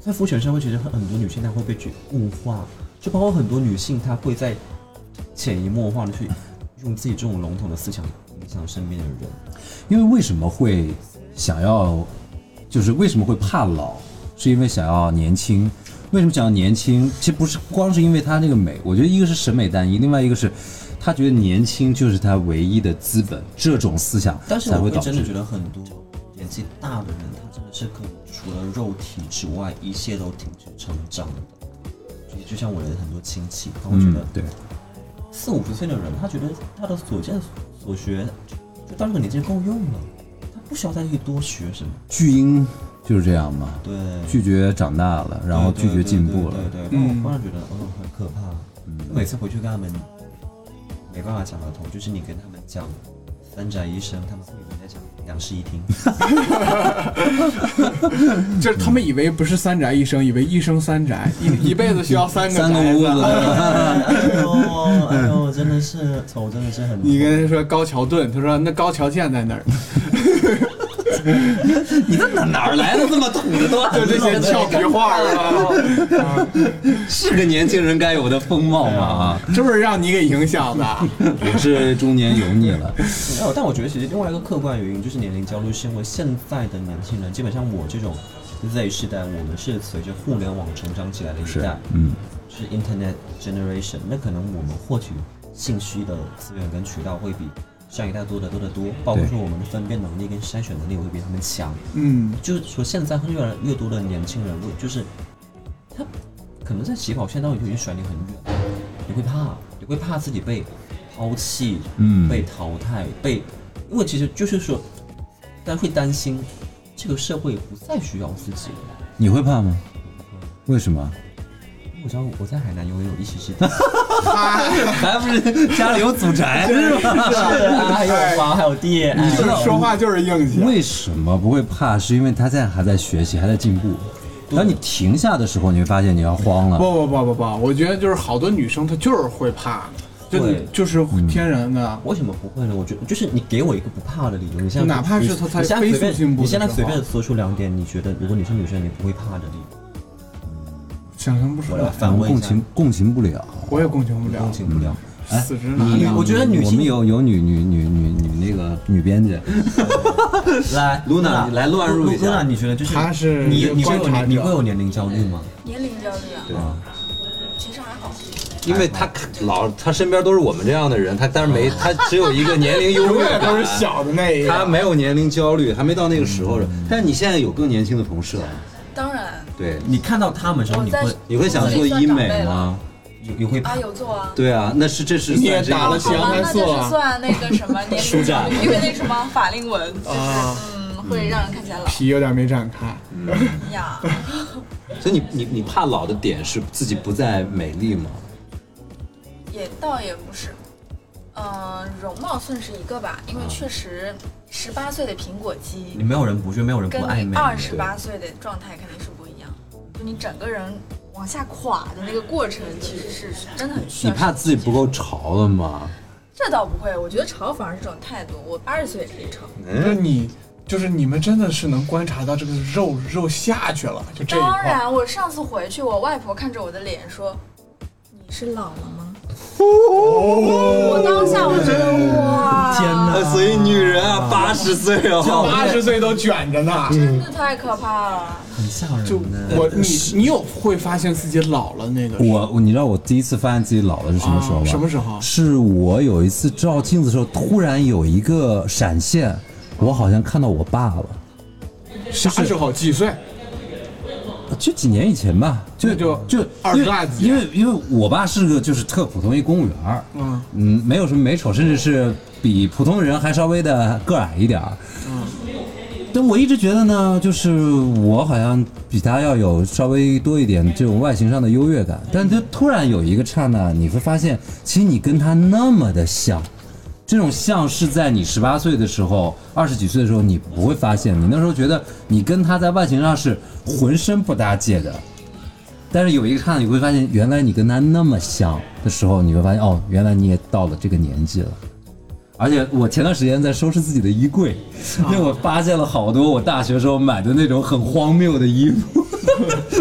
[SPEAKER 2] 在父权社会，其实很很多女性她会被去物化，就包括很多女性她会在潜移默化的去用自己这种笼统的思想影响身边的人。
[SPEAKER 1] 嗯因为为什么会想要，就是为什么会怕老，是因为想要年轻。为什么想要年轻？其实不是光是因为它这个美，我觉得一个是审美单一，另外一个是他觉得年轻就是他唯一的资本，这种思想
[SPEAKER 2] 但是
[SPEAKER 1] 才
[SPEAKER 2] 我
[SPEAKER 1] 会
[SPEAKER 2] 会
[SPEAKER 1] 导
[SPEAKER 2] 真的
[SPEAKER 1] 致
[SPEAKER 2] 觉得很多年纪大的人，他真的是可以除了肉体之外，一切都停止成长的。就就像我的很多亲戚，他会觉
[SPEAKER 1] 嗯
[SPEAKER 2] 得，
[SPEAKER 1] 对，
[SPEAKER 2] 四五十岁的人，他觉得他的所见所学就到这个年纪够用了，他不需要再去多学什么。
[SPEAKER 1] 巨婴就是这样嘛，
[SPEAKER 2] 对，
[SPEAKER 1] 拒绝长大了，然后
[SPEAKER 2] 对
[SPEAKER 1] 拒绝进步了。
[SPEAKER 2] 对对对对我
[SPEAKER 3] 嗯
[SPEAKER 2] 忽然觉得，哦，很可怕。每次回去跟他们没办法讲得通，就是你跟他们讲三宅一生，他们会以为你在讲两室一厅。
[SPEAKER 3] 就是他们以为不是三宅一生，以为一生三宅，一一辈子需要三个
[SPEAKER 1] 三个
[SPEAKER 3] 宅
[SPEAKER 1] 屋子，
[SPEAKER 2] 哎呦，哎呦，真的 是，头真的是很。
[SPEAKER 3] 你跟他说高桥盾，他说那高桥剑在哪 儿？
[SPEAKER 1] 你这哪哪儿来的这么土的段
[SPEAKER 3] 就这 些俏皮话儿啊，
[SPEAKER 1] 是个年轻人该有的风貌嘛 啊！
[SPEAKER 3] 是不是让你给影响的？
[SPEAKER 1] 我是中年油腻了，
[SPEAKER 2] 没有，但我觉得其实另外一个客观原因就是年龄焦虑，是因为现在的年轻人，基本上我这种 Z 世代，我们是随着互联网成长起来的一代，
[SPEAKER 1] 嗯，
[SPEAKER 2] 是 Internet Generation，那可能我们获取信息的资源跟渠道会比上一代多得多得多，包括
[SPEAKER 1] 对
[SPEAKER 2] 说我们的分辨能力跟筛选能力会比他们强。
[SPEAKER 3] 嗯，
[SPEAKER 2] 就是说，现在会越来越多的年轻人会，就是他可能在起跑线当中就已经甩你很远，你会怕，你会怕自己被抛弃，
[SPEAKER 1] 嗯
[SPEAKER 2] 被淘汰，被，因为其实就是说，大家会担心这个社会不再需要自己了，
[SPEAKER 1] 你会怕吗？为什么？
[SPEAKER 2] 我知道我在海南拥有一席之地，
[SPEAKER 1] 还不是家里有祖 宅是吧？
[SPEAKER 2] 还有房，还有地，
[SPEAKER 1] 你
[SPEAKER 3] 就
[SPEAKER 1] 知
[SPEAKER 3] 是
[SPEAKER 1] 道
[SPEAKER 3] 说话就是硬气。
[SPEAKER 2] 嗯
[SPEAKER 1] 为什么不会怕？是因为他现在还在学习，还在进步。当你停下的时候，你会发现你要慌了。
[SPEAKER 3] 不不不不不，我觉得就是好多女生她就是会怕，就
[SPEAKER 2] 会
[SPEAKER 3] 就是天然的。
[SPEAKER 2] 为什么不会呢？我觉得就是你给我一个不怕的理由，你现在
[SPEAKER 3] 哪怕是他他
[SPEAKER 2] 你现在
[SPEAKER 3] 飞
[SPEAKER 2] 随
[SPEAKER 3] 速进
[SPEAKER 2] 便，
[SPEAKER 3] 步的
[SPEAKER 2] 你现在
[SPEAKER 3] 时候
[SPEAKER 2] 随便说出两点，你觉得如果你是女生，你不会怕的理由，
[SPEAKER 3] 想象不出
[SPEAKER 2] 我来
[SPEAKER 3] 来，
[SPEAKER 2] 反问
[SPEAKER 1] 共
[SPEAKER 2] 一下，
[SPEAKER 1] 情共情不了。
[SPEAKER 3] 我也共情不了
[SPEAKER 2] 共。情不了。
[SPEAKER 3] 死直男，
[SPEAKER 2] 你我觉得女
[SPEAKER 1] 我
[SPEAKER 2] 性
[SPEAKER 1] 们有有女女女女女那个女编辑，
[SPEAKER 2] 来
[SPEAKER 1] Luna，你来乱入一下
[SPEAKER 2] Luna，你觉得就是
[SPEAKER 3] 她是
[SPEAKER 2] 你你会
[SPEAKER 3] 观
[SPEAKER 2] 有
[SPEAKER 3] 察者
[SPEAKER 2] 你会有年龄焦虑吗？
[SPEAKER 4] 年龄焦虑
[SPEAKER 2] 啊，
[SPEAKER 4] 啊，其实还好。
[SPEAKER 5] 因为他老他身边都是我们这样的人，他但是
[SPEAKER 2] 啊
[SPEAKER 5] 没他只有一个年龄优
[SPEAKER 3] 永
[SPEAKER 5] 越
[SPEAKER 3] 远
[SPEAKER 5] 感，
[SPEAKER 3] 都是小的那一
[SPEAKER 5] 他
[SPEAKER 3] 个。
[SPEAKER 5] 没有年龄焦虑，还没到那个时候。但是你现在有更年轻的同事了，
[SPEAKER 4] 当然，
[SPEAKER 5] 对，
[SPEAKER 2] 你看到他们的时候，
[SPEAKER 4] 我
[SPEAKER 2] 你
[SPEAKER 4] 在
[SPEAKER 2] 会
[SPEAKER 5] 你会想做医美吗？
[SPEAKER 2] 你你会
[SPEAKER 4] 啊，
[SPEAKER 2] 怕？
[SPEAKER 4] 有做啊。
[SPEAKER 5] 对啊，那是这是
[SPEAKER 3] 你也
[SPEAKER 5] 算这个
[SPEAKER 3] 打了
[SPEAKER 5] 吗
[SPEAKER 3] 降
[SPEAKER 4] 好吧，
[SPEAKER 3] 还
[SPEAKER 4] 那
[SPEAKER 3] 做
[SPEAKER 4] 就是
[SPEAKER 3] 啊
[SPEAKER 4] 算那个什么年龄焦虑，因为那什么法令纹，就是
[SPEAKER 3] 啊
[SPEAKER 4] 嗯，会让人看起来老
[SPEAKER 3] 皮有点没展开，
[SPEAKER 2] 嗯
[SPEAKER 4] 呀。
[SPEAKER 5] 所以你你你怕老的点是自己不再美丽吗？
[SPEAKER 4] 也倒也不是，嗯、容貌算是一个吧，因为确实十八岁的苹果
[SPEAKER 2] 你
[SPEAKER 4] 肌
[SPEAKER 2] 没有人不，就没有人不
[SPEAKER 4] 跟
[SPEAKER 2] 爱
[SPEAKER 4] 你
[SPEAKER 2] 美。
[SPEAKER 4] 二十八岁的状态肯定是不一样，就你整个人往下垮的那个过程，其实是真的很需
[SPEAKER 5] 你
[SPEAKER 4] 要。
[SPEAKER 5] 怕自己不？够潮了吗？
[SPEAKER 4] 这倒不会，我觉得潮反而是种态度。我八十岁也可以潮，
[SPEAKER 3] 就是你，就是你们真的是能观察到这个肉肉下去了，就这一
[SPEAKER 4] 当
[SPEAKER 3] 块。
[SPEAKER 4] 然，我上次回去，我外婆看着我的脸说：“你是老了吗？”我当下我觉得哇，
[SPEAKER 2] 天哪！
[SPEAKER 5] 啊所以女人啊，八十岁哦，
[SPEAKER 3] 八十岁都卷着呢，
[SPEAKER 2] 嗯
[SPEAKER 4] 真的太可怕了。
[SPEAKER 2] 很吓
[SPEAKER 3] 就
[SPEAKER 2] 人呢。
[SPEAKER 3] 我你你有会发现自己老了那个时候？
[SPEAKER 1] 我你知道我第一次发现自己老了是什么时候吗？
[SPEAKER 3] 啊什么时候
[SPEAKER 1] 是我有一次照镜子的时候，突然有一个闪现，我好像看到我爸了。
[SPEAKER 3] 啥时候？几岁？
[SPEAKER 1] 就几年以前吧，就
[SPEAKER 3] 那就
[SPEAKER 1] 就
[SPEAKER 3] 二
[SPEAKER 1] 因为
[SPEAKER 3] 大几
[SPEAKER 1] 因为因为我爸是个就是特普通一公务员儿，
[SPEAKER 3] 嗯
[SPEAKER 1] 嗯，没有什么美丑，甚至是比普通人还稍微的个矮一点儿。但我一直觉得呢，就是我好像比他要有稍微多一点这种外形上的优越感，但就突然有一个刹那，你会发现，其实你跟他那么的像。这种像是在你十八岁的时候、二十几岁的时候，你不会发现，你那时候觉得你跟他在外形上是浑身不搭界的。但是有一个刹那，你会发现，原来你跟他那么像的时候，你会发现，哦，原来你也到了这个年纪了。而且我前段时间在收拾自己的衣柜， 因为我发现了好多我大学时候买的那种很荒谬的衣服，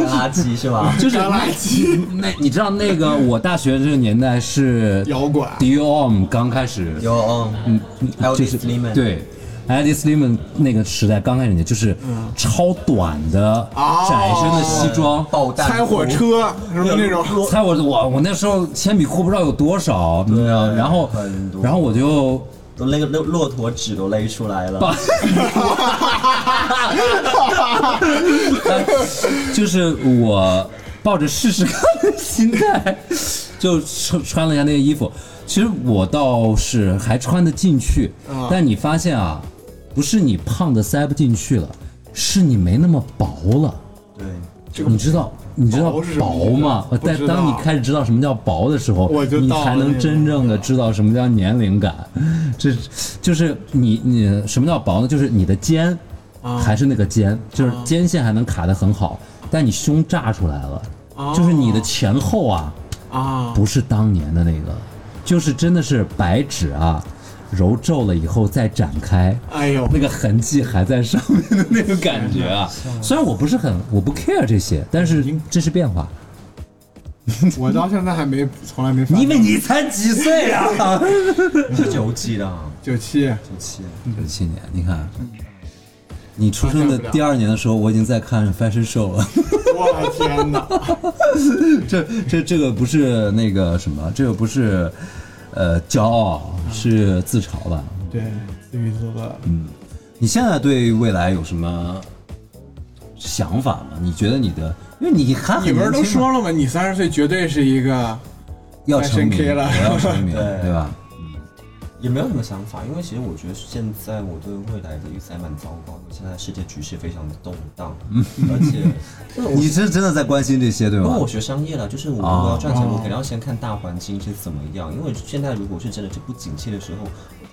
[SPEAKER 2] 垃圾是吧？
[SPEAKER 1] 就是
[SPEAKER 3] 干垃圾，
[SPEAKER 1] 那你知道那个我大学这个年代是
[SPEAKER 3] 摇滚
[SPEAKER 1] Dior 刚开始
[SPEAKER 2] 有嗯，还有
[SPEAKER 1] 就
[SPEAKER 2] Liz
[SPEAKER 1] 是
[SPEAKER 2] Lemon，，
[SPEAKER 1] 对。Alice Slim 那个时代刚开始就是超短的
[SPEAKER 3] 哦
[SPEAKER 1] 窄身的西装，
[SPEAKER 2] 爆弹
[SPEAKER 3] 拆火车什么那种。
[SPEAKER 1] 猜我我我那时候铅笔裤不知道有多少，你知
[SPEAKER 3] 啊
[SPEAKER 1] 道
[SPEAKER 2] 对
[SPEAKER 1] 然后
[SPEAKER 2] 很多
[SPEAKER 1] 然后我就
[SPEAKER 2] 都勒勒骆驼纸都勒出来了。
[SPEAKER 1] 就是我抱着试试看的心态，就穿穿了一下那个衣服。其实我倒是还穿得进去，但你发现啊，不是你胖的塞不进去了，是你没那么薄了。
[SPEAKER 2] 对，
[SPEAKER 1] 你知道你知道
[SPEAKER 3] 薄是什么
[SPEAKER 1] 薄
[SPEAKER 3] 意思
[SPEAKER 1] 吗？
[SPEAKER 3] 不
[SPEAKER 1] 但
[SPEAKER 3] 知道
[SPEAKER 1] 当你开始知道什么叫薄的时候
[SPEAKER 3] 我，就
[SPEAKER 1] 你
[SPEAKER 3] 到了
[SPEAKER 1] 才
[SPEAKER 3] 那
[SPEAKER 1] 能
[SPEAKER 3] 个
[SPEAKER 1] 真正的知道什么叫年龄感。 这就是你你什么叫薄呢？就是你的肩还是那个肩，就是肩线还能卡得很好，但你胸炸出来了，就是你的前后啊，
[SPEAKER 3] 啊，
[SPEAKER 1] 不是当年的那个，就是真的是白纸啊，揉皱了以后再展开，
[SPEAKER 3] 哎呦，
[SPEAKER 1] 那个痕迹还在上面的那个感觉啊。虽然我不是很我不 care 这些，但是这是变化。
[SPEAKER 3] 我到现在还没，从来没发现。
[SPEAKER 1] 因为你才几岁啊？
[SPEAKER 2] 你是九几的啊？
[SPEAKER 3] 九七，
[SPEAKER 2] 九七。
[SPEAKER 1] 九七年，你看。你出生的第二年的时候，我已经在看 fashion show 了。
[SPEAKER 3] 我的天哪！
[SPEAKER 1] 这这这个不是那个什么，这个不是，呃，骄傲，是自嘲吧？
[SPEAKER 3] 对，自娱自乐。
[SPEAKER 2] 嗯
[SPEAKER 1] 你现在对未来有什么想法吗？你觉得你的，因为你还很
[SPEAKER 3] 你不是
[SPEAKER 1] 年轻
[SPEAKER 3] 都
[SPEAKER 1] 嘛
[SPEAKER 3] 说了吗？你三十岁绝对是一个
[SPEAKER 1] 要成名，
[SPEAKER 3] fashion K 了
[SPEAKER 1] 我要成名，
[SPEAKER 2] 对
[SPEAKER 1] 对吧？
[SPEAKER 2] 也没有什么想法，因为其实我觉得现在我对未来的预测还蛮糟糕的。现在世界局势非常的动 荡，而且
[SPEAKER 1] 你是真的在关心这些对
[SPEAKER 2] 因为
[SPEAKER 1] 吗
[SPEAKER 2] 我？学商业了，就是我如
[SPEAKER 1] 哦
[SPEAKER 2] 果要赚钱，我肯定要先看大环境是怎么样。因为现在如果是真的是不景气的时候，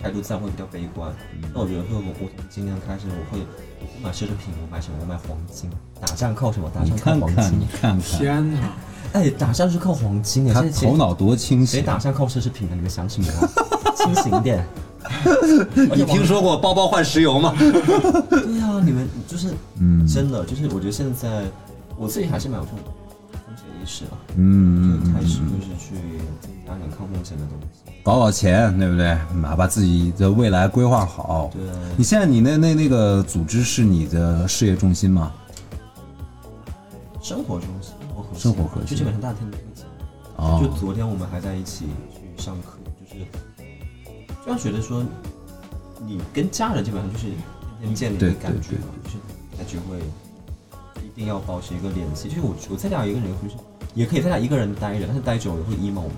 [SPEAKER 2] 态度自然会比较悲观。
[SPEAKER 1] 嗯
[SPEAKER 2] 那我觉得说，我我从今年开始，我会我不买奢侈品，我买什么？我买黄金。打仗靠什么？打仗
[SPEAKER 1] 你
[SPEAKER 2] 靠
[SPEAKER 1] 看
[SPEAKER 2] 黄
[SPEAKER 1] 看，
[SPEAKER 2] 金
[SPEAKER 1] 你。看看，
[SPEAKER 3] 天哪！
[SPEAKER 2] 哎，打仗是靠黄金哎，
[SPEAKER 1] 他
[SPEAKER 2] 现在谁
[SPEAKER 1] 头脑多清
[SPEAKER 2] 谁
[SPEAKER 1] 醒。
[SPEAKER 2] 打仗靠奢侈品啊？你们想什么 啊？清醒一点。
[SPEAKER 5] 你听说过包包换石油吗？
[SPEAKER 2] 对啊，你们就是，
[SPEAKER 1] 嗯
[SPEAKER 2] 真的就是，我觉得现在我自己还是蛮有这种风险意识了，
[SPEAKER 1] 嗯，
[SPEAKER 2] 就开始就是去增加点抗风险的东西。
[SPEAKER 1] 搞搞钱，对不对？把把自己的未来规划好。
[SPEAKER 2] 对
[SPEAKER 1] 你现在你那那那个组织是你的事业重心吗？
[SPEAKER 2] 生活中心，生活核心，
[SPEAKER 1] 生活核心
[SPEAKER 2] 就基本上大天都会讲。
[SPEAKER 1] 哦
[SPEAKER 2] 就昨天我们还在一起去上课，就是就要觉得说，你跟家人基本上就是天天见的一
[SPEAKER 1] 对
[SPEAKER 2] 个感觉
[SPEAKER 1] 对
[SPEAKER 2] 嘛，就是感觉会一定要保持一个联系。就是我我在家一个人就是也可以在家一个人待着，但是待久了会 emo 嘛。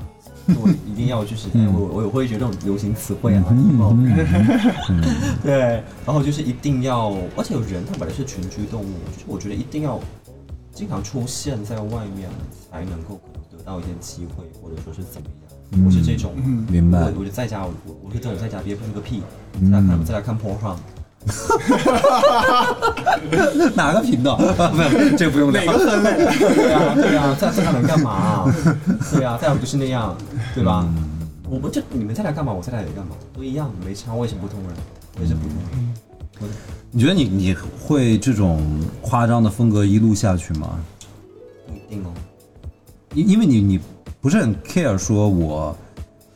[SPEAKER 2] 所以我一定要就是，哎我我也会觉得这种流行词汇啊，emo，对，然后就是一定要，而且人他本来是群居动物，就是我觉得一定要经常出现在外面，才能够得到一些机会，或者说是怎么样。我是这种，
[SPEAKER 1] 嗯明白嗯
[SPEAKER 2] 我我就在家，我我我是这种在家憋不出个屁，再来看再来看 porn 上，
[SPEAKER 1] 哪个频道？不，这不用 聊。
[SPEAKER 2] 对啊对啊，再再来能干嘛啊？对啊，再来不是那样，对吧？
[SPEAKER 1] 嗯
[SPEAKER 2] 我们就你们再来干嘛，我再来也干嘛，都一样，没差，我也是普通人，我也是普通
[SPEAKER 1] 嗯
[SPEAKER 2] 人。
[SPEAKER 1] 你觉得你你会这种夸张的风格一路下去吗？
[SPEAKER 2] 不一定哦，
[SPEAKER 1] 因因为你你不是很 care 说我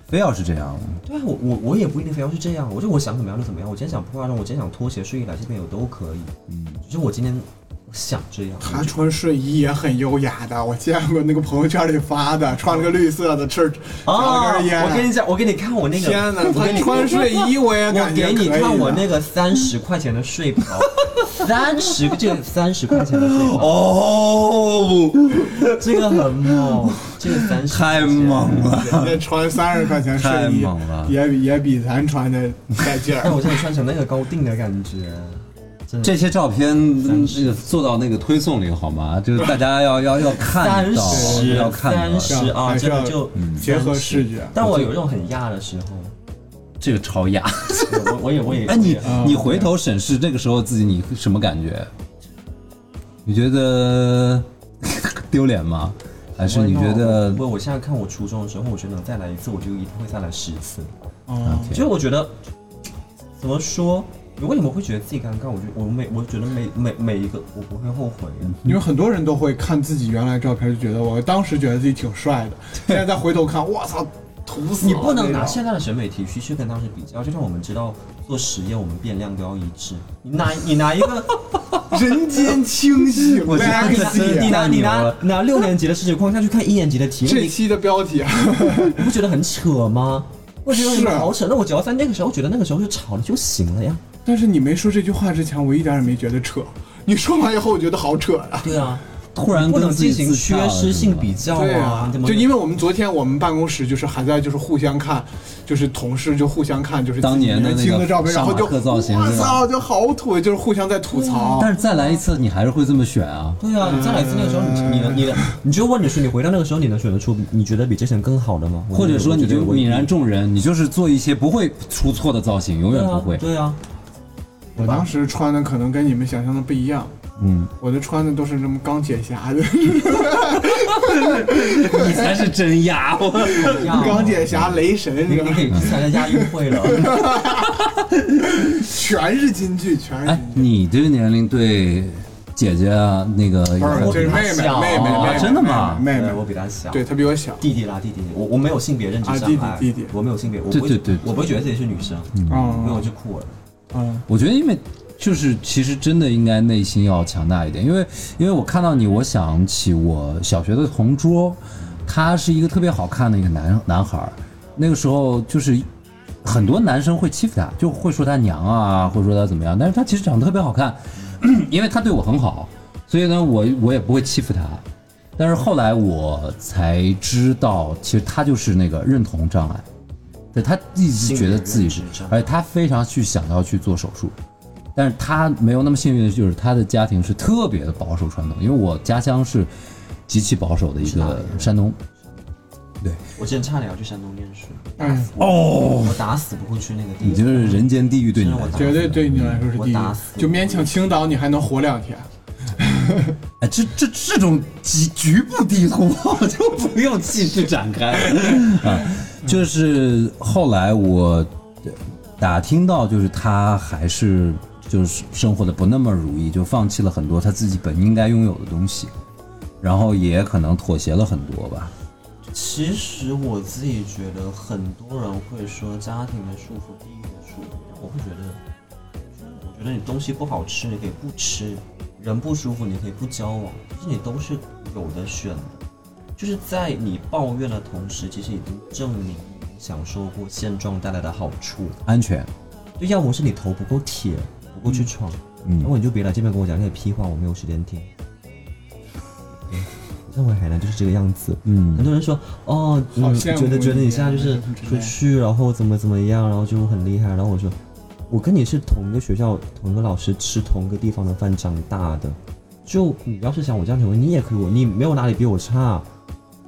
[SPEAKER 1] 非要是这样，
[SPEAKER 2] 对啊，我我我也不一定非要是这样，我就我想怎么样就怎么样。我今天想化妆，我今天想拖鞋睡衣来这边我都可以。嗯，只是我今天我想这样。
[SPEAKER 3] 他穿睡衣也很优雅的，我见过那个朋友圈里发的，穿了个绿色的，吃
[SPEAKER 2] 啊、
[SPEAKER 3] 夹了根烟。
[SPEAKER 2] 我跟你讲，啊我给你看我那个，
[SPEAKER 3] 天哪，
[SPEAKER 2] 我给
[SPEAKER 3] 他
[SPEAKER 2] 你
[SPEAKER 3] 穿睡衣我也
[SPEAKER 2] 我
[SPEAKER 3] 感觉
[SPEAKER 2] 给
[SPEAKER 3] 可以
[SPEAKER 2] 你
[SPEAKER 3] 的
[SPEAKER 2] 看我那个三十块钱的睡袍，三十这个三十块钱的睡 袍，
[SPEAKER 1] 哦，
[SPEAKER 2] 这个很猛，这个三十
[SPEAKER 1] 太猛了！
[SPEAKER 3] 人家穿三十块钱
[SPEAKER 1] 太
[SPEAKER 3] 睡衣
[SPEAKER 1] 猛了，
[SPEAKER 3] 也比也比咱穿的带劲
[SPEAKER 2] 但
[SPEAKER 3] 儿。
[SPEAKER 2] 哎我现在穿成那个高定的感觉，真的
[SPEAKER 1] 这些照片嗯做到那个推送里好吗？就是大家要要要看
[SPEAKER 2] 三
[SPEAKER 1] 到，
[SPEAKER 2] 十
[SPEAKER 1] 要看到
[SPEAKER 2] 三十啊，
[SPEAKER 3] 还是
[SPEAKER 2] 这个
[SPEAKER 3] 要
[SPEAKER 2] 就
[SPEAKER 3] 结合
[SPEAKER 2] 30
[SPEAKER 3] 视觉
[SPEAKER 2] 但我有一种很亚的时候，
[SPEAKER 1] 这个超雅。
[SPEAKER 2] 我我也我也
[SPEAKER 1] 哎，你
[SPEAKER 2] 我也
[SPEAKER 1] 你回头审视这个时候自己，你什么感觉？你觉得 丢脸吗？还是你觉得
[SPEAKER 2] 不，我现在看我初中的时候，我觉得能再来一次，我就一定会再来十次。
[SPEAKER 1] 啊
[SPEAKER 3] 哦，
[SPEAKER 2] 就我觉得，怎么说？你为什么会觉得自己尴尬？我觉我每我觉得每每每一个我不会后悔。
[SPEAKER 3] 因为很多人都会看自己原来照片，就觉得我当时觉得自己挺帅的， 现在再回头看，我操，土死了
[SPEAKER 2] 你不能拿
[SPEAKER 3] 那种
[SPEAKER 2] 现在的审美体系去跟当时比较，就像我们知道做实验，我们变量都要一致。你拿你拿一 个，
[SPEAKER 3] 人 间清醒
[SPEAKER 1] 觉得这
[SPEAKER 2] 你
[SPEAKER 1] 是
[SPEAKER 2] 哎你
[SPEAKER 3] ，Legacy。
[SPEAKER 2] 拿你拿你拿六年级的视觉框架去看一年级的题目，
[SPEAKER 3] 这
[SPEAKER 2] 你
[SPEAKER 3] 期的标题啊，
[SPEAKER 2] 你不觉得很扯吗？我觉得你
[SPEAKER 3] 是啊
[SPEAKER 2] 好扯。那我只要在那个时候觉得那个时候就吵了就行了呀。
[SPEAKER 3] 但是你没说这句话之前，我一点也没觉得扯。你说完以后，我觉得好扯呀、
[SPEAKER 2] 对啊，
[SPEAKER 1] 突然
[SPEAKER 2] 不
[SPEAKER 1] 跟
[SPEAKER 2] 能
[SPEAKER 1] 自
[SPEAKER 2] 进
[SPEAKER 1] 己
[SPEAKER 2] 行
[SPEAKER 1] 自洽
[SPEAKER 2] 缺
[SPEAKER 1] 了
[SPEAKER 2] 失性比？
[SPEAKER 1] 是吗
[SPEAKER 2] 较
[SPEAKER 3] 对
[SPEAKER 2] 啊，你怎么
[SPEAKER 3] 就因为我们昨天我们办公室就是还在就是互相看，就是同事就互相看就是
[SPEAKER 1] 当年的那
[SPEAKER 3] 自
[SPEAKER 1] 个
[SPEAKER 3] 己年轻的照片，然后就
[SPEAKER 1] 上马克造型
[SPEAKER 3] 我
[SPEAKER 1] 是吧
[SPEAKER 3] 操，就好土，就是互相在吐
[SPEAKER 2] 啊
[SPEAKER 3] 槽。
[SPEAKER 1] 但是再来一次，你还是会这么选啊？
[SPEAKER 2] 对啊，你再来一次那个时候，
[SPEAKER 3] 嗯
[SPEAKER 2] 你你能你能，你就问你说，你回到那个时候，你能选得出你觉得比之前更好的吗？
[SPEAKER 1] 或者说你就泯然众人，你就是做一些不会出错的造型，永远
[SPEAKER 2] 对
[SPEAKER 1] 不
[SPEAKER 2] 啊
[SPEAKER 1] 会。
[SPEAKER 2] 对 啊，
[SPEAKER 3] 我当时穿的可能跟你们想象的不一样。嗯，我的穿的都是什么钢铁侠的，
[SPEAKER 2] 啊
[SPEAKER 1] 你 才是真 丫！
[SPEAKER 3] 钢铁侠、雷神
[SPEAKER 2] 你
[SPEAKER 3] 这个
[SPEAKER 2] 你可以去参加亚运会 了，
[SPEAKER 3] 全是金句，全是
[SPEAKER 1] 哎
[SPEAKER 3] 金，句。
[SPEAKER 1] 你这个年龄对姐姐啊，那个
[SPEAKER 3] 不是，
[SPEAKER 1] 有
[SPEAKER 3] 这是妹妹，
[SPEAKER 2] 小
[SPEAKER 3] 妹妹，妹
[SPEAKER 1] 啊
[SPEAKER 3] 妹，
[SPEAKER 1] 真的吗
[SPEAKER 3] 妹妹
[SPEAKER 2] 对，我比他小，
[SPEAKER 3] 对，她比我小。
[SPEAKER 2] 弟弟啦弟弟，我我没有性别认知
[SPEAKER 3] 啊
[SPEAKER 2] 障碍，
[SPEAKER 3] 弟弟弟弟
[SPEAKER 2] 我没有性别，我
[SPEAKER 1] 对
[SPEAKER 2] 不
[SPEAKER 1] 对对
[SPEAKER 2] 我不会觉得自己是女生，因为我
[SPEAKER 3] 嗯
[SPEAKER 2] 就酷儿，
[SPEAKER 3] 嗯，
[SPEAKER 1] 我觉得因为就是其实真的应该内心要强大一点，因为因为我看到你，我想起我小学的同桌，他是一个特别好看的一个男男孩儿，那个时候就是。很多男生会欺负他，就会说他娘啊，会说他怎么样，但是他其实长得特别好看， 因为他对我很好，所以呢，我我也不会欺负他。但是后来我才知道，其实他就是那个认同障碍，对他一直觉得自己是
[SPEAKER 2] 心理认知障，碍
[SPEAKER 1] 而且他非常去想要去做手术，但是他没有那么幸运的就是他的家庭是特别的保守传统，因为我家乡是极其保守的一
[SPEAKER 2] 是啊哪里
[SPEAKER 1] 个山东，
[SPEAKER 2] 我之前差点要去山东念书，
[SPEAKER 3] 嗯，
[SPEAKER 2] 我打死不会去那个地方。
[SPEAKER 1] 哦你就是人间地狱对你来
[SPEAKER 2] 是我
[SPEAKER 1] 说
[SPEAKER 2] 打。
[SPEAKER 3] 绝对对你来说是第一
[SPEAKER 2] 我打死，
[SPEAKER 3] 就勉强青岛你还能活两天。
[SPEAKER 1] 哎，这这这种局局部地图，我就不用继续展开 了啊。就是后来我打听到，就是他还是就是生活的不那么如意，就放弃了很多他自己本应该拥有的东西，然后也可能妥协了很多吧。
[SPEAKER 2] 其实我自己觉得，很多人会说家庭的束缚、地域的束缚，但我会觉得，我呃觉得你东西不好吃，你可以不吃；人不舒服，你可以不交往，就是你都是有的选的。就是在你抱怨的同时，其实已经证明你享受过现状带来的好处。
[SPEAKER 1] 安全，
[SPEAKER 2] 就要么是你头不够铁，不够去闯，
[SPEAKER 1] 嗯
[SPEAKER 2] 要么你就别来这边跟我讲那些屁话，我没有时间听。 你像回海南就是这个样子，
[SPEAKER 1] 嗯
[SPEAKER 2] 很多人说哦，
[SPEAKER 3] 好
[SPEAKER 2] 嗯，
[SPEAKER 3] 羡慕
[SPEAKER 2] 觉得
[SPEAKER 3] 你
[SPEAKER 2] 觉得你
[SPEAKER 3] 啊
[SPEAKER 2] 现在就是
[SPEAKER 3] 什么之类
[SPEAKER 2] 出去，然后怎么怎么样，然后就很厉害。然后我说，我跟你是同一个学校、同一个老师吃同一个地方的饭长大的，就你要是想我这样成为，你也可以，我你没有哪里比我差，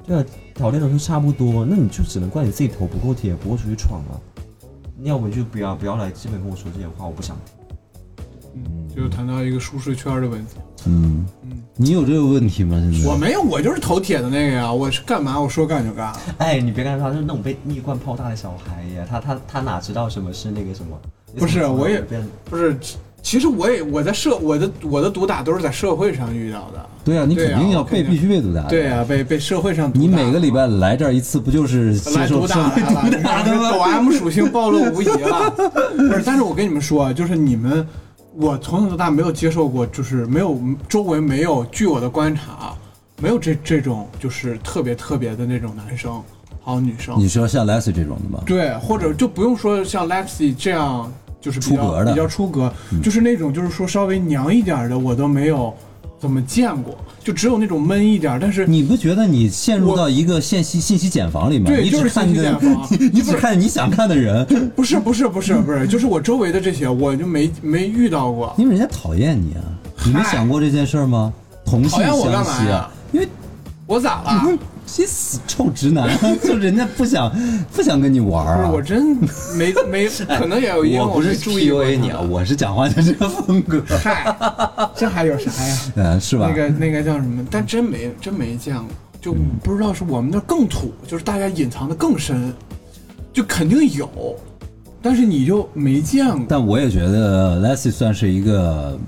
[SPEAKER 2] 对啊，条件都是差不多，那你就只能怪你自己头不够铁，不够出去闯啊。要不你就不要不要来这边跟我说这些话，我不想听。
[SPEAKER 3] 就谈到一个舒适圈的问题，
[SPEAKER 1] 嗯，你有这个问题吗？
[SPEAKER 2] 嗯
[SPEAKER 1] 现在
[SPEAKER 3] 我没有，我就是头铁的那个呀，我是干嘛我说干就干。
[SPEAKER 2] 哎，你别看他就是那种被蜜罐泡大的小孩呀，他他他哪知道什么是那个什么？
[SPEAKER 3] 不是我也
[SPEAKER 2] 变
[SPEAKER 3] 不是，其其实我也我在社我的我的毒打都是在社会上遇到的。
[SPEAKER 1] 对啊，你肯定要被
[SPEAKER 3] 对啊我肯定
[SPEAKER 1] 必须被毒打的。
[SPEAKER 3] 对啊，被被社会上毒打
[SPEAKER 1] 哎你每个礼拜来这儿一次，不就是接
[SPEAKER 3] 来
[SPEAKER 1] 受
[SPEAKER 3] 毒
[SPEAKER 1] 社
[SPEAKER 3] 打
[SPEAKER 1] 会
[SPEAKER 3] 来
[SPEAKER 1] 毒打
[SPEAKER 3] 了，
[SPEAKER 1] 的
[SPEAKER 3] 你
[SPEAKER 1] 吗
[SPEAKER 3] 们？抖 M 属性暴露无遗了。不是，但是我跟你们说啊，就是你们，我从小到大没有接受过，就是没有周围没有，据我的观察，啊没有这这种就是特别特别的那种男生，还有女生
[SPEAKER 1] 你，说像 Leslie 这种的吗？
[SPEAKER 3] 对，或者就不用说像 Lexi 这样，就是比
[SPEAKER 1] 出
[SPEAKER 3] 较
[SPEAKER 1] 格的嗯
[SPEAKER 3] 比较出格，就是那种就是说稍微娘一点的，我都没有怎么见过，就只有那种闷一点，但 是
[SPEAKER 1] 你不觉得你陷入
[SPEAKER 3] 我
[SPEAKER 1] 到一个信息信息茧房里面？
[SPEAKER 3] 对
[SPEAKER 1] 你
[SPEAKER 3] 就是
[SPEAKER 1] 只看
[SPEAKER 3] 信息
[SPEAKER 1] 见
[SPEAKER 3] 茧房
[SPEAKER 1] 你只看见你想看的人，
[SPEAKER 3] 不是不是不是
[SPEAKER 1] 嗯
[SPEAKER 3] 不是，就是我周围的这些，我就没没遇到过。
[SPEAKER 1] 因为人家讨厌你啊！你没想过这件事儿吗？同性
[SPEAKER 3] 讨厌我
[SPEAKER 1] 相
[SPEAKER 3] 干嘛
[SPEAKER 1] 吸
[SPEAKER 3] 呀啊
[SPEAKER 1] 啊，？因为
[SPEAKER 3] 我咋了？
[SPEAKER 1] 你这死臭直男， 就人家不想不想跟你玩
[SPEAKER 3] 不
[SPEAKER 1] 儿
[SPEAKER 3] 是
[SPEAKER 1] 啊。
[SPEAKER 3] 我真没 没，可能也有因为
[SPEAKER 1] 哎我不
[SPEAKER 3] 没
[SPEAKER 1] 是
[SPEAKER 3] 注意过
[SPEAKER 1] PUA 你啊，
[SPEAKER 3] 他
[SPEAKER 1] 我是讲话就这个风格，
[SPEAKER 3] 嗨，这还有啥呀？
[SPEAKER 1] 嗯，是吧嗯
[SPEAKER 3] 那？个那个叫什么？但真没真没见过，就不知道是我们那儿更土，就是大家隐藏的更深，就肯定有，但是你就没见过。
[SPEAKER 1] 但我也觉得 Leslie 算是一个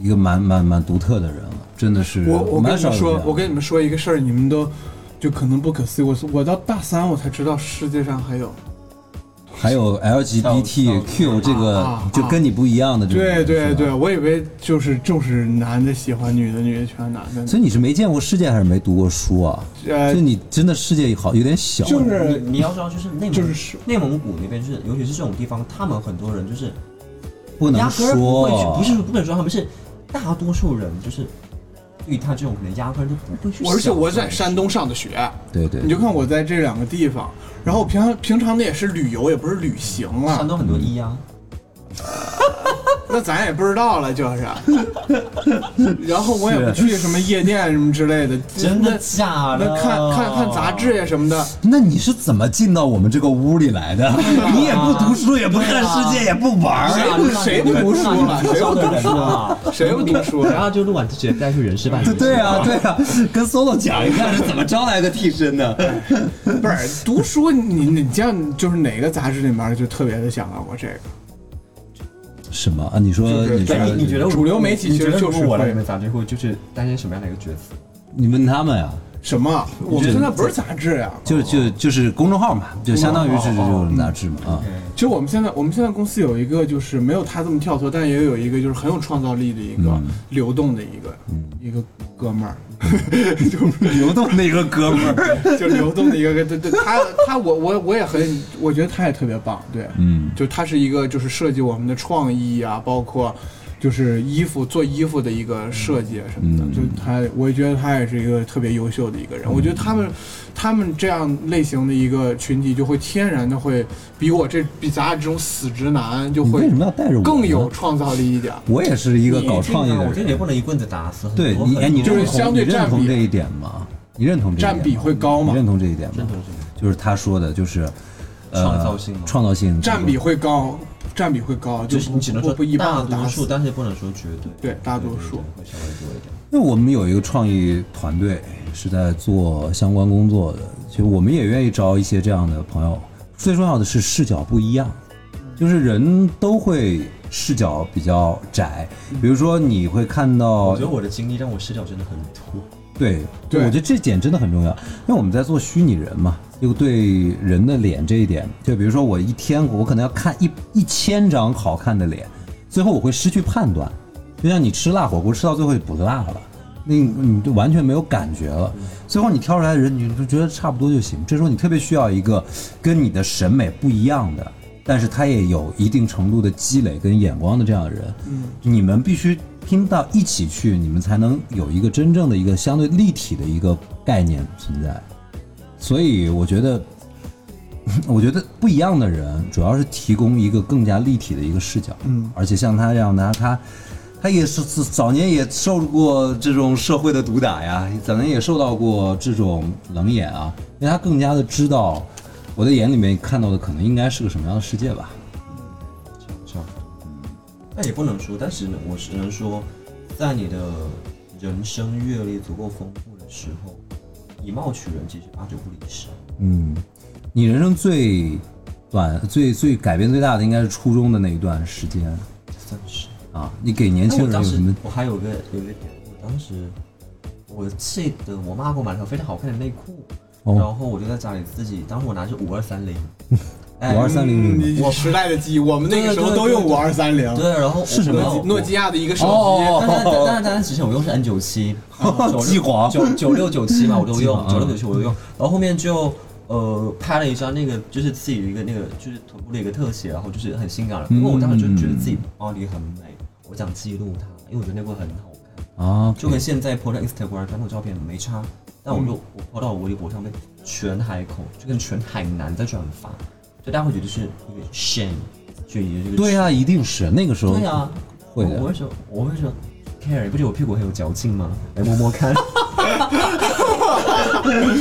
[SPEAKER 1] 一个蛮蛮蛮独特的人了，真的是
[SPEAKER 3] 我我跟
[SPEAKER 1] 蛮
[SPEAKER 3] 你
[SPEAKER 1] 少有这
[SPEAKER 3] 们说
[SPEAKER 1] 样，
[SPEAKER 3] 我跟你们说一个事儿，你们都就可能不可思议。我我到大三我才知道世界上还有
[SPEAKER 1] 还有 LGBTQ 这个
[SPEAKER 3] 啊啊
[SPEAKER 1] 就跟你不一样的这种人，
[SPEAKER 3] 对对
[SPEAKER 1] 是吧
[SPEAKER 3] 对，我以为就是就是男的喜欢女的，女的喜欢男的。
[SPEAKER 1] 所以你是没见过世界，还是没读过书啊？
[SPEAKER 3] 呃
[SPEAKER 1] 就你真的世界好有点小，
[SPEAKER 3] 就是
[SPEAKER 2] 你你要知道，就是内蒙，
[SPEAKER 3] 就是
[SPEAKER 2] 内蒙古那边，就是尤其是这种地方，他们很多人就是
[SPEAKER 1] 不能
[SPEAKER 2] 压根儿不会去，
[SPEAKER 1] 说，
[SPEAKER 2] 不是不能说他们是大多数人就是对于他这种可能压根儿就不会去想。
[SPEAKER 3] 我而且我在山东上的学，
[SPEAKER 1] 对对，
[SPEAKER 3] 你就看我在这两个地方，然后我平常平常的也是旅游，也不是旅行
[SPEAKER 2] 山
[SPEAKER 3] 了，
[SPEAKER 2] 东很多医啊，
[SPEAKER 3] 那咱也不知道 了，就是。然后我也不去什么夜店什么之类的，
[SPEAKER 2] 真的
[SPEAKER 3] 那
[SPEAKER 2] 假的？啊
[SPEAKER 3] 那看看看杂志呀什么的，
[SPEAKER 1] 那你是怎么进到我们这个屋里来的？你也不读书，也不看世界，也不玩
[SPEAKER 2] 是
[SPEAKER 1] 儿。
[SPEAKER 2] 啊，
[SPEAKER 3] 谁不谁不读书了谁不读书
[SPEAKER 2] 了？
[SPEAKER 3] 谁不读书
[SPEAKER 2] 然后就录完就直接带去人事办。
[SPEAKER 1] 对对啊，对啊，跟 solo 讲一下是怎么招来个替身的。
[SPEAKER 3] 不是读书，你你像就是哪个杂志里面就特别的想到啊过这个，
[SPEAKER 1] 什么啊？你说
[SPEAKER 3] 就是
[SPEAKER 1] 你说
[SPEAKER 3] 对
[SPEAKER 2] 哎，你你觉得我
[SPEAKER 3] 主流媒体
[SPEAKER 2] 你觉得
[SPEAKER 3] 其实
[SPEAKER 2] 如
[SPEAKER 3] 就是
[SPEAKER 2] 果我来
[SPEAKER 3] 会
[SPEAKER 2] 你们杂志会就是担任什么样的一个角色？
[SPEAKER 1] 你问他们呀？
[SPEAKER 3] 什么？我们现在不是杂志呀，
[SPEAKER 1] 就就就是公众号嘛，就相当于是这种杂志嘛啊。
[SPEAKER 3] 其实我们现在我们现在公司有一个就是没有他这么跳脱，但也有一个就是很有创造力的一
[SPEAKER 2] 嗯
[SPEAKER 3] 个、流动的一个、一个哥们儿，
[SPEAKER 1] 流动那个哥们儿，
[SPEAKER 3] 就流动的一个对对，他他我我我也很我觉得他也特别棒，对，
[SPEAKER 1] 嗯，
[SPEAKER 3] 就他是一个就是设计我们的创意啊，包括就是衣服做衣服的一个设计什么的，
[SPEAKER 1] 嗯
[SPEAKER 3] 就他，我也觉得他也是一个特别优秀的一个人。我觉得他
[SPEAKER 1] 嗯
[SPEAKER 3] 们，他们这样类型的一个群体，就会天然的会比我这比咱俩这种死直男就
[SPEAKER 1] 你
[SPEAKER 3] 会
[SPEAKER 1] 为什么要带着我？
[SPEAKER 3] 更有。创造力一点。
[SPEAKER 1] 我也是一
[SPEAKER 2] 一
[SPEAKER 1] 个搞创意的
[SPEAKER 2] 我觉得也
[SPEAKER 1] 人
[SPEAKER 2] 不，能一棍子打死很多。
[SPEAKER 1] 对你，哎，
[SPEAKER 2] 很
[SPEAKER 1] 你
[SPEAKER 2] 多
[SPEAKER 1] 认
[SPEAKER 3] 就是相
[SPEAKER 1] 同你
[SPEAKER 3] 对
[SPEAKER 1] 认
[SPEAKER 3] 占
[SPEAKER 1] 同
[SPEAKER 3] 比
[SPEAKER 1] 这一点吗？你认同这一点吗
[SPEAKER 3] 占比会高吗
[SPEAKER 1] 你认同这一点吗
[SPEAKER 2] 认？同这个
[SPEAKER 1] 就是他说的，就是呃
[SPEAKER 2] 创造性吗
[SPEAKER 1] 创造性
[SPEAKER 3] 占比会高，占比会高，
[SPEAKER 2] 就
[SPEAKER 3] 就是
[SPEAKER 2] 你只能
[SPEAKER 3] 不
[SPEAKER 2] 说
[SPEAKER 3] 不一
[SPEAKER 2] 大
[SPEAKER 3] 棒子打
[SPEAKER 2] 多数，
[SPEAKER 3] 死。
[SPEAKER 2] 但是不能说绝对。
[SPEAKER 3] 对大多
[SPEAKER 2] 对
[SPEAKER 3] 数
[SPEAKER 2] 对对会稍微多一点。
[SPEAKER 1] 因为我们有一个创意团队是在做相关工作的，就我们也愿意招一些这样的朋友。最重要的是视角不一样，就是人都会视角比较窄，
[SPEAKER 3] 嗯
[SPEAKER 1] 比如说你会看到
[SPEAKER 2] 我觉得我的经历让我视角真的很多。
[SPEAKER 1] 对，
[SPEAKER 3] 对
[SPEAKER 1] 我觉得这点真的很重要，因为我们在做虚拟人嘛，就对人的脸这一点，就比如说我一天我可能要看一一千张好看的脸，最后我会失去判断，就像你吃辣火锅吃到最后就不辣了，那你你就完全没有感觉了，最后你挑出来的人你就觉得差不多就行，这时候你特别需要一个跟你的审美不一样的。但是他也有一定程度的积累跟眼光的这样的人，你们必须拼到一起去，你们才能有一个真正的一个相对立体的一个概念存在。所以我觉得， 我觉得不一样的人主要是提供一个更加立体的一个视角。嗯，而且像他这样的，他他也是自早年也受过这种社会的毒打呀，早年也受到过这种冷眼啊，因为他更加的知道我的眼里面看到的可能应该是个什么样的世界吧。
[SPEAKER 2] 差不多。那也不能说，嗯但是呢，我只能说，在你的人生阅历足够丰富的时候，以貌取人其实八九不离十。啊
[SPEAKER 1] 嗯，你人生最短、最最改变最大的应该是初中的那一段时间
[SPEAKER 2] 算是。哎
[SPEAKER 1] 啊。你给年轻
[SPEAKER 2] 我
[SPEAKER 1] 人有
[SPEAKER 2] 当
[SPEAKER 1] 什
[SPEAKER 2] 时
[SPEAKER 1] 么？
[SPEAKER 2] 我还有个有一个点，我当时我记得我妈给我买了条非常好看的内裤，
[SPEAKER 1] 哦
[SPEAKER 2] 然后我就在家里自己，当时我拿的是五二三零，
[SPEAKER 1] 五二三零零
[SPEAKER 3] 嗯你时代的记忆，我们那个时候都用五二三零，
[SPEAKER 2] 哎对，然后
[SPEAKER 1] 是什么
[SPEAKER 2] 然后我
[SPEAKER 3] 诺基诺基亚的一个手
[SPEAKER 1] 哦，
[SPEAKER 3] 机，
[SPEAKER 2] 但但但但之前我用是 N 九七
[SPEAKER 1] 激光
[SPEAKER 2] 九九六九七嘛，我都用
[SPEAKER 1] 激
[SPEAKER 2] 九
[SPEAKER 1] 光
[SPEAKER 2] 六九七我都用，然后后面就呃拍了一张那个就是自己的一个那个就是臀部的一个特写，然后就是很性感了，因为我当时就觉得自己 body 很美，我想记录它，因为我觉得那会很好看，
[SPEAKER 1] 啊，
[SPEAKER 2] 就跟现在 po 到 Instagram 拍的照片没差，但我就我 po 到我微博上面，全海口就跟全海南在转发，就大家会觉得是一个 shame，就一个
[SPEAKER 1] 对啊，一定是那个时候
[SPEAKER 2] 对啊，
[SPEAKER 1] 会
[SPEAKER 2] 我
[SPEAKER 1] 的
[SPEAKER 2] 会。说，我会说，Care，你不觉得我屁股很有嚼劲吗？ 来摸摸看。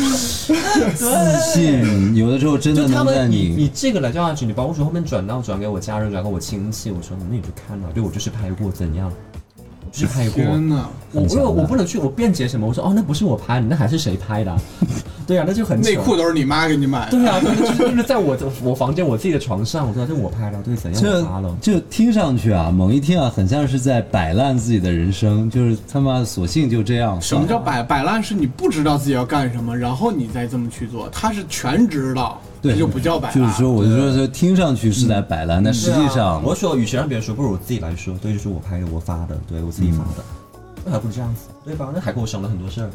[SPEAKER 1] 自信有的时候真
[SPEAKER 2] 就
[SPEAKER 1] 的
[SPEAKER 2] 他
[SPEAKER 1] 能在
[SPEAKER 2] 们，你
[SPEAKER 1] 你
[SPEAKER 2] 你这个来掉下去，你包括说后面转到转给我家人，转给我亲戚，我说那你就看嘛，对我就是拍过怎样，我就是拍过。
[SPEAKER 3] 天哪，
[SPEAKER 2] 我因为我不能去我辩解什么，我说哦那不是我拍的，那还是谁拍的啊、 对啊，那就很扯
[SPEAKER 3] 内裤。都是你妈给你买的，
[SPEAKER 2] 对啊，就是就是在我我房间我自己的床上，我知道这我拍的，对怎样
[SPEAKER 1] 这
[SPEAKER 2] 我发了。
[SPEAKER 1] 就听上去啊，猛一听啊，很像是在摆烂自己的人生，就是他妈索性就这样。
[SPEAKER 3] 什么叫摆摆烂？是你不知道自己要干什么，然后你再这么去做，他是全知道，
[SPEAKER 1] 对，
[SPEAKER 3] 这就不叫摆烂。
[SPEAKER 1] 就是说，我就说，就听上去是在摆烂，但实际上
[SPEAKER 2] 啊我说，与其让别人说，不如我自己来说。对，就是我拍的，我发的，对我自己发的，
[SPEAKER 1] 嗯
[SPEAKER 2] 那还不如这样子，对吧？那还给我省了很多事儿。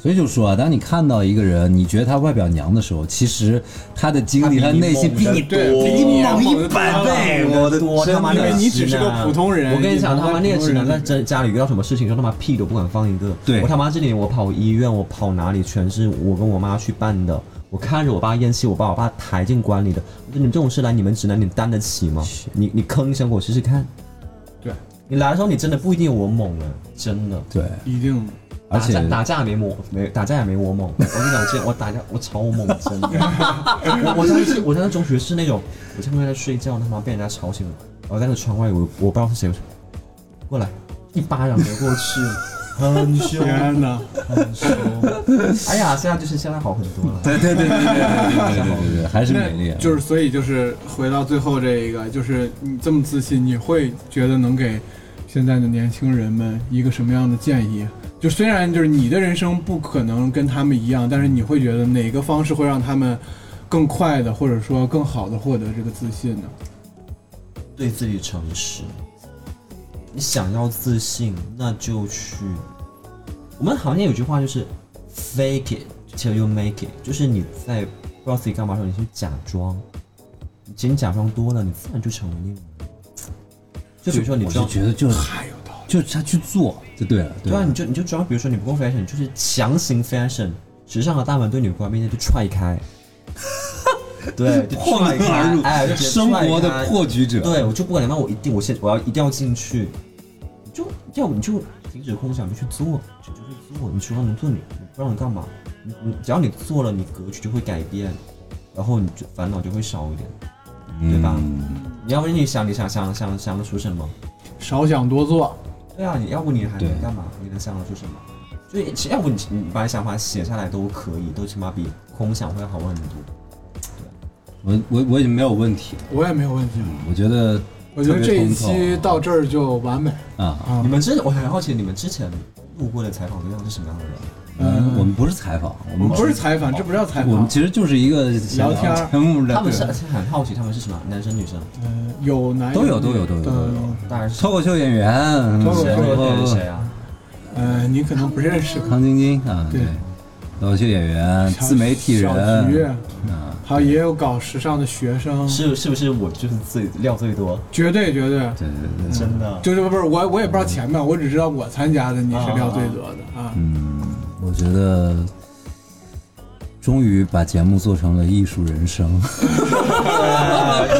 [SPEAKER 1] 所以就说啊，当你看到一个人，你觉得他外表娘的时候，其实他的经历、他
[SPEAKER 2] 他比你
[SPEAKER 1] 内心比你
[SPEAKER 3] 对
[SPEAKER 1] 多，
[SPEAKER 3] 比你猛
[SPEAKER 1] 一百倍。我的
[SPEAKER 2] 多他妈
[SPEAKER 3] 因
[SPEAKER 2] 那
[SPEAKER 3] 为
[SPEAKER 2] 个
[SPEAKER 3] 你只是
[SPEAKER 2] 直
[SPEAKER 3] 个
[SPEAKER 2] 男
[SPEAKER 3] 普通人，
[SPEAKER 2] 我跟你讲，
[SPEAKER 3] 你
[SPEAKER 2] 他妈那个直男在
[SPEAKER 3] 普通
[SPEAKER 2] 家家里遇到什么事情，就他妈屁都不敢放一个。
[SPEAKER 1] 对
[SPEAKER 2] 我他妈这里我跑医院，我跑哪里，全是我跟我妈去办的。我看着我爸咽气，我把我爸抬进棺里的。我说你们这种事来，你们直男你们担得起吗？你你吭一声给我试试看。
[SPEAKER 3] 对，
[SPEAKER 2] 你来的时候你真的不一定有我猛了，真的。
[SPEAKER 1] 对，
[SPEAKER 3] 一定
[SPEAKER 1] 而且
[SPEAKER 2] 打架打架也没我没打架也没 我猛，我跟你讲，我之前我打架我超猛，真的。 我我当时我当时中学是那种，我在外面在睡觉，他妈被人家吵醒了，然后在那个窗外我我不知道是谁，我说过来一巴掌没过去， 很凶
[SPEAKER 3] 天哪，
[SPEAKER 2] 很凶。 哎呀，现在就是现在好很多了。
[SPEAKER 1] 对对对对对对对对对对，还是美丽啊
[SPEAKER 3] 那。就是所以就是回到最后这一个，就是你这么自信，你会觉得能给现在的年轻人们一个什么样的建议？就虽然就是你的人生不可能跟他们一样，但是你会觉得哪个方式会让他们更快的，或者说更好的获得这个自信呢？
[SPEAKER 2] 对自己诚实。你想要自信，那就去。我们行业有句话就是 “fake it till you make it”，就是你在不知道自己干嘛的时候，你去假装。你今天假装多了，你自然就成为那种人。就比如说你
[SPEAKER 1] 我
[SPEAKER 2] 装
[SPEAKER 1] 就，觉得就是
[SPEAKER 3] 太有道理。
[SPEAKER 1] 就是他去做就对了，
[SPEAKER 2] 对啊，
[SPEAKER 1] 吧
[SPEAKER 2] 你？就你就装，比如说你不够 fashion，你就是强行 fashion，时尚的大门对你的关闭那就 踹开，对，就
[SPEAKER 1] 破
[SPEAKER 2] 踹
[SPEAKER 1] 门而
[SPEAKER 2] 开，哎，就
[SPEAKER 1] 入，
[SPEAKER 2] 直接
[SPEAKER 1] 生活
[SPEAKER 2] 踹
[SPEAKER 1] 的
[SPEAKER 2] 开
[SPEAKER 1] 破局者。
[SPEAKER 2] 对，我就不管你妈，我一定，我现我要一定要进去，你就要不你就停止空想，你去做，就就去做，你除了能做你，你不让你干嘛？你你只要你做了，你格局就会改变，然后你就烦恼就会少一点，对吧？你要不然你想你想想想想得出什么？
[SPEAKER 3] 少想多做，
[SPEAKER 2] 对啊，你要不你还
[SPEAKER 1] 对
[SPEAKER 2] 能干嘛？你能想得出什么？所以其要不你你把你想法写下来都可以，都起码比空想会好很多。
[SPEAKER 1] 我我我已经没有问题了，
[SPEAKER 3] 我也没有问题。
[SPEAKER 1] 我觉得
[SPEAKER 3] 我觉得这一
[SPEAKER 1] 嗯特别
[SPEAKER 3] 期
[SPEAKER 1] 通透
[SPEAKER 3] 到这儿就完美。
[SPEAKER 1] 啊，
[SPEAKER 3] 啊
[SPEAKER 2] 你们之我很好奇你们之前录过的采访对象是什么样的人？
[SPEAKER 1] 我嗯们我们不是采访，我
[SPEAKER 3] 嗯我
[SPEAKER 1] 们
[SPEAKER 3] 们不是采访，这不叫采
[SPEAKER 1] 我们
[SPEAKER 3] 访。
[SPEAKER 1] 其实就是一个
[SPEAKER 3] 聊天儿
[SPEAKER 1] 节目聊
[SPEAKER 2] 他们是很好奇他们是什么男生女生。
[SPEAKER 3] 嗯，有男
[SPEAKER 1] 都有
[SPEAKER 3] 女
[SPEAKER 1] 都有都有
[SPEAKER 3] 的
[SPEAKER 1] 都有
[SPEAKER 2] 当然是
[SPEAKER 1] 脱口秀演员，
[SPEAKER 3] 脱口秀
[SPEAKER 2] 谁
[SPEAKER 1] 然
[SPEAKER 3] 演
[SPEAKER 1] 后
[SPEAKER 2] 会是谁啊？
[SPEAKER 3] 呃，你可能不认识
[SPEAKER 1] 康晶晶啊，
[SPEAKER 3] 对
[SPEAKER 1] 对，脱口秀演员、
[SPEAKER 3] 小
[SPEAKER 1] 自媒体
[SPEAKER 3] 小菊
[SPEAKER 1] 人，啊，
[SPEAKER 3] 还有也有搞时尚的学生，
[SPEAKER 2] 是是不是我就是最料最多？
[SPEAKER 3] 绝对绝对，
[SPEAKER 1] 对对对，
[SPEAKER 2] 真 的，
[SPEAKER 3] 就是不是我我也不知道前面，我只知道我参加的你是料最多的啊。
[SPEAKER 1] 嗯，我觉得终于把节目做成了艺术人生，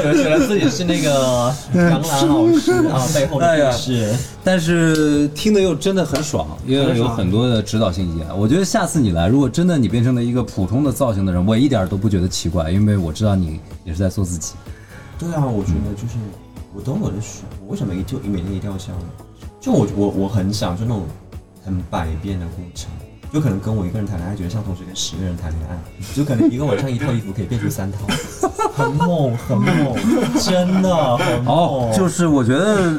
[SPEAKER 2] 觉觉得自己是那 个杨澜老师啊，背后
[SPEAKER 1] 哎呀
[SPEAKER 2] 的是
[SPEAKER 1] 但是听的又真的很爽，因为有很多的指导性意见。我觉得下次你来，如果真的你变成了一个普通的造型的人，我一点都不觉得奇怪，因为我知道你也是在做自己。
[SPEAKER 2] 对啊，我觉得就是我懂我的选，我为什么一就每天一定要这样呢？就我我我很想就那种很百变的过程，就可能跟我一个人谈恋爱，觉得像同时跟十个人谈恋爱，就可能一个晚上一套衣服可以变出三套， 很猛很猛，真的很猛。
[SPEAKER 1] 哦，就是我觉得，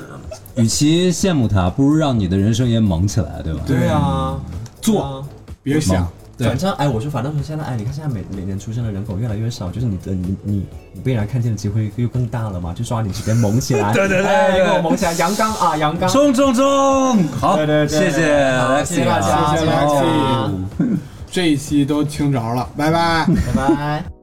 [SPEAKER 1] 与其羡慕他，不如让你的人生也猛起来，对吧？
[SPEAKER 2] 对啊，
[SPEAKER 3] 做
[SPEAKER 2] 啊
[SPEAKER 3] 别想
[SPEAKER 1] 猛，，对
[SPEAKER 2] 反，正哎，我说反正说现在哎，你看现在每每年出生的人口越来越少，就是你的你你你被人看见的机会又更大了嘛，就抓紧时间猛起来，对对对，哎，给我猛起来，阳刚啊，阳刚，
[SPEAKER 1] 冲冲冲！好，
[SPEAKER 2] 对对对
[SPEAKER 1] 谢谢
[SPEAKER 2] 好
[SPEAKER 1] Lexi，
[SPEAKER 2] 谢谢大家
[SPEAKER 1] 啊
[SPEAKER 3] 谢谢
[SPEAKER 2] 谢谢大家
[SPEAKER 3] Lexi 这一期都听着了，拜拜。
[SPEAKER 2] 拜拜。